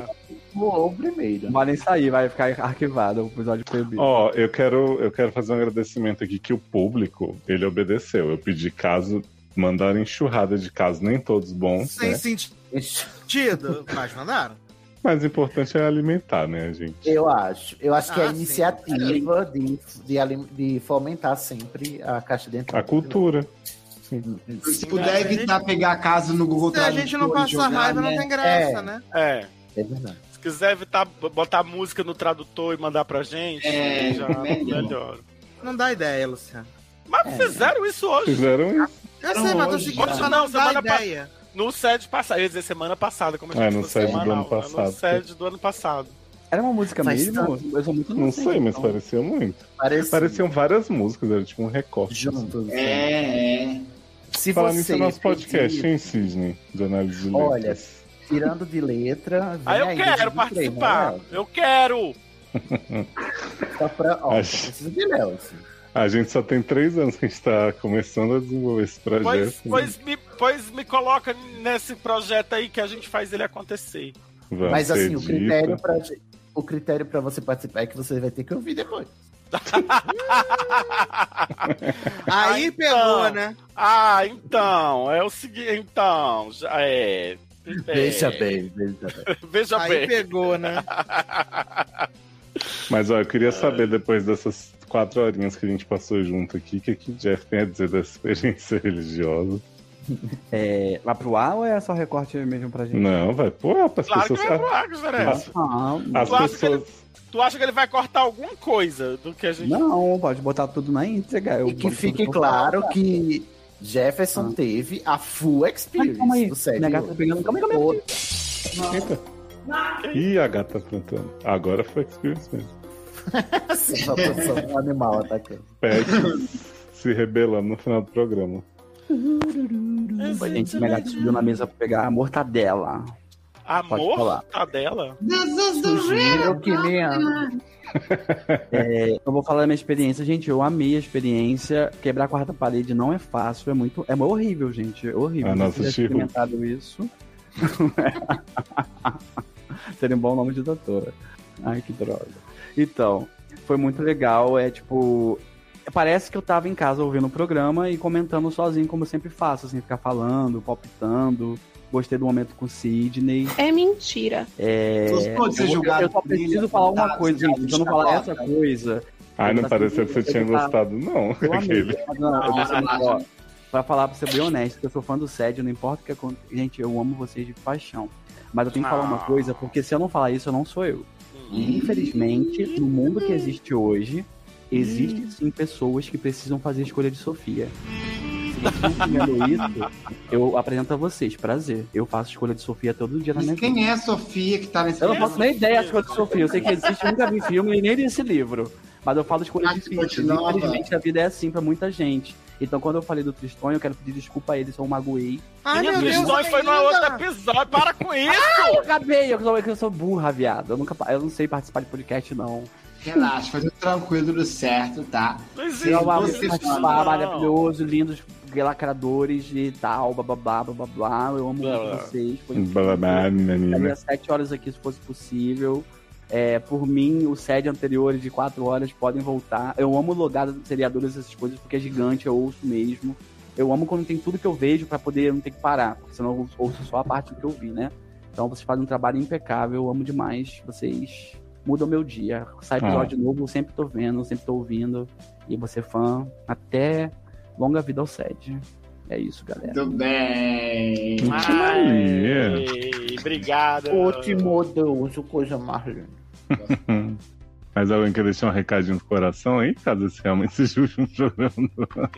[SPEAKER 2] o primeiro.
[SPEAKER 5] Não *laughs* vai nem sair, vai ficar arquivado o episódio proibido.
[SPEAKER 1] Ó, eu quero, eu quero fazer um agradecimento aqui que o público, ele obedeceu. Eu pedi caso, mandaram enxurrada de casos, nem todos bons,
[SPEAKER 10] Sem
[SPEAKER 1] né?
[SPEAKER 10] sentido. Mas mandaram.
[SPEAKER 1] Mas o importante é alimentar, né, gente?
[SPEAKER 2] Eu acho. Eu acho que é
[SPEAKER 10] Ah,
[SPEAKER 2] a
[SPEAKER 10] sim.
[SPEAKER 2] iniciativa de, de, alim- de fomentar sempre a caixa de
[SPEAKER 1] A
[SPEAKER 2] entrada.
[SPEAKER 1] cultura.
[SPEAKER 4] Se puder evitar pegar caso no Google
[SPEAKER 10] Se a gente não passar raiva, não tem graça, né?
[SPEAKER 3] É.
[SPEAKER 2] É verdade.
[SPEAKER 3] quiser evitar b- botar música no tradutor e mandar pra gente,
[SPEAKER 10] É,
[SPEAKER 3] já
[SPEAKER 10] melhor.
[SPEAKER 3] melhor.
[SPEAKER 10] Não dá ideia, Luciano.
[SPEAKER 3] Mas fizeram isso hoje.
[SPEAKER 1] Fizeram isso.
[SPEAKER 10] Eu sei, mas tô seguindo
[SPEAKER 3] Hoje
[SPEAKER 10] pra
[SPEAKER 3] não,
[SPEAKER 10] não dar
[SPEAKER 3] semana pa-
[SPEAKER 10] ideia.
[SPEAKER 3] No sede passado. Eu ia dizer semana passada, como a
[SPEAKER 1] É,
[SPEAKER 3] gente
[SPEAKER 1] no
[SPEAKER 3] falou,
[SPEAKER 1] sede do
[SPEAKER 3] semanal,
[SPEAKER 1] ano
[SPEAKER 3] né?
[SPEAKER 1] passado.
[SPEAKER 3] No sede do ano passado.
[SPEAKER 5] Era uma música
[SPEAKER 1] Mas
[SPEAKER 5] mesmo?
[SPEAKER 1] tá-
[SPEAKER 5] Eu sou muito
[SPEAKER 1] Não sei, mas
[SPEAKER 5] então.
[SPEAKER 1] parecia muito.
[SPEAKER 2] Parecia.
[SPEAKER 1] Pareciam várias músicas, era tipo um recorte. Juntos.
[SPEAKER 2] É, é. Se
[SPEAKER 1] Fala
[SPEAKER 2] você
[SPEAKER 1] nisso é nosso podcast,
[SPEAKER 2] pedir-
[SPEAKER 1] hein, Cisne? De análise de
[SPEAKER 2] Olha,
[SPEAKER 1] letras.
[SPEAKER 2] tirando de letra.
[SPEAKER 3] Aí Ah, eu quero participar. eu quero!
[SPEAKER 2] né? Só pra, ó,
[SPEAKER 1] Acho-
[SPEAKER 2] só precisa de Léo. assim.
[SPEAKER 1] A gente só tem três anos que a gente tá começando a desenvolver esse projeto.
[SPEAKER 3] Pois,
[SPEAKER 1] né?
[SPEAKER 3] pois, me, pois me coloca nesse projeto aí que a gente faz ele acontecer.
[SPEAKER 1] Vamos
[SPEAKER 2] Mas assim,
[SPEAKER 1] ter
[SPEAKER 2] o
[SPEAKER 1] dito.
[SPEAKER 2] critério pra. O critério pra você participar é que você vai ter que ouvir depois.
[SPEAKER 10] Aí
[SPEAKER 3] pegou,
[SPEAKER 10] né?
[SPEAKER 3] Ah, então, é o seguinte, então, já é. é.
[SPEAKER 2] Deixa bem, deixa bem.
[SPEAKER 3] Veja
[SPEAKER 10] Aí
[SPEAKER 3] bem.
[SPEAKER 10] pegou, né?
[SPEAKER 1] Mas ó, eu queria saber, depois dessas quatro horinhas que a gente passou junto aqui, o que, que o Jeff tem a dizer dessa experiência religiosa?
[SPEAKER 5] É, vai pro ar ou é só recorte mesmo pra gente? Ah,
[SPEAKER 1] Não, vai pro ar, pras
[SPEAKER 3] Claro que
[SPEAKER 1] pessoas
[SPEAKER 3] vai pro ar, que história é
[SPEAKER 1] As
[SPEAKER 3] essa? Tu acha que
[SPEAKER 1] pessoas.
[SPEAKER 3] Tu acha que ele vai cortar alguma coisa do que a gente.
[SPEAKER 5] Não, pode botar tudo na íntegra. Eu
[SPEAKER 2] E que fique claro que Jefferson teve a full experience
[SPEAKER 5] calma aí,
[SPEAKER 2] do set.
[SPEAKER 5] minha gata tá pegando- calma aí,
[SPEAKER 2] calma
[SPEAKER 1] Ih, a gata plantando. Agora foi experience mesmo.
[SPEAKER 2] um animal atacando.
[SPEAKER 1] Pet
[SPEAKER 3] *laughs*
[SPEAKER 1] se rebelando no final do programa.
[SPEAKER 5] A gente mega subiu na mesa pra pegar a mortadela. Pode
[SPEAKER 3] Amor
[SPEAKER 5] falar.
[SPEAKER 3] tá dela?
[SPEAKER 5] Sugiro que me ama. É, eu vou falar da minha experiência, gente. Eu amei a experiência. Quebrar a quarta parede não é fácil, é muito. É horrível, gente. É horrível.
[SPEAKER 1] Ah,
[SPEAKER 5] Se
[SPEAKER 1] nossa,
[SPEAKER 5] tiver
[SPEAKER 1] Chico.
[SPEAKER 5] experimentado isso. *laughs* Seria um bom nome de doutora. Ai, que droga. Então, foi muito legal. É tipo. Parece que eu tava em casa ouvindo o programa e comentando sozinho, como eu sempre faço, assim, ficar falando, palpitando. Gostei do momento com o Sidney.
[SPEAKER 13] É mentira.
[SPEAKER 5] É...
[SPEAKER 13] Gostou de ser
[SPEAKER 5] eu, vou-
[SPEAKER 13] julgado
[SPEAKER 5] eu só
[SPEAKER 13] por né? ele,
[SPEAKER 5] preciso falar uma
[SPEAKER 13] apontado,
[SPEAKER 5] coisa, gente. Se eu não falar
[SPEAKER 13] chacota.
[SPEAKER 5] essa coisa.
[SPEAKER 1] Ai, não
[SPEAKER 5] eu
[SPEAKER 1] pareceu
[SPEAKER 5] vou
[SPEAKER 1] que você
[SPEAKER 5] ficar-
[SPEAKER 1] tinha gostado, não.
[SPEAKER 5] Eu amei.
[SPEAKER 1] Aquele.
[SPEAKER 5] Não, eu vou ser- ó, *laughs* Pra falar, pra ser bem honesto, que eu sou fã do SED, não importa o que aconteça. Gente, eu amo vocês de paixão. Mas eu tenho que falar uma coisa, porque se eu não falar isso, eu não sou eu. E, infelizmente, no mundo que existe hoje, existem sim pessoas que precisam fazer a escolha de Sofia. Se vocês não entenderam isso, eu apresento a vocês, prazer. Eu faço escolha de Sofia todo dia na minha vida.
[SPEAKER 4] Quem é a Sofia que tá nesse
[SPEAKER 5] Eu não faço nem ideia das coisas de Sofia. Eu sei que existe, eu nunca vi filme e nem li esse livro. Mas eu falo escolhas difíceis.
[SPEAKER 4] continua,
[SPEAKER 5] Infelizmente, a vida é assim pra muita gente. Então, quando eu falei do Tristonho, eu quero pedir desculpa a ele se eu o magoei.
[SPEAKER 3] Ai, Menino, meu Deus, Deus, foi no outro episódio, para com isso!
[SPEAKER 10] Ah!
[SPEAKER 5] Ai, eu acabei. Eu sou, eu sou burra, viado. Eu, nunca, eu não sei participar de podcast, não.
[SPEAKER 4] Relaxa, faz tudo tranquilo, tudo certo, tá?
[SPEAKER 5] Se eu amo participar, maravilhoso, lindos, lacradores e tal, bababá, blá blá. Eu amo muito vocês. Foi
[SPEAKER 1] Blá, blá, menina.
[SPEAKER 5] Estaria sete horas aqui se fosse possível. É, por mim, o sede anterior de quatro horas podem voltar. Eu amo logada dos seriadores, essas coisas, porque é gigante, eu ouço mesmo. Eu amo quando tem tudo que eu vejo pra poder não ter que parar, porque senão eu ouço só a parte do que eu vi, né? Então vocês fazem um trabalho impecável, eu amo demais. Vocês mudam meu dia. Sai episódio novo, eu sempre tô vendo, eu sempre tô ouvindo. E você fã. Até longa vida ao sede. É isso, galera.
[SPEAKER 4] Muito bem.
[SPEAKER 1] Maria.
[SPEAKER 3] Ei, Obrigada.
[SPEAKER 2] modoso, coisa mais linda.
[SPEAKER 1] Mas alguém quer deixar um recadinho do coração aí, caso esse realmente seja o último programa do ano?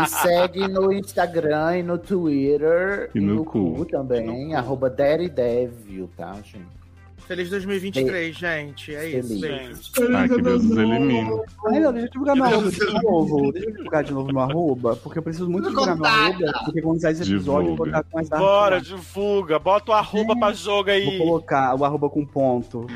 [SPEAKER 2] Me segue no Instagram e no Twitter.
[SPEAKER 1] E no cu.
[SPEAKER 2] também. Arroba Daredevil, tá, gente?
[SPEAKER 10] Feliz 2023, gente. É
[SPEAKER 3] né,
[SPEAKER 10] isso.
[SPEAKER 2] Feliz.
[SPEAKER 10] gente.
[SPEAKER 1] Ah, que Deus nos elimine.
[SPEAKER 5] Ai, não, deixa eu divulgar meu arroba de novo. Deixa eu divulgar de novo meu arroba, porque eu preciso muito divulgar meu arroba, porque quando sair esse episódio, eu vou colocar com as artes
[SPEAKER 3] Bora,
[SPEAKER 5] lá.
[SPEAKER 3] divulga. Bota o arroba pra jogo
[SPEAKER 5] Vou
[SPEAKER 3] aí.
[SPEAKER 5] colocar o arroba com ponto.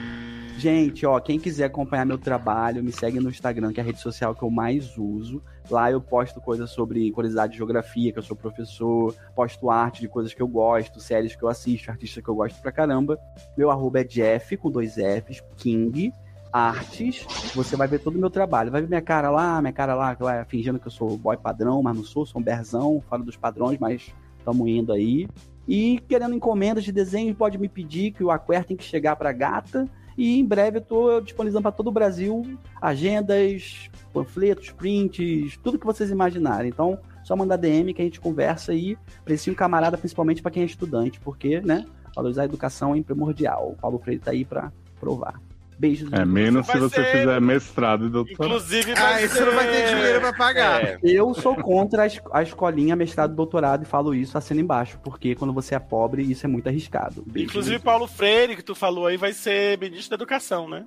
[SPEAKER 5] Gente, ó, quem quiser acompanhar meu trabalho, me segue no Instagram, que é a rede social que eu mais uso. Lá eu posto coisas sobre curiosidade de geografia, que eu sou professor, posto arte de coisas que eu gosto, séries que eu assisto, artistas que eu gosto pra caramba. Meu arroba é Jeff, com dois Fs, King, artes. Você vai ver todo o meu trabalho. Vai ver minha cara lá, minha cara lá, lá fingindo que eu sou boy padrão, mas não sou, sou um berzão, fora dos padrões, mas estamos indo aí. E querendo encomendas de desenhos, pode me pedir que o Aquer tem que chegar pra gata. E em breve eu tô disponibilizando para todo o Brasil agendas, panfletos, prints, tudo que vocês imaginarem. Então, só mandar DM que a gente conversa aí. Precinho camarada, principalmente para quem é estudante, porque, né? Valorizar a educação é primordial. O Paulo Freire tá aí pra provar. Beijos.
[SPEAKER 1] É menos se você fizer mestrado e doutorado.
[SPEAKER 3] Inclusive,
[SPEAKER 10] vai ah, isso não vai ter dinheiro pra pagar.
[SPEAKER 5] Eu sou contra a, es- a escolinha, mestrado, doutorado e falo isso assina embaixo, porque quando você é pobre, isso é muito arriscado. Beijo.
[SPEAKER 3] Inclusive, Paulo Freire, que tu falou aí, vai ser ministro da educação, né?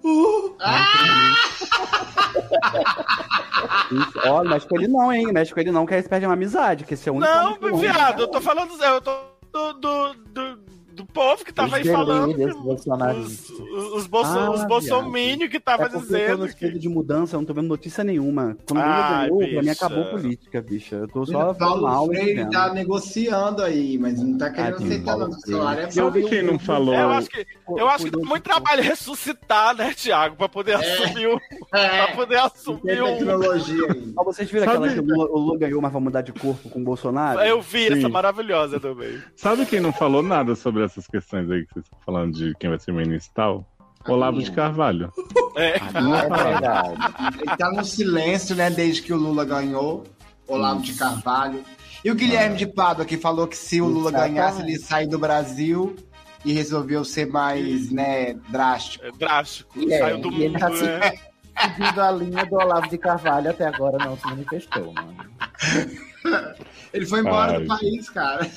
[SPEAKER 5] Isso. Olha, mexe com ele não, hein? Mexe com ele não, que aí você perde uma amizade, que esse é o único.
[SPEAKER 3] Não,
[SPEAKER 5] muito longe.
[SPEAKER 3] viado, eu tô falando. Eu tô do, do, do, do povo que tava aí falando.
[SPEAKER 12] delírios bolsonaristas.
[SPEAKER 3] Os, os, bolso,
[SPEAKER 5] Ah,
[SPEAKER 3] os bolsominion que tava
[SPEAKER 5] é porque Eu tô
[SPEAKER 3] dizendo.
[SPEAKER 5] nesse período de mudança, eu não tô vendo notícia nenhuma. Quando o Lula
[SPEAKER 3] Ai,
[SPEAKER 5] ganhou, pra mim
[SPEAKER 3] bicha.
[SPEAKER 5] acabou política, bicha. Eu tô só
[SPEAKER 4] Olha,
[SPEAKER 5] falando mal
[SPEAKER 4] Paulo
[SPEAKER 5] e
[SPEAKER 4] Freire
[SPEAKER 5] vendo.
[SPEAKER 4] tá negociando aí, mas não tá querendo
[SPEAKER 5] tem
[SPEAKER 4] aceitar
[SPEAKER 5] Paulo
[SPEAKER 4] não. O
[SPEAKER 5] Freire.
[SPEAKER 4] salário é
[SPEAKER 1] Sabe
[SPEAKER 4] bom.
[SPEAKER 1] quem não falou?
[SPEAKER 3] um- Eu acho que, eu acho que dá muito trabalho é ressuscitar, né, Thiago? Pra poder assumir o.
[SPEAKER 4] É.
[SPEAKER 3] Pra poder assumir o.
[SPEAKER 4] tecnologia aí.
[SPEAKER 5] Mas vocês viram
[SPEAKER 1] Sabe-
[SPEAKER 5] aquela que o Lula, o Lula ganhou, mas vai mudar de corpo com o Bolsonaro?
[SPEAKER 3] Eu vi
[SPEAKER 1] Sim.
[SPEAKER 3] essa maravilhosa também.
[SPEAKER 1] Sabe quem não falou nada sobre essas questões aí que vocês estão falando de quem vai ser ministro e tal? Olavo de Carvalho.
[SPEAKER 3] É.
[SPEAKER 4] É verdade. Ele tá no silêncio, né, desde que o Lula ganhou. Olavo de Carvalho. E o
[SPEAKER 2] É.
[SPEAKER 4] Guilherme de Pádua, que falou que se o Lula ganhasse, ele ia sair do Brasil e resolveu ser mais, né, drástico.
[SPEAKER 3] É drástico.
[SPEAKER 2] É,
[SPEAKER 3] Saiu do
[SPEAKER 2] e ele
[SPEAKER 3] mundo,
[SPEAKER 2] tá se
[SPEAKER 3] né?
[SPEAKER 2] seguindo a linha do Olavo de Carvalho até agora não se manifestou, mano.
[SPEAKER 4] Ele foi embora do
[SPEAKER 2] Ah,
[SPEAKER 1] Ai,
[SPEAKER 4] país, cara.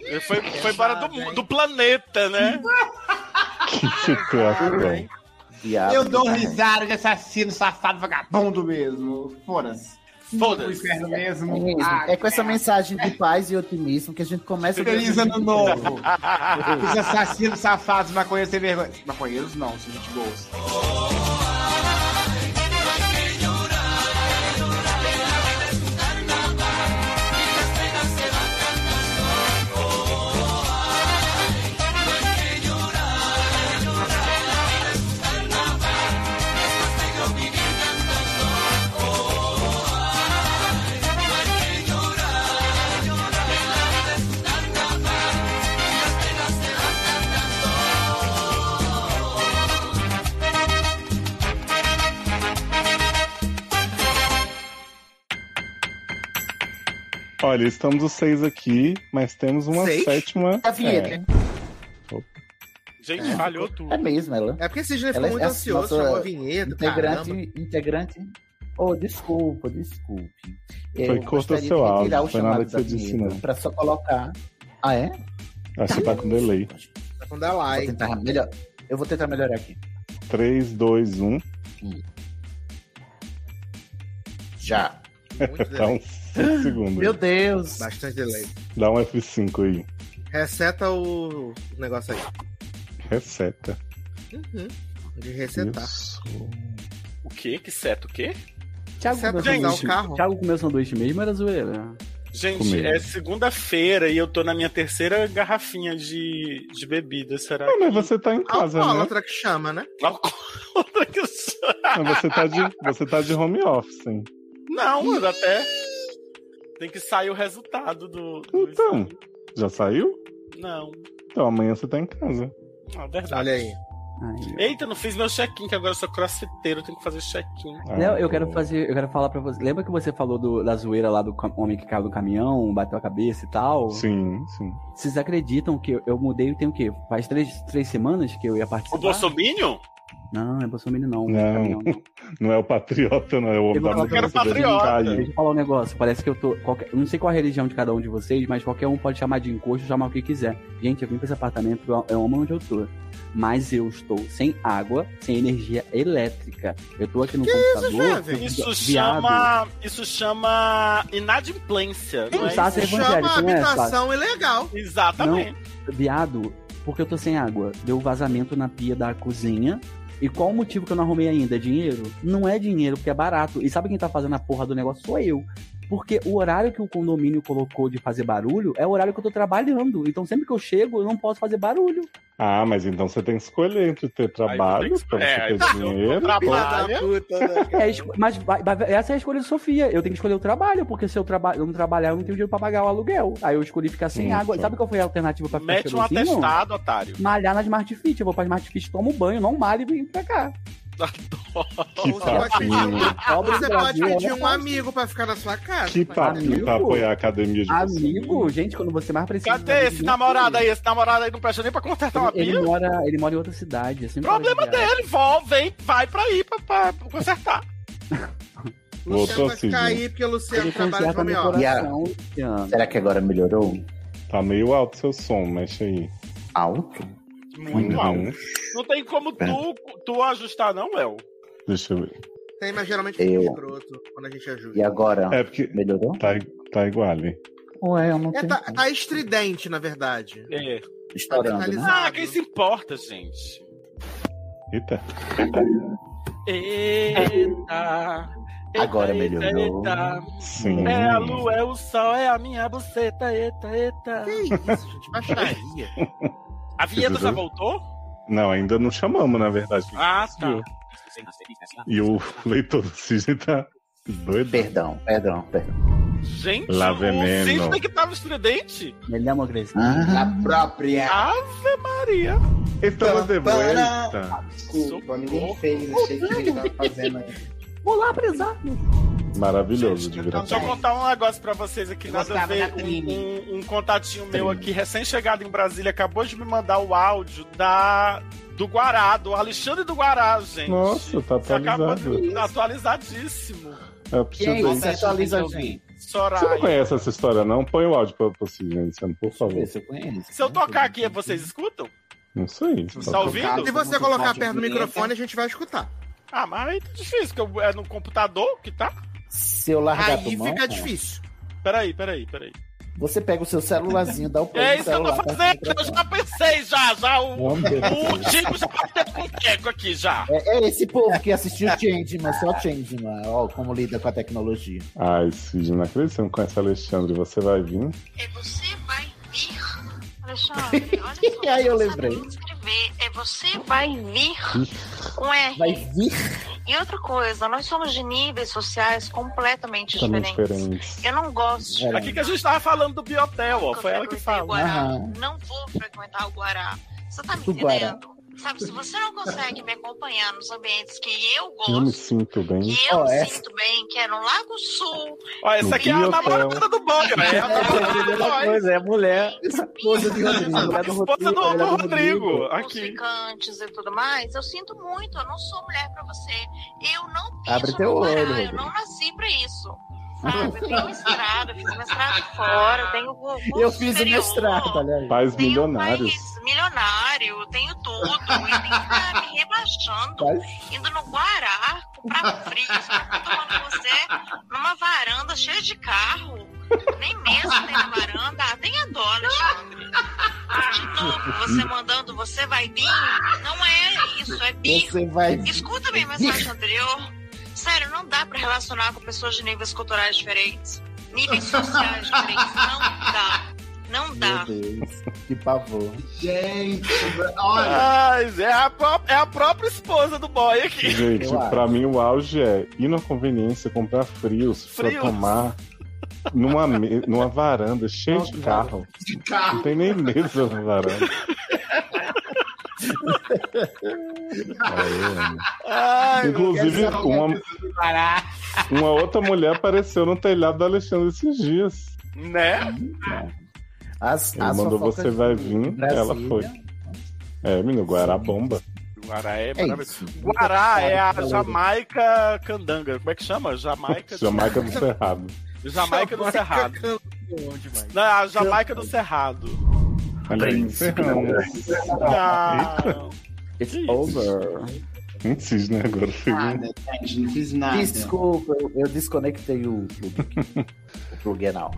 [SPEAKER 3] Ele foi, foi embora do, mu- do planeta, né?
[SPEAKER 1] Que
[SPEAKER 2] Tá
[SPEAKER 1] situação.
[SPEAKER 2] Diabo,
[SPEAKER 4] Eu dou risada de assassino, safado, vagabundo mesmo. Foda-se. O
[SPEAKER 3] Foda-se.
[SPEAKER 4] inferno
[SPEAKER 2] É,
[SPEAKER 4] mesmo.
[SPEAKER 2] mesmo.
[SPEAKER 4] Ah,
[SPEAKER 2] É com essa mensagem de paz e otimismo que a gente começa.
[SPEAKER 4] Feliz
[SPEAKER 2] *laughs*
[SPEAKER 4] ano novo. Os assassinos, safados, maconheiros sem vergonha. Maconheiros não, são gente boa.
[SPEAKER 2] É.
[SPEAKER 1] Olha, estamos os seis aqui, mas temos uma
[SPEAKER 10] Seis?
[SPEAKER 1] sétima.
[SPEAKER 10] É
[SPEAKER 4] Tá
[SPEAKER 1] É,
[SPEAKER 2] A
[SPEAKER 4] né?
[SPEAKER 2] vinheta.
[SPEAKER 3] Gente, falhou tudo.
[SPEAKER 2] É, mesmo, ela.
[SPEAKER 10] É porque esse dia
[SPEAKER 2] Ela
[SPEAKER 10] ficou muito
[SPEAKER 2] é a
[SPEAKER 10] ansioso,
[SPEAKER 2] nossa
[SPEAKER 10] chamou a vinheta,
[SPEAKER 2] Integrante.
[SPEAKER 10] caramba.
[SPEAKER 2] Integrante. Oh, desculpa, desculpe.
[SPEAKER 1] Foi curto o seu áudio, foi nada que você disse, não.
[SPEAKER 2] Pra só colocar. Ah, é?
[SPEAKER 1] Acho que tá com delay.
[SPEAKER 10] Tá com dar
[SPEAKER 2] Vou
[SPEAKER 10] like.
[SPEAKER 2] tentar melhor. Eu vou tentar melhorar aqui.
[SPEAKER 1] 3, 2, 1.
[SPEAKER 2] Já.
[SPEAKER 10] Muito
[SPEAKER 1] Dá
[SPEAKER 10] delay.
[SPEAKER 1] uns 5 segundos.
[SPEAKER 2] Meu Deus.
[SPEAKER 10] Bastante delay.
[SPEAKER 1] Dá um F5 aí.
[SPEAKER 10] Reseta o negócio aí.
[SPEAKER 1] Reseta.
[SPEAKER 10] De resetar.
[SPEAKER 1] Isso.
[SPEAKER 3] O quê? Que seta? O quê?
[SPEAKER 5] Thiago
[SPEAKER 10] Você
[SPEAKER 5] comeu
[SPEAKER 10] tem
[SPEAKER 5] sanduíche.
[SPEAKER 10] um carro?
[SPEAKER 5] Thiago comeu sanduíche mesmo, era zoeira.
[SPEAKER 3] Gente,
[SPEAKER 1] Comigo.
[SPEAKER 3] é segunda-feira e eu tô na minha terceira garrafinha de, de bebida. Será
[SPEAKER 1] Ah, mas
[SPEAKER 3] que.
[SPEAKER 1] você tá em casa, né?
[SPEAKER 10] Alcoólatra que chama, né?
[SPEAKER 3] Outra que eu sou.
[SPEAKER 1] Mas você tá de, você tá de home office, hein?
[SPEAKER 3] Não, mas até. Tem que sair o resultado do. do
[SPEAKER 1] Então.
[SPEAKER 3] exame.
[SPEAKER 1] Já saiu?
[SPEAKER 3] Não.
[SPEAKER 1] Então amanhã você tá em casa.
[SPEAKER 3] Não, é verdade.
[SPEAKER 10] Olha aí.
[SPEAKER 5] Ai,
[SPEAKER 3] Eita, não fiz meu check-in, que agora eu sou crossfiteiro, eu tenho que fazer check-in.
[SPEAKER 5] Léo,
[SPEAKER 1] Ah,
[SPEAKER 5] eu quero
[SPEAKER 1] pô.
[SPEAKER 5] fazer, eu quero falar pra você. Lembra que você falou do- da zoeira lá do ca- homem que caiu do caminhão, bateu a cabeça e tal?
[SPEAKER 1] Sim, sim.
[SPEAKER 5] Vocês acreditam que eu, eu mudei tem o quê? Faz três, três semanas que eu ia
[SPEAKER 3] O
[SPEAKER 5] participar?
[SPEAKER 3] Bolsominion?
[SPEAKER 5] Não, é Bolsonaro não.
[SPEAKER 1] Não.
[SPEAKER 5] é caminhão.
[SPEAKER 1] Não é o patriota, não é o homem
[SPEAKER 5] Eu
[SPEAKER 1] da
[SPEAKER 5] não quero
[SPEAKER 1] mudança, deve
[SPEAKER 3] patriota.
[SPEAKER 1] tá aí.
[SPEAKER 5] Deixa eu falar um negócio. Parece que eu tô. qualquer- eu não sei qual a religião de cada um de vocês, mas qualquer um pode chamar de encosto, chamar o que quiser. Gente, eu vim pra esse apartamento, eu- eu amo onde eu tô. Mas eu estou sem água, sem energia elétrica. Eu tô aqui no computador.
[SPEAKER 10] jovem?
[SPEAKER 3] Isso
[SPEAKER 5] viado.
[SPEAKER 3] chama. Isso chama inadimplência, não é?
[SPEAKER 5] Exato.
[SPEAKER 3] isso?
[SPEAKER 5] Você é evangélico,
[SPEAKER 10] Chama
[SPEAKER 5] não é,
[SPEAKER 10] habitação ilegal.
[SPEAKER 3] Exatamente.
[SPEAKER 5] Viado, porque eu tô sem água. Deu vazamento na pia da cozinha. E qual o motivo que eu não arrumei ainda? É Dinheiro? Não é dinheiro, porque é barato. E sabe quem tá fazendo a porra do negócio? Sou eu. Porque o horário que o condomínio colocou de fazer barulho é o horário que eu tô trabalhando. Então sempre que eu chego, eu não posso fazer barulho. *laughs*
[SPEAKER 1] Ah, mas então você tem que escolher entre ter trabalho
[SPEAKER 3] tem que-
[SPEAKER 1] pra você
[SPEAKER 3] é,
[SPEAKER 1] ter dinheiro.
[SPEAKER 3] Trabalha.
[SPEAKER 10] puta, né?
[SPEAKER 5] É, a esco- mas vai- vai- essa é a escolha de Sofia. Eu tenho que escolher o trabalho, porque se eu, traba eu não trabalhar, eu não tenho dinheiro pra pagar o aluguel. Aí eu escolhi ficar sem
[SPEAKER 1] Hum,
[SPEAKER 5] água.
[SPEAKER 1] tá.
[SPEAKER 5] Sabe qual foi a alternativa pra ficar
[SPEAKER 3] Mete um
[SPEAKER 5] cheirosinho?
[SPEAKER 3] atestado, otário.
[SPEAKER 5] Malhar na Smart Fit. Eu vou pra Smart Fit, tomo banho, não malho e vim pra cá.
[SPEAKER 3] então,
[SPEAKER 1] Que tá papinho.
[SPEAKER 10] Você pode
[SPEAKER 5] Ah, Brasil,
[SPEAKER 10] pedir
[SPEAKER 5] olha
[SPEAKER 10] um
[SPEAKER 5] só.
[SPEAKER 10] amigo pra ficar na sua casa.
[SPEAKER 1] Que
[SPEAKER 3] então,
[SPEAKER 1] papinho pra apoiar a academia de
[SPEAKER 5] Amigo, gente, quando você mais precisa.
[SPEAKER 3] Cadê esse namorado aí? Esse namorado aí não presta nem pra consertar uma
[SPEAKER 5] Ele
[SPEAKER 3] pia.
[SPEAKER 5] mora, ele mora em outra cidade. é sempre
[SPEAKER 3] Problema
[SPEAKER 5] hora de viagem.
[SPEAKER 3] dele, vol, vem, vai pra aí pra, pra- pra consertar.
[SPEAKER 1] Voltou,
[SPEAKER 10] vai ficar aí
[SPEAKER 1] Cid.
[SPEAKER 10] porque o Luciano
[SPEAKER 5] Ele
[SPEAKER 10] trabalha de
[SPEAKER 5] conserta
[SPEAKER 10] home
[SPEAKER 5] meu
[SPEAKER 10] office.
[SPEAKER 5] coração, Luciano.
[SPEAKER 2] Será que agora melhorou?
[SPEAKER 1] Tá meio alto seu som, mexe aí.
[SPEAKER 2] Alto?
[SPEAKER 3] Muito
[SPEAKER 1] Uhum.
[SPEAKER 3] alto. Não tem como tu, tu ajustar, não, Léo.
[SPEAKER 1] Deixa eu ver.
[SPEAKER 10] Tem, mas geralmente fica
[SPEAKER 5] É.
[SPEAKER 1] Eu.
[SPEAKER 10] escroto quando a gente ajuda.
[SPEAKER 2] agora?
[SPEAKER 1] É porque
[SPEAKER 2] melhorou?
[SPEAKER 1] Tá, tá igual ali.
[SPEAKER 2] Ué, eu não
[SPEAKER 10] É, tá, tá estridente, na verdade.
[SPEAKER 3] É.
[SPEAKER 1] Estourando, né?
[SPEAKER 3] Ah, quem se importa, gente?
[SPEAKER 1] Eita.
[SPEAKER 3] Eita.
[SPEAKER 2] Agora
[SPEAKER 3] eita,
[SPEAKER 2] melhorou.
[SPEAKER 3] Eita.
[SPEAKER 1] Sim.
[SPEAKER 3] É a lua, é o sol, é a minha buceta, eita, eita. Que
[SPEAKER 10] isso,
[SPEAKER 5] *laughs*
[SPEAKER 10] gente? Baixaria.
[SPEAKER 3] A vinheta já
[SPEAKER 1] Vocês-
[SPEAKER 3] voltou?
[SPEAKER 1] Não, ainda não chamamos, na verdade.
[SPEAKER 3] Ah, tá.
[SPEAKER 1] E o leitor do Cisne tá doido.
[SPEAKER 2] Perdão, perdão, perdão.
[SPEAKER 3] Gente,
[SPEAKER 1] Lá
[SPEAKER 3] o
[SPEAKER 1] veneno.
[SPEAKER 3] Cisne que tava estridente.
[SPEAKER 5] Ele é uma crescente.
[SPEAKER 2] Ah, tá.
[SPEAKER 4] A própria.
[SPEAKER 3] Ah, Ave Maria.
[SPEAKER 1] Estamos de
[SPEAKER 4] Para.
[SPEAKER 1] volta.
[SPEAKER 4] Desculpa, ninguém fez. Achei que a gente tava fazendo aqui.
[SPEAKER 5] Vou lá prezar.
[SPEAKER 1] Maravilhoso de virar.
[SPEAKER 3] Deixa eu contar um negócio pra vocês aqui, nada a
[SPEAKER 4] gostava
[SPEAKER 3] ver.
[SPEAKER 4] da
[SPEAKER 3] Um,
[SPEAKER 4] Trini.
[SPEAKER 3] um- um contatinho meu aqui, recém-chegado em Brasília, acabou de me mandar o áudio da do Guará, do Alexandre do Guará, gente.
[SPEAKER 1] Nossa, tá
[SPEAKER 3] Você acabou de-
[SPEAKER 1] atualizado.
[SPEAKER 3] atualizadíssimo.
[SPEAKER 1] Eu preciso
[SPEAKER 3] Quem é esse?
[SPEAKER 1] ver.
[SPEAKER 3] Atualiza a gente. Soraya.
[SPEAKER 1] Você não conhece essa história, não? Põe o áudio pra, pra Cisne, Luciano, por favor.
[SPEAKER 3] Se eu tocar aqui, vocês escutam?
[SPEAKER 1] Não sei.
[SPEAKER 3] Tá
[SPEAKER 1] bom.
[SPEAKER 3] ouvindo?
[SPEAKER 10] Se você colocar perto do microfone, a gente vai escutar.
[SPEAKER 3] Ah, mas aí tá difícil, que eu- é no computador que tá?
[SPEAKER 2] Se eu largar
[SPEAKER 10] Aí
[SPEAKER 2] do mão,
[SPEAKER 10] fica difícil.
[SPEAKER 3] Peraí, peraí, peraí.
[SPEAKER 2] você pega o seu celularzinho, dá o play
[SPEAKER 3] *laughs* É
[SPEAKER 2] no
[SPEAKER 3] isso que eu tô
[SPEAKER 1] tá
[SPEAKER 2] celular. um
[SPEAKER 3] fazendo, eu já pensei, já, já. O,
[SPEAKER 2] Homem de
[SPEAKER 3] o Digo já bateu com o Teco aqui, já.
[SPEAKER 2] É, é esse povo que assistiu Changeman, só Changeman, ó, como lida com a tecnologia.
[SPEAKER 1] Ai, Cisne, não acredito que você não conhece o Alexandre. Você vai vir?
[SPEAKER 13] É você vai vir. Alexandre, olha só.
[SPEAKER 2] E aí eu
[SPEAKER 13] você
[SPEAKER 2] lembrei.
[SPEAKER 13] sabe Escrever. É você vai vir com R.
[SPEAKER 2] Vai vir?
[SPEAKER 13] E outra coisa, nós somos de níveis sociais completamente
[SPEAKER 1] Também
[SPEAKER 13] diferentes.
[SPEAKER 1] diferente.
[SPEAKER 13] Eu não gosto.
[SPEAKER 3] É Aqui que a gente tava falando do Biotel, ó. Foi ela que falou.
[SPEAKER 1] Aham.
[SPEAKER 13] Não vou frequentar o Guará. Você tá me
[SPEAKER 1] Do Guará.
[SPEAKER 13] entendendo? Sabe, se você não consegue me acompanhar nos ambientes que eu
[SPEAKER 1] Eu me
[SPEAKER 13] gosto,
[SPEAKER 1] sinto bem.
[SPEAKER 13] que eu sinto bem, que é no Lago Sul,
[SPEAKER 3] Ó, essa
[SPEAKER 1] No
[SPEAKER 3] aqui é a
[SPEAKER 1] Biotel.
[SPEAKER 3] namorada do Boga, né? É a namorada do
[SPEAKER 5] Pois é, mulher.
[SPEAKER 13] Esposa
[SPEAKER 5] de Rodrigo. Mulher do
[SPEAKER 3] Esposa é do-
[SPEAKER 5] Rodrigo. mulher
[SPEAKER 3] do Rodrigo.
[SPEAKER 13] os
[SPEAKER 3] Aqui.
[SPEAKER 13] ficantes e tudo mais, eu sinto muito, eu não sou mulher pra você. Eu não piso
[SPEAKER 2] Abre teu
[SPEAKER 13] no Guará,
[SPEAKER 2] olho,
[SPEAKER 13] eu
[SPEAKER 2] Rodrigo.
[SPEAKER 13] não nasci pra isso. Sabe? Eu tenho mestrado, eu fiz mestrado fora, eu tenho um concurso
[SPEAKER 2] *laughs* Eu fiz o
[SPEAKER 13] superior,
[SPEAKER 2] mestrado, olha aí.
[SPEAKER 1] Pais milionários.
[SPEAKER 13] um milionário, tenho tudo, e tem que ficar me rebaixando, indo no Guará, comprar um frio, tá tomando você numa varanda cheia de carro. Nem mesa tem na varanda, ah, tem a dó, Alexandre. De novo, você mandando, você vai vir. Não é isso, é bi.
[SPEAKER 2] Você vai vir.
[SPEAKER 13] Escuta minha mensagem anterior. Sério, não dá pra relacionar com pessoas de níveis culturais diferentes, níveis sociais diferentes. Não dá. Não dá.
[SPEAKER 2] Meu Deus, que pavor.
[SPEAKER 4] Gente,
[SPEAKER 3] Ai, é a, pró- é a própria esposa do boy aqui.
[SPEAKER 1] Gente,
[SPEAKER 3] Eu acho.
[SPEAKER 1] pra mim o auge é ir na conveniência, comprar frios, pra
[SPEAKER 3] Frios.
[SPEAKER 1] tomar numa, me- numa varanda cheia de carro. Não tem nem mesa na varanda.
[SPEAKER 3] *laughs*
[SPEAKER 1] Aí, mano. *laughs* Inclusive, uma, *laughs* uma outra mulher apareceu no telhado do Alexandre esses dias.
[SPEAKER 3] Né?
[SPEAKER 2] As,
[SPEAKER 1] Ele
[SPEAKER 2] as
[SPEAKER 1] mandou
[SPEAKER 2] fofocas
[SPEAKER 1] você vai
[SPEAKER 2] de
[SPEAKER 1] vir,
[SPEAKER 2] Brasília.
[SPEAKER 1] ela foi. É, menino, Guará bomba.
[SPEAKER 3] Guará é
[SPEAKER 1] maravilhoso.
[SPEAKER 3] Guará é a
[SPEAKER 1] Falou.
[SPEAKER 3] Jamaica Candanga. Como é que chama? Jamaica.
[SPEAKER 1] Jamaica do Cerrado.
[SPEAKER 3] Jamaica do Cerrado. Não, a Jamaica do Cerrado.
[SPEAKER 1] Olha aí, ferramos.
[SPEAKER 3] Não.
[SPEAKER 5] It's over.
[SPEAKER 1] Um cisne agora,
[SPEAKER 4] Ah,
[SPEAKER 1] segundo.
[SPEAKER 4] né, gente, não fiz nada.
[SPEAKER 2] Desculpa, eu, eu desconectei o plug. aqui. o plug é não.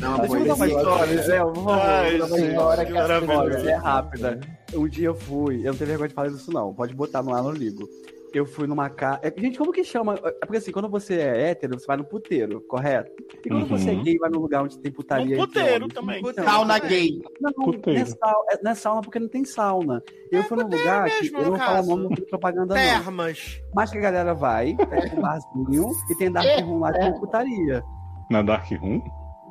[SPEAKER 4] Não,
[SPEAKER 2] Mas
[SPEAKER 4] foi
[SPEAKER 2] vamos dar mais
[SPEAKER 4] isso.
[SPEAKER 2] histórias, é,
[SPEAKER 5] vamos
[SPEAKER 2] história que as
[SPEAKER 5] Olha,
[SPEAKER 2] pessoas-
[SPEAKER 5] é rápida. Um dia eu fui, eu não tenho vergonha de falar disso, não. Pode botar no ar, não ligo. Eu fui numa casa. Gente, como que chama? É porque assim, quando você é hétero, você vai no puteiro, correto? E quando
[SPEAKER 1] Uhum.
[SPEAKER 5] você é gay, vai num lugar onde tem putaria. entre homens. Então,
[SPEAKER 4] Sauna gay.
[SPEAKER 5] Não,
[SPEAKER 1] Puteiro.
[SPEAKER 5] não é, sau- é- não é sauna porque não tem sauna. Eu fui num lugar
[SPEAKER 10] É mesmo,
[SPEAKER 5] que eu
[SPEAKER 10] no
[SPEAKER 5] não falo
[SPEAKER 10] caso.
[SPEAKER 5] o nome de propaganda, não.
[SPEAKER 10] Termas.
[SPEAKER 5] Mas que a galera vai, pega um
[SPEAKER 10] É.
[SPEAKER 5] barzinho e tem dark room lá de putaria.
[SPEAKER 1] Na Dark Room?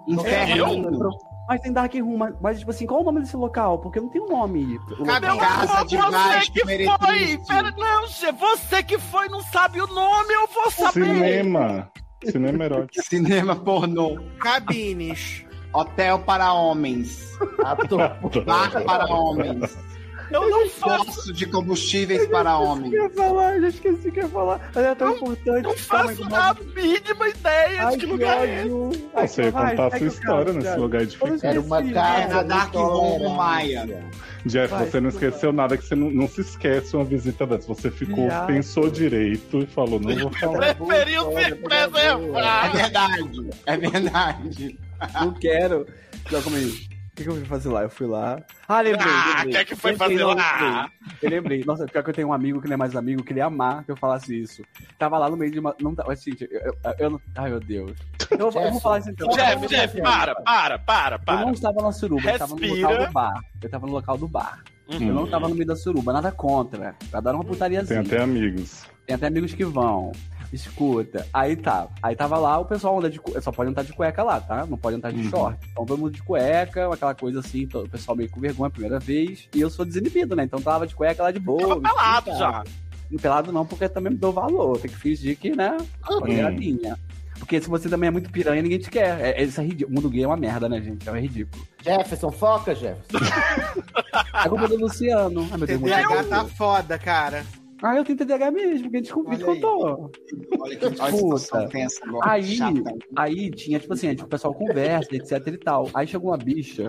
[SPEAKER 5] Inferno.
[SPEAKER 1] Eu?
[SPEAKER 5] Mas tem Dark Room, mas, mas, tipo assim, qual o nome desse local? Porque não tem um nome. O
[SPEAKER 4] Cadê
[SPEAKER 5] local.
[SPEAKER 4] o Casa de Vasco
[SPEAKER 3] que foi!
[SPEAKER 4] Meretriz?
[SPEAKER 3] Pera, não, Gê, você que foi não sabe o nome, eu vou saber!
[SPEAKER 1] Cinema. Cinema erótico.
[SPEAKER 4] Cinema pornô.
[SPEAKER 10] Cabines.
[SPEAKER 4] Hotel para homens. Bar para homens.
[SPEAKER 3] Eu não
[SPEAKER 4] Poço de combustíveis para homens.
[SPEAKER 5] Eu ia falar, eu já esqueci o que eu ia falar. Mas era tão importante. Não
[SPEAKER 3] faço a mínima ideia
[SPEAKER 5] de que
[SPEAKER 3] lugar
[SPEAKER 5] é esse.
[SPEAKER 1] Você ia contar a sua história nesse lugar de ficar.
[SPEAKER 4] Era uma
[SPEAKER 5] É,
[SPEAKER 4] casa
[SPEAKER 5] na né?
[SPEAKER 4] Dark Room Maia.
[SPEAKER 1] Jeff,
[SPEAKER 4] Vai,
[SPEAKER 1] você não esqueceu nada, que você não, não se esquece de uma visita dessa. Você ficou,
[SPEAKER 4] Já.
[SPEAKER 1] pensou direito e falou, não vou falar.
[SPEAKER 3] Preferiu ser
[SPEAKER 4] É
[SPEAKER 3] preservado!
[SPEAKER 4] verdade, é verdade.
[SPEAKER 5] Não quero. Não, como é isso? O que, que eu fui fazer lá? Eu fui lá. Ah, lembrei.
[SPEAKER 3] Ah,
[SPEAKER 5] lembrei.
[SPEAKER 3] que é que foi
[SPEAKER 5] Lembrei,
[SPEAKER 3] fazer
[SPEAKER 5] não,
[SPEAKER 3] lá?
[SPEAKER 5] lembrei. Eu lembrei. Nossa, pior que eu tenho um amigo que não é mais amigo, que ele ia amar que eu falasse isso. Tava lá no meio de uma. Não, tá- mas, gente, eu, eu, eu não. Ai, meu Deus. Eu, vou- eu vou falar isso então.
[SPEAKER 3] Jeff, Jeff, para, para, para,
[SPEAKER 5] Eu não
[SPEAKER 3] para.
[SPEAKER 5] estava na suruba, eu estava no local
[SPEAKER 3] Respira.
[SPEAKER 5] do bar. Eu estava no local do bar.
[SPEAKER 1] Uhum.
[SPEAKER 5] Eu não estava no meio da suruba, nada contra. Pra dar uma
[SPEAKER 1] Tem
[SPEAKER 5] putariazinha.
[SPEAKER 1] até amigos.
[SPEAKER 5] Tem até amigos que vão. Escuta, aí tá. Aí tava lá, o pessoal anda de cu... só pode andar de cueca lá, tá? Não pode andar de
[SPEAKER 1] Uhum.
[SPEAKER 5] short. Então todo mundo de cueca, aquela coisa assim, to- o pessoal meio com vergonha a primeira vez. E eu sou desinibido, né? Então tava de cueca lá de boa.
[SPEAKER 3] Tava
[SPEAKER 5] não
[SPEAKER 3] pelado
[SPEAKER 5] tinha
[SPEAKER 3] Tá já.
[SPEAKER 5] nada. Não Pelado não, porque também me dou valor. Tem que fingir que, né?
[SPEAKER 10] Uhum.
[SPEAKER 5] Maneiradinha. Porque se você também é muito piranha, ninguém te quer. É, é- isso é ridículo. O mundo gay é uma merda, né, gente? É ridículo.
[SPEAKER 12] Jefferson, foca, Jefferson.
[SPEAKER 1] *laughs*
[SPEAKER 10] Ah,
[SPEAKER 5] É
[SPEAKER 10] tá.
[SPEAKER 5] culpa do Luciano. Ai, meu Deus,
[SPEAKER 10] TDAH
[SPEAKER 5] muito-
[SPEAKER 10] tá foda, cara.
[SPEAKER 5] Ah, eu tenho TDAH mesmo, quem descobriu
[SPEAKER 10] Olha aí.
[SPEAKER 5] contou.
[SPEAKER 4] Olha que olha que situação
[SPEAKER 5] Puta.
[SPEAKER 4] tensa agora.
[SPEAKER 5] Aí,
[SPEAKER 4] chata.
[SPEAKER 5] aí tinha, tipo assim, tipo, o pessoal conversa, etc e tal. Aí chegou uma bicha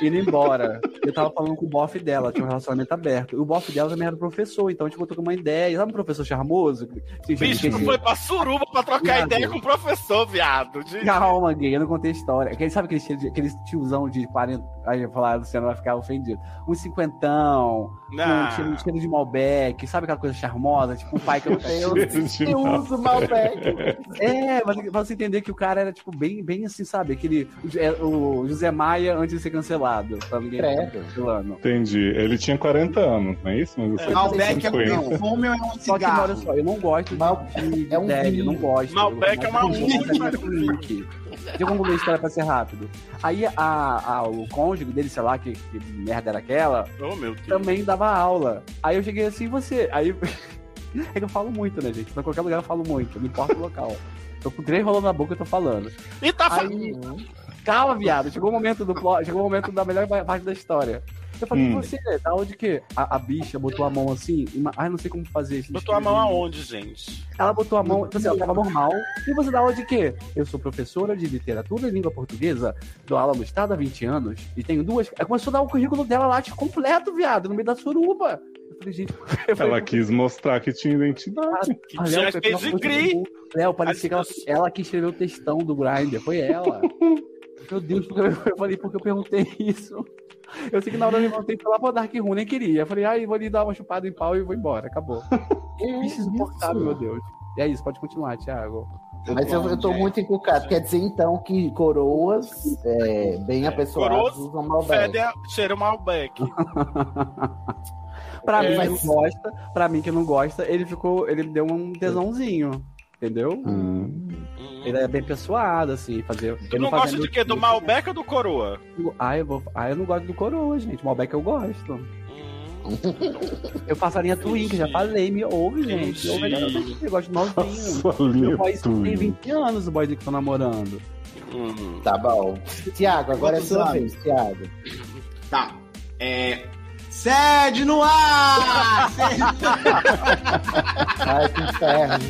[SPEAKER 5] indo embora. Eu tava falando com o bofe dela, tinha um relacionamento aberto. E o bofe dela também era professor, então a gente botou com uma ideia. Sabe um professor charmoso? Assim,
[SPEAKER 3] Bicho,
[SPEAKER 5] gente,
[SPEAKER 3] tu foi pra suruba pra trocar
[SPEAKER 5] Viado.
[SPEAKER 3] ideia com o professor, viado. De...
[SPEAKER 5] Calma, gay, eu não contei a história. Aquele, sabe aquele, cheiro de- aquele tiozão de 40. Aí eu ia falar, a Luciana vai ficar ofendido. Um cinquentão,
[SPEAKER 3] Não.
[SPEAKER 5] um cheiro, um cheiro de Malbec, sabe aquela coisa charmosa? Tipo um pai que
[SPEAKER 3] *laughs*
[SPEAKER 5] eu não tenho.
[SPEAKER 12] Eu uso Malbec.
[SPEAKER 5] É, mas pra você entender que o cara era, tipo, bem, bem assim, sabe? Aquele. é, o José Maia antes de ser cancelado. Pra ninguém
[SPEAKER 12] Credo.
[SPEAKER 5] cancelando.
[SPEAKER 1] Entendi. Ele tinha 40 anos, não é isso? Mas você
[SPEAKER 4] Malbec é
[SPEAKER 1] tem
[SPEAKER 4] um
[SPEAKER 1] 50.
[SPEAKER 4] perfume ou é um
[SPEAKER 5] Só que, não,
[SPEAKER 4] cigarro?
[SPEAKER 5] olha só, eu não gosto de, de
[SPEAKER 12] é um
[SPEAKER 5] ideia, eu
[SPEAKER 12] vinho.
[SPEAKER 5] não gosto.
[SPEAKER 3] Malbec
[SPEAKER 5] Eu
[SPEAKER 3] é uma
[SPEAKER 5] gosto de link. Deixa eu concluir a história pra ser rápido. Aí a, a- o cônjuge dele, sei lá, que, que merda era aquela,
[SPEAKER 3] Oh, meu Deus.
[SPEAKER 5] também dava aula. Aí eu cheguei assim, você. Aí. *laughs* É que eu falo muito, né, gente? Pra qualquer lugar eu falo muito, não importa o local. Tô com três rolando na boca e tô falando.
[SPEAKER 3] E tá falando.
[SPEAKER 5] Aí, calma, viado. Chegou o momento do plot, chegou o momento da melhor parte da história. Eu falei,
[SPEAKER 1] Hum.
[SPEAKER 5] você, da onde que? A, a bicha botou a mão assim, e ma- ai, não sei como fazer isso.
[SPEAKER 3] Botou a mão aonde, gente?
[SPEAKER 5] Ela botou a mão, tipo assim, ela tava normal. E você da onde que? Eu sou professora de literatura e língua portuguesa, dou aula no estado há 20 anos, e tenho duas. Ela começou a dar o currículo dela lá, tipo, completo, viado, no meio da suruba. Eu falei, gente, *laughs* eu falei,
[SPEAKER 1] Ela quis mostrar que tinha identidade.
[SPEAKER 5] ah,
[SPEAKER 3] tinha
[SPEAKER 5] Léo, foi a pior coisa do
[SPEAKER 3] pedigree.
[SPEAKER 5] mundo. Léo, É, parecia que ela, ela que escreveu o textão do Grindr, foi
[SPEAKER 3] *laughs*
[SPEAKER 5] ela. Meu Deus, porque eu, eu falei, porque eu perguntei isso. Eu sei que na hora eu levantei e falei, pô, Dark Room, nem queria. Eu falei, ai, vou lhe dar uma chupada em pau e vou embora,
[SPEAKER 3] *laughs*
[SPEAKER 5] acabou. Bicho insuportável, meu Deus. E é isso, pode continuar, Thiago.
[SPEAKER 12] Mas eu, eu tô muito encucado. Quer dizer, então, que coroas é, bem apessoadas
[SPEAKER 3] Coroas
[SPEAKER 12] usam Malbec.
[SPEAKER 3] Fede, cheira o Malbec.
[SPEAKER 5] Uhum. Pra
[SPEAKER 3] É,
[SPEAKER 5] mim que
[SPEAKER 12] mas-
[SPEAKER 5] não gosta, pra mim que não gosta, ele ficou, ele me deu um tesãozinho, entendeu?
[SPEAKER 1] Hum.
[SPEAKER 5] Ele é bem pessoado, assim, fazer...
[SPEAKER 3] Uhum. Tu
[SPEAKER 5] ele
[SPEAKER 3] não
[SPEAKER 5] fazia
[SPEAKER 3] gosta de
[SPEAKER 5] meu
[SPEAKER 3] quê? Do
[SPEAKER 5] tipo.
[SPEAKER 3] Malbec ou do Coroa?
[SPEAKER 5] Ah, eu, vou... ah, eu não gosto do coroa, gente. Malbec eu gosto.
[SPEAKER 3] Uhum.
[SPEAKER 5] Eu passaria Twin, que já falei, me ouve, gente. Eu,
[SPEAKER 3] Entendi.
[SPEAKER 5] eu gosto de novinho.
[SPEAKER 1] Sua linha
[SPEAKER 5] Meu boy tem
[SPEAKER 1] tudo.
[SPEAKER 5] 20 anos, o boy que tô namorando. Uhum.
[SPEAKER 3] Hum.
[SPEAKER 12] Tá bom. Tiago, agora é sua
[SPEAKER 4] Quantos
[SPEAKER 12] vez, Tiago.
[SPEAKER 4] Tá. É. Sede no ar! Sede-
[SPEAKER 3] Uhum. *laughs*
[SPEAKER 12] Ai, que inferno.